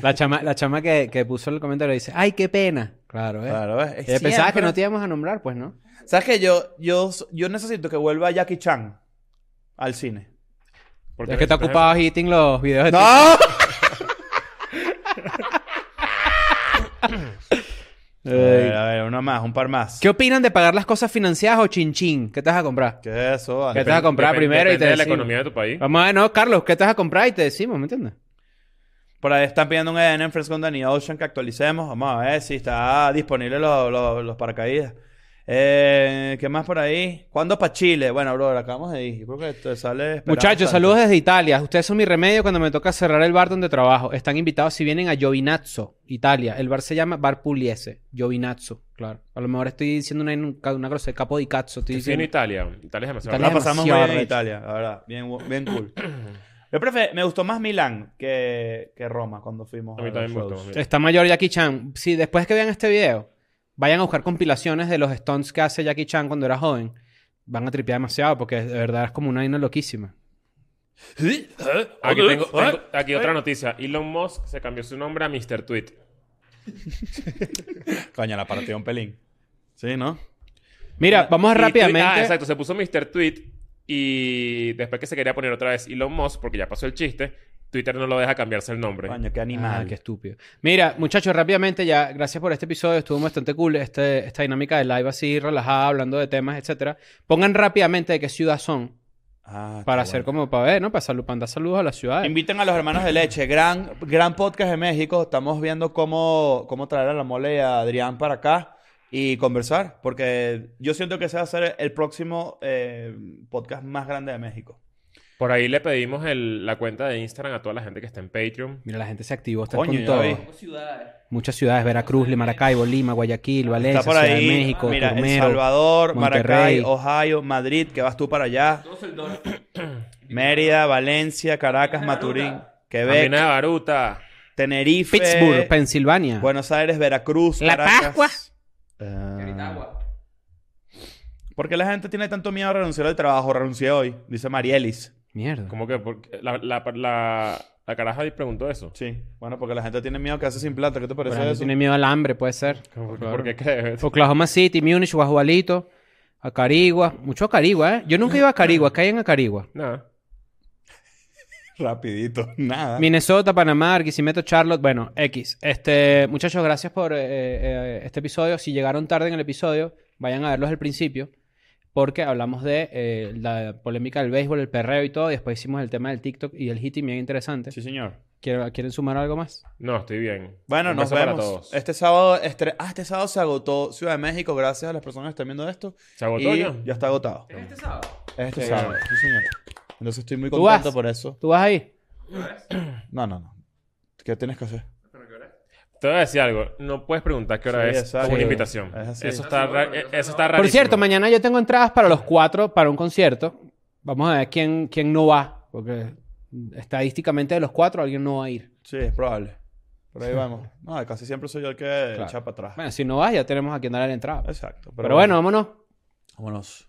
S1: La chama, la chama que, que puso el comentario dice, ay, qué pena. Claro, ¿eh?
S2: Claro, ¿ves? Es
S1: Eh, Pensabas que
S2: siempre-
S1: no te íbamos a nombrar, pues, ¿no?
S2: ¿Sabes qué? Yo, yo, yo necesito que vuelva Jackie Chan al cine.
S3: porque
S1: Es que está
S3: por ejemplo,
S1: ocupado hitting los videos de ti.
S2: ¡No! a ver,
S1: Eh,
S2: a ver, uno más, un par más.
S1: ¿Qué opinan de pagar las cosas financiadas o chin chin? ¿Qué te vas a comprar?
S2: ¿Qué es eso? vale?
S1: ¿Qué te vas a comprar
S3: depen-
S1: primero y
S3: depende
S1: te
S3: de la
S1: decimos? Ah,
S3: economía de tu país.
S1: Vamos a ver, no, Carlos, ¿qué te vas a comprar y te decimos, ¿me entiendes?
S2: Por ahí están pidiendo un EDN en Friends con Danny Ocean que actualicemos. Vamos a ver si está disponible los, los, los paracaídas. Eh, ¿Qué más por ahí? ¿Cuándo para Chile? Bueno, brother, acabamos de ir. Yo creo que te sale. esperar
S1: Muchachos,
S2: bastante.
S1: saludos desde Italia. Ustedes son mi remedio cuando me toca cerrar el bar donde trabajo. Están invitados si vienen a Giovinazzo, Italia. El bar se llama Bar Pugliese. Giovinazzo, claro. A lo mejor estoy diciendo una, una grosería. Capo di cazzo. Estoy
S3: Yo estoy en
S1: diciendo...
S3: Italia. Italia es
S1: Italia
S3: demasiado
S2: La
S1: es
S3: largo.
S2: pasamos muy
S1: demasiado
S2: bien en
S1: arrecho.
S2: Italia, la verdad. Bien, bien cool. Yo prefe- me gustó más Milán que, que Roma cuando fuimos.
S3: A mí
S2: los
S3: también me
S2: shows.
S3: gustó.
S1: Está mayor Jackie Chan. Sí, después que vean este video, vayan a buscar compilaciones de los stunts que hace Jackie Chan cuando era joven. Van a tripear demasiado porque de verdad es como una vaina loquísima.
S3: Aquí Ah, tengo, tengo- aquí otra noticia. Elon Musk se cambió su nombre a Mr. Tweet.
S2: Coño, la partida un pelín. Sí, ¿no?
S1: Mira, vamos
S3: Y Tweet-
S1: rápidamente.
S3: Ah, exacto. Se puso Mr. Tweet y después que se quería poner otra vez Elon Musk, porque ya pasó el chiste, Twitter no lo deja cambiarse el nombre.
S2: Coño, qué
S1: Ah,
S2: animal.
S1: qué estúpido. Mira, muchachos, rápidamente ya, gracias por este episodio, estuvo bastante cool este, esta dinámica de live así relajada, hablando de temas, etcétera. Pongan rápidamente de qué ciudad son
S2: Ah,
S1: para
S2: qué
S1: hacer
S2: bueno. Em-
S1: como para ver, ¿no? Para salud, para dar saludos a la ciudad.
S2: Inviten a los hermanos de leche, gran, gran podcast de México. Estamos viendo cómo, cómo traer a la mole y a Adrián para acá y conversar, porque yo siento que ese va a ser el próximo eh, podcast más grande de México.
S3: Por ahí le pedimos el- la cuenta de Instagram a toda la gente que está en Patreon.
S1: Mira, la gente se activó, está
S2: Coño,
S1: con
S2: ya
S1: todo.
S2: vi.
S4: Cinco ciudades.
S1: Muchas ciudades, Veracruz, Lima, Maracaibo, Lima, Guayaquil, Valencia,
S2: Está por
S1: Ciudad
S2: ahí,
S1: de México,
S2: mira, El
S1: Turmero.
S2: Salvador, Maracay,
S1: Monterrey.
S2: Ohio, Madrid, que vas tú para allá,
S4: Todo Seldón.
S2: Mérida, Valencia, Caracas,
S4: Baruta.
S2: Maturín, Quebec,
S3: Camina de Baruta.
S2: Tenerife,
S1: Pittsburgh, Pensilvania.
S2: *laughs* Buenos Aires, Veracruz,
S1: La
S2: Caracas.
S1: Pascua.
S2: Ah,
S4: Caritagua.
S2: ¿Por qué la gente tiene tanto miedo a renunciar al trabajo? Renuncié hoy, dice Marielis.
S1: Mierda.
S3: Como que por- la, la, la, la caraja ahí preguntó eso.
S2: Sí, bueno, porque la gente tiene miedo que hace sin plata. ¿Qué te
S1: Por
S2: parece
S1: ejemplo,
S2: eso?
S1: tiene miedo al hambre, puede ser.
S3: ¿Por,
S1: Claro.
S3: por qué crees?
S1: Oklahoma City, Múnich, Guajualito, Acarigua. Mucho Acarigua, ¿eh? Yo nunca iba a Acarigua. ¿Qué hay en Acarigua?
S3: Nada.
S2: Rapidito, *laughs* nada.
S1: Minnesota, Panamá, Arquisimeto, Charlotte. Bueno, X. Este, muchachos, gracias por eh, eh, este episodio. Si llegaron tarde en el episodio, vayan a verlos al principio. Porque hablamos de eh, la polémica del béisbol, el perreo y todo. Y después hicimos el tema del TikTok y el hitting, bien interesante.
S2: Sí, señor.
S1: ¿Quiero- ¿Quieren sumar algo más?
S3: No, estoy bien.
S2: Bueno,
S3: Un
S2: nos
S3: beso para
S2: vemos.
S3: todos.
S2: Este sábado, estre- ah, este sábado se agotó Ciudad de México, gracias a las personas que están viendo esto.
S3: ¿Se agotó
S2: y
S3: ya?
S2: ya está agotado.
S4: ¿Es este sábado?
S2: Este
S3: Sí.
S2: sábado, sí, señor. Entonces estoy muy
S1: ¿Tú
S2: contento
S1: vas?
S2: por eso.
S1: ¿Tú vas ahí?
S4: ¿Qué hora es?
S2: No, no, no. ¿Qué tienes que hacer?
S4: ¿Pero qué hora es?
S3: Te voy a decir algo. No puedes preguntar qué hora
S2: Sí,
S3: es
S2: exacto.
S3: como una
S1: Sí.
S3: invitación.
S2: Es así.
S3: Eso está, ra- eh, eso está
S1: Por
S3: rarísimo.
S1: cierto, mañana yo tengo entradas para los cuatro, para un concierto. Vamos a ver quién, quién no va, porque estadísticamente de los cuatro alguien no va a ir.
S2: Sí, es probable. Por ahí vamos. No, casi siempre soy yo el que
S1: Claro.
S2: echa para atrás.
S1: Bueno, si no vas, ya tenemos a quien dar la entrada. Pero,
S2: Exacto.
S1: bueno, vámonos.
S2: Vámonos.